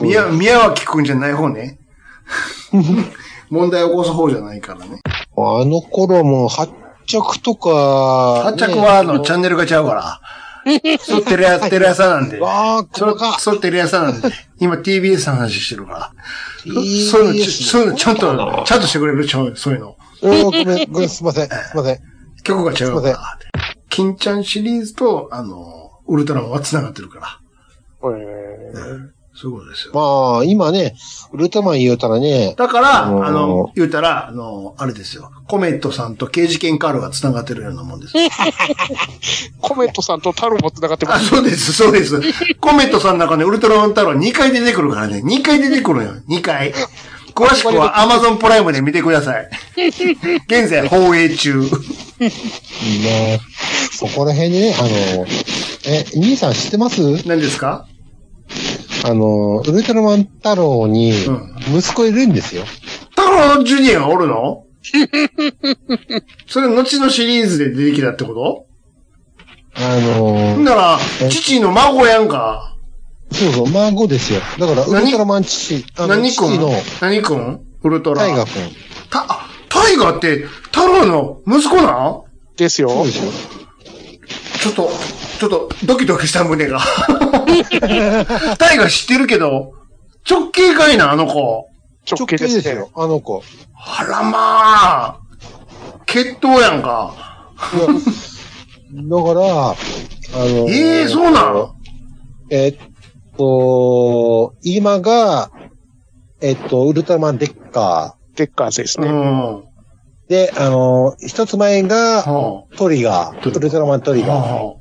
Speaker 3: 宮、宮脇くんじゃない方ね。 問題起こす方じゃないからね。
Speaker 5: あの頃も発着とか、
Speaker 3: 発着
Speaker 5: ね
Speaker 3: は、あの、チャンネルがちゃうから。そう、テレ朝、テレ 朝なんで。
Speaker 5: わあ、
Speaker 3: それ
Speaker 5: これか、。
Speaker 3: そう、テレ朝なんで。今 TBS の話してるから。そうそういうの、ち
Speaker 5: TBS
Speaker 3: そういうの、ちゃんと、ちゃんとしてくれるちょそういうの。
Speaker 5: うんごめん、ごめん、すいません、すいません。
Speaker 3: 曲が違う
Speaker 5: すい
Speaker 3: か
Speaker 5: ま
Speaker 3: ら。金ちゃんシリーズと、あの、ウルトラマンは繋がってるから。そういうことですよ。
Speaker 5: まあ、今ね、ウルトラマン言うたらね、
Speaker 3: だから、
Speaker 5: あのー
Speaker 3: あの、言うたら、あの、あれですよ。コメットさんと刑事犬カールが繋がってるようなもんです。
Speaker 4: コメントさんとタロも繋がってま
Speaker 3: あ、
Speaker 4: す。
Speaker 3: そうです、そうです。コメットさんの中ね、ウルトラマンタロウ2回出てくるからね。2回出てくるよ。2回。詳しくは Amazon プライムで見てください。現在放映中。
Speaker 5: ね、そこら辺にね、あの、え、兄さん知ってます
Speaker 3: 何ですか
Speaker 5: あの、ウルトラマン太郎に
Speaker 3: うん、
Speaker 5: 息子いるんですよ。
Speaker 3: タロウジュニアがおるのそれ後のシリーズで出てきたってこ
Speaker 5: あ
Speaker 3: と
Speaker 5: の、
Speaker 3: なら、父の孫やんか。
Speaker 5: そうそう、孫ですよ。だから、ウ
Speaker 3: 何
Speaker 5: ルトラマン父、あの、
Speaker 3: 何く
Speaker 5: 父
Speaker 3: ん
Speaker 5: の、
Speaker 3: 何くんウルトラ。
Speaker 5: タイガくん。
Speaker 3: た、あタイガって、太郎の息子なん
Speaker 4: ですよ。
Speaker 5: そうですよ。
Speaker 3: ちょっと、ちょっと、ドキドキした胸が。 タイガ知ってるけど、直径がいな、あの子。
Speaker 5: 直
Speaker 4: 直
Speaker 5: 系
Speaker 4: 径
Speaker 5: で
Speaker 4: です
Speaker 5: す
Speaker 4: ね
Speaker 5: よ。、あの子。
Speaker 3: あらまあ。血統やんか。
Speaker 5: いやだから、あの、
Speaker 3: ええそうなん
Speaker 5: えっと、今が、えっと、ウルトラマンデッカ
Speaker 4: デッカーズです
Speaker 3: う
Speaker 4: ね。
Speaker 3: ん。は
Speaker 5: ー。で、あの、一つ前が
Speaker 3: あ
Speaker 5: トリガー。
Speaker 3: トリガー
Speaker 5: ウルトラマントリガ
Speaker 3: は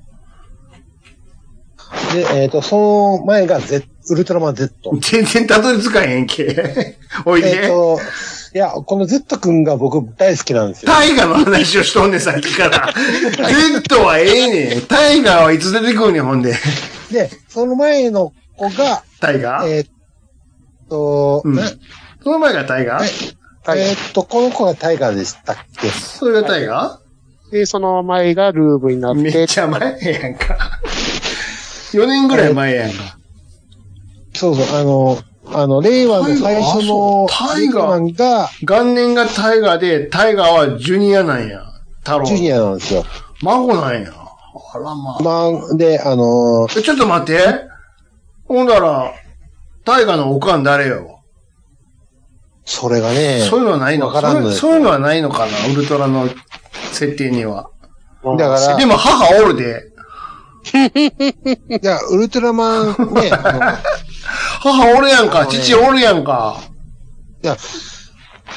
Speaker 5: ー。で、えっと、その前が Z、ウルトラマン Z。
Speaker 3: あ全然たどり着かへんけ。 おい
Speaker 5: えっ
Speaker 3: で。
Speaker 5: と、いや、この Z 君が僕大好きなんですよ。
Speaker 3: タイガの話をしとんねん、さっきから。Z はええねん。タイガはいつ出てくるねん、ほんで。
Speaker 5: で、その前の子が、
Speaker 3: タイガ
Speaker 5: えっと、
Speaker 3: うん
Speaker 5: な。
Speaker 3: その前がタイガ
Speaker 5: え
Speaker 4: タイガー
Speaker 5: えっと、この子がタイガーでしたっけ
Speaker 3: それがタイガ
Speaker 4: で、その前がルーブになっ、
Speaker 3: めってちゃ前やんか。4年ぐらい前やんか。
Speaker 5: そうそう、あの、あの、令和の最
Speaker 3: タイガーあ
Speaker 5: 初の
Speaker 3: そうタイガー
Speaker 5: ンが
Speaker 3: 元年がタイガーで、タイガーはジュニアなんや。太郎。
Speaker 5: ジュニアなんですよ。
Speaker 3: 孫なんや。あらまあ。
Speaker 5: まあ、で、あのー、
Speaker 3: えちょっと待って。ほんだら、タイガーのおかん誰よ。
Speaker 5: それがね、
Speaker 3: そういうのはないの
Speaker 5: わからんの
Speaker 3: そ
Speaker 5: よ
Speaker 3: うそういうのはないのかなウルトラの設定には。
Speaker 5: だから、
Speaker 3: でも母おるで。
Speaker 5: いや、ウルトラマ ンね、あ
Speaker 3: 母おるやんか。
Speaker 5: のね
Speaker 3: 父おるやんか。
Speaker 5: のいや、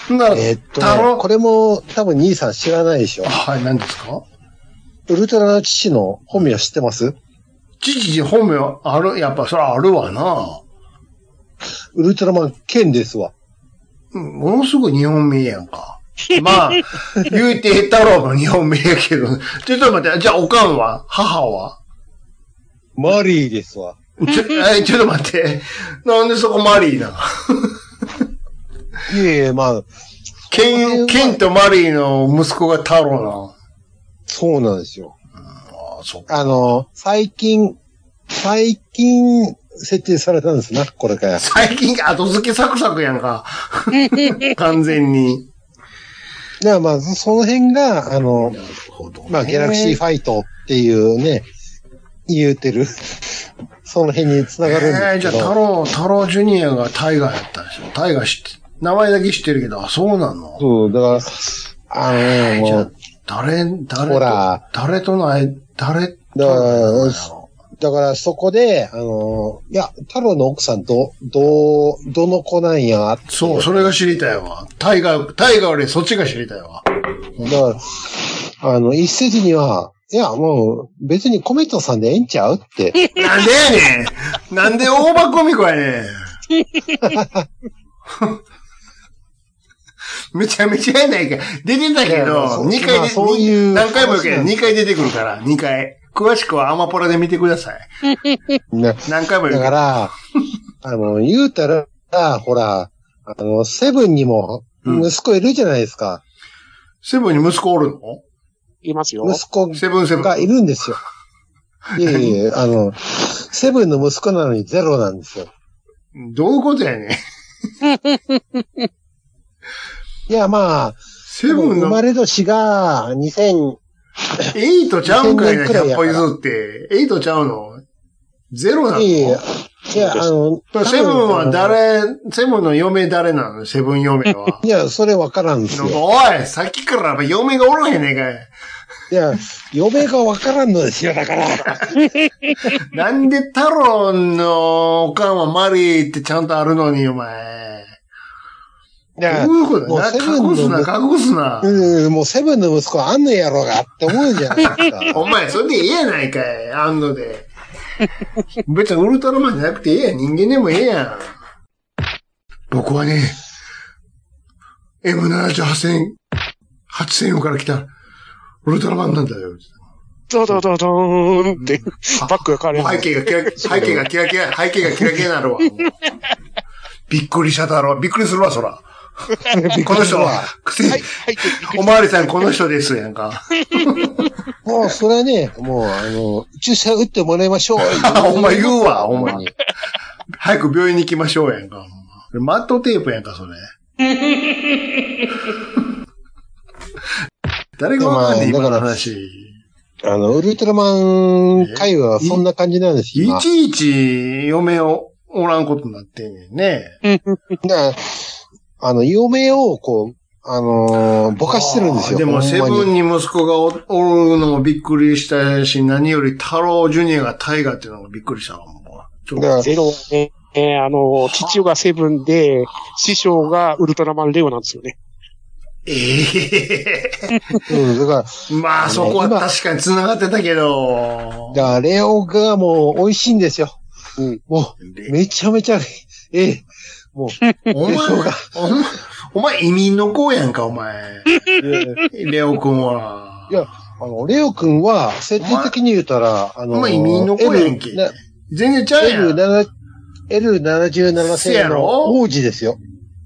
Speaker 3: ほんだら、
Speaker 5: えーっとね、
Speaker 3: 太郎。
Speaker 5: これも多分兄さん知らないでしょ。
Speaker 3: はい、何ですか
Speaker 5: ウルトラの父の本名知ってます
Speaker 3: 父本名ある、やっぱそれあるわな。
Speaker 5: ウルトラマンケンですわ。
Speaker 3: うんものすごい日本名やんか。まあ、言うて太郎の日本名やけど、ちょっと待って、じゃあおかんは母は
Speaker 5: マリーですわ。
Speaker 3: ちょ、 え、ちょっと待って。なんでそこマリーなの
Speaker 5: いえいえ、まあ、
Speaker 3: ケン、ケンとマリーの息子が太郎なの
Speaker 5: そうなんですよ。
Speaker 3: ああ、そっか。
Speaker 5: あの、最近、最近、設定されたんですな、これから。
Speaker 3: 最近後付けサクサクやん か。完全に。
Speaker 5: ではまあ、その辺が、あの、まあ、ギャラクシーファイトっていうね、言うてる、 その辺に繋がるん
Speaker 3: ええ
Speaker 5: です
Speaker 3: じゃあ
Speaker 5: けど。
Speaker 3: 太郎、太郎ジュニアがタイガーやったんでしょ。タイガー知って、名前だけ知ってるけど、あ、そうなの
Speaker 5: そう、だから、あのね、
Speaker 3: じゃ
Speaker 5: も
Speaker 3: あ
Speaker 5: う、、
Speaker 3: 誰、誰と、
Speaker 5: ほら
Speaker 3: 誰との間、誰と
Speaker 5: だから
Speaker 3: の
Speaker 5: だからそこで、あの、いや、太郎の奥さんと、どう、どの子なんや、
Speaker 3: そう、それが知りたいわ。タイガー、タイガーよりそっちが知りたいわ。
Speaker 5: だから、あの、一説には、いや、もう、別にコメントさんでええんちゃうって。
Speaker 3: なんでやね んなんで大場コミコやねんめちゃめちゃやないか。出てたけ
Speaker 5: いやまあそ
Speaker 3: ど、
Speaker 5: う
Speaker 3: 二回
Speaker 5: まあ
Speaker 3: で、
Speaker 5: そういう
Speaker 3: 何回も言うけど、
Speaker 5: 話なんで
Speaker 3: 2回出てくるから、2回。詳しくはアマポラで見てください。
Speaker 5: ね、
Speaker 3: 何回も言
Speaker 5: だ
Speaker 3: うけ
Speaker 5: か
Speaker 3: ど。
Speaker 5: ら、あの、言うたら、ほら、あの、セブンにも、
Speaker 3: うん
Speaker 5: 息子いるじゃないですか。
Speaker 3: セブンに息子おるの
Speaker 4: いますよ。
Speaker 5: 息子
Speaker 3: セブンセブン。
Speaker 5: がいるんですよ。いえいえ、あの、セブンの息子なのにゼロなんですよ。
Speaker 3: どういうことやねん。
Speaker 5: いや、まあ、
Speaker 3: セブン
Speaker 5: 生
Speaker 3: の
Speaker 5: まれ年が2000、
Speaker 3: エイトちゃうんかいな、
Speaker 5: 2000くらい
Speaker 3: 100
Speaker 5: やか
Speaker 3: 歩
Speaker 5: ら
Speaker 3: 譲って。エイトちゃうのゼロなの
Speaker 5: いえいえ、いや、あの、
Speaker 3: セブンは
Speaker 5: 多分
Speaker 3: 誰、セブンの嫁誰なのセブン嫁は
Speaker 5: 。いや、それわからんですよ。
Speaker 3: おい、さっきから嫁がおらへんねんかい。
Speaker 5: いや、嫁がわからんのですよ、だから。
Speaker 3: なんで太郎のおかんはマリーってちゃんとあるのに、お前。
Speaker 5: い
Speaker 3: どう
Speaker 5: や、
Speaker 3: いうこと
Speaker 5: もう
Speaker 3: な
Speaker 5: セブンの
Speaker 3: 隠すな、隠すな。
Speaker 5: うん、もうセブンの息子はあんのやろうがって思うじゃないですか。
Speaker 3: お前、それでええやないかい、あんので。 別にウルトラマンじゃなくてええやん、人間でもええやん。僕はね、M78 戦、8000用から来た、ウルトラマンなんだよ。
Speaker 4: ドドドドーンって、バックが変わ
Speaker 3: もう
Speaker 4: る
Speaker 3: 背。景がキラ、背景がキラキラ、背景がキラキラにな るわ。もうびっくりしただろう。びっくりするわ、そら。この人は、くせ、
Speaker 4: はい、
Speaker 3: おまわりさんこの人ですやんか。
Speaker 5: もう、それはね、もう、あの、注射打ってもらいましょう。
Speaker 3: お前言う わ、お前。早く病院に行きましょうやんか。ほんまマットテープやんか、それ。 誰がわかんねえ、
Speaker 5: でも
Speaker 3: 今
Speaker 5: ま
Speaker 3: の
Speaker 5: あだから
Speaker 3: 話。
Speaker 5: あの、ウルトラマン会話はそんな感じなんですよ。
Speaker 3: い
Speaker 5: 今
Speaker 3: ちいち嫁をおらんことになってんねんね。
Speaker 5: だからあの、嫁を、こう、あのーぼかしてるんですよ。
Speaker 3: でも、セ
Speaker 5: ほんま
Speaker 3: ブ
Speaker 5: に
Speaker 3: ンに息子がおおるのもびっくりしたし、何より太郎ジュニアがタイガーっていうのもびっくりしたわ、もう。ちょっ
Speaker 5: だから
Speaker 3: と
Speaker 4: ゼロはね、えーあの、父親がセブンで、師匠がウルトラマンレオなんですよね。
Speaker 3: ええ
Speaker 5: うん、だから、
Speaker 3: まあ、
Speaker 5: あの
Speaker 3: そこは
Speaker 5: 今
Speaker 3: 確かに繋がってたけど
Speaker 5: だ。からレオがもう美味しいんですよ。
Speaker 4: うん
Speaker 5: もう、
Speaker 3: で
Speaker 5: めちゃめちゃ、ええ、もう、
Speaker 3: お 前
Speaker 5: そうか、
Speaker 3: お前、お前移民の子やんか、お前。レオ君は。
Speaker 5: いやあの、レオくんは、設定的に言うたら、あ
Speaker 3: お
Speaker 5: の、
Speaker 3: 前移民の子やんけ
Speaker 5: L な
Speaker 3: 全然ちゃうやん。
Speaker 5: L7 L77
Speaker 3: せや
Speaker 5: 世の
Speaker 3: ろ
Speaker 5: 王子ですよ。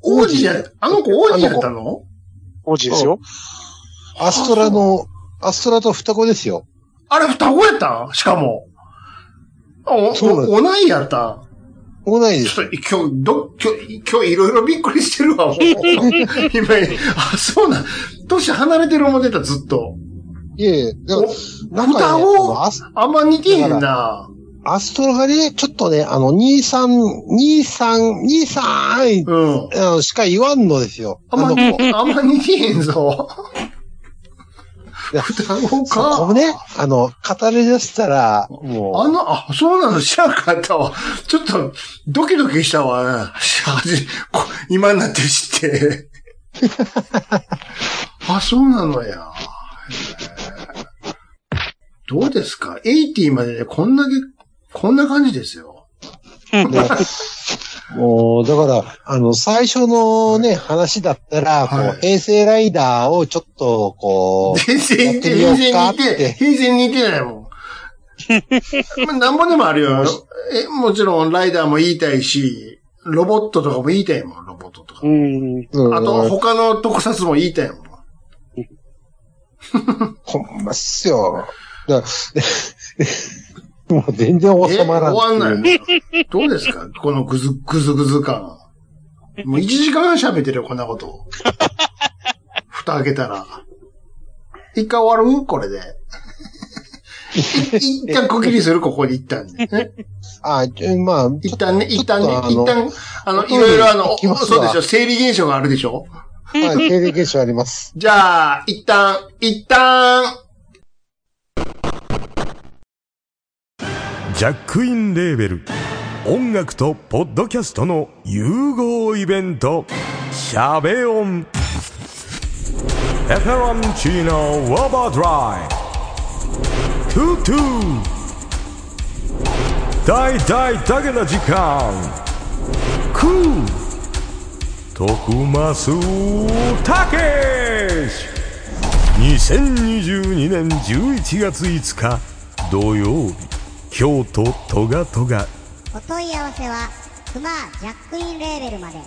Speaker 3: 王子や、あの子王子やったの
Speaker 4: 王子ですよ。
Speaker 5: アストラの、アストラと双子ですよ。
Speaker 3: あれ双子やったんしかも。お、
Speaker 5: そうなんで
Speaker 3: お、おないやったん
Speaker 5: 同いです
Speaker 3: ちょっと、今日、ど、今日、今日いろいろびっくりしてる わ、もう。今、あ、そうなん。年離れてる思ってた、ずっと。
Speaker 5: いえいえ、でもなん
Speaker 3: 双
Speaker 5: かね、あ
Speaker 3: 子
Speaker 5: のアス
Speaker 3: あんま似てへんな。
Speaker 5: アストラがね、ちょっとね、あの、兄さん、兄さん、兄さん、
Speaker 3: うん。
Speaker 5: あのしか言わんのですよ。
Speaker 3: あんま
Speaker 5: の
Speaker 3: り、あんま似てへんぞ。
Speaker 5: い や
Speaker 3: 双子
Speaker 5: そ
Speaker 3: か。
Speaker 5: こね、あの、語り出したら、も
Speaker 3: あの、あ、そうなの知らなかったわ。ちょっと、ドキドキしたわ。はじこ今になって知って。 あ、そうなのや。どうですか ?80 まででこんだけ、こんな感じですよ。
Speaker 5: う、ねもう、だから、あの、最初のね、話だったら、こう
Speaker 3: はい
Speaker 5: 平成ライダーをちょっと、こう、
Speaker 3: 全然似て、
Speaker 5: や
Speaker 3: 全
Speaker 5: ってみよう
Speaker 3: 然
Speaker 5: かっ
Speaker 3: 似て、
Speaker 5: て
Speaker 3: 全然似てないもん。まあ、なんぼでもあるよ。え、もちろん、ライダーも言いたいし、ロボットとかも言いたいもん、ロボットとか。
Speaker 4: うん。
Speaker 5: うん
Speaker 3: あと、他の特撮も言いたいもん。
Speaker 5: ほんまっすよ。だ もう全然
Speaker 3: え
Speaker 5: 収まらん。
Speaker 3: 終わんない。どうですか このぐず、ぐずぐず感。もう1時間半喋ってるよ、こんなこと。 蓋開けたら。一回終わるこれで。い一旦区切りするここで一旦ね。
Speaker 5: あ、ちょまあ、ちょ
Speaker 3: 一旦ね、一旦ね、
Speaker 5: ち
Speaker 3: 一
Speaker 5: ょっとあの
Speaker 3: 旦、あの、
Speaker 5: 後
Speaker 3: い
Speaker 5: に
Speaker 3: ろいろあの
Speaker 5: 行き、ます
Speaker 3: そう
Speaker 5: わ
Speaker 3: でしょ、生理現象があるでしょ
Speaker 5: はい、経験者あります。
Speaker 3: じゃあ、一旦、一旦、
Speaker 6: ジャックインレーベル音楽とポッドキャストの融合イベント「シャベオン」「エフェロンチーノウォーバードライ」「トゥトゥ」「大大だけの時間」「クー」「徳マスたけし」2022年11月5日土曜日京都トガトガ
Speaker 7: お問い合わせはクマージャックインレーベルまで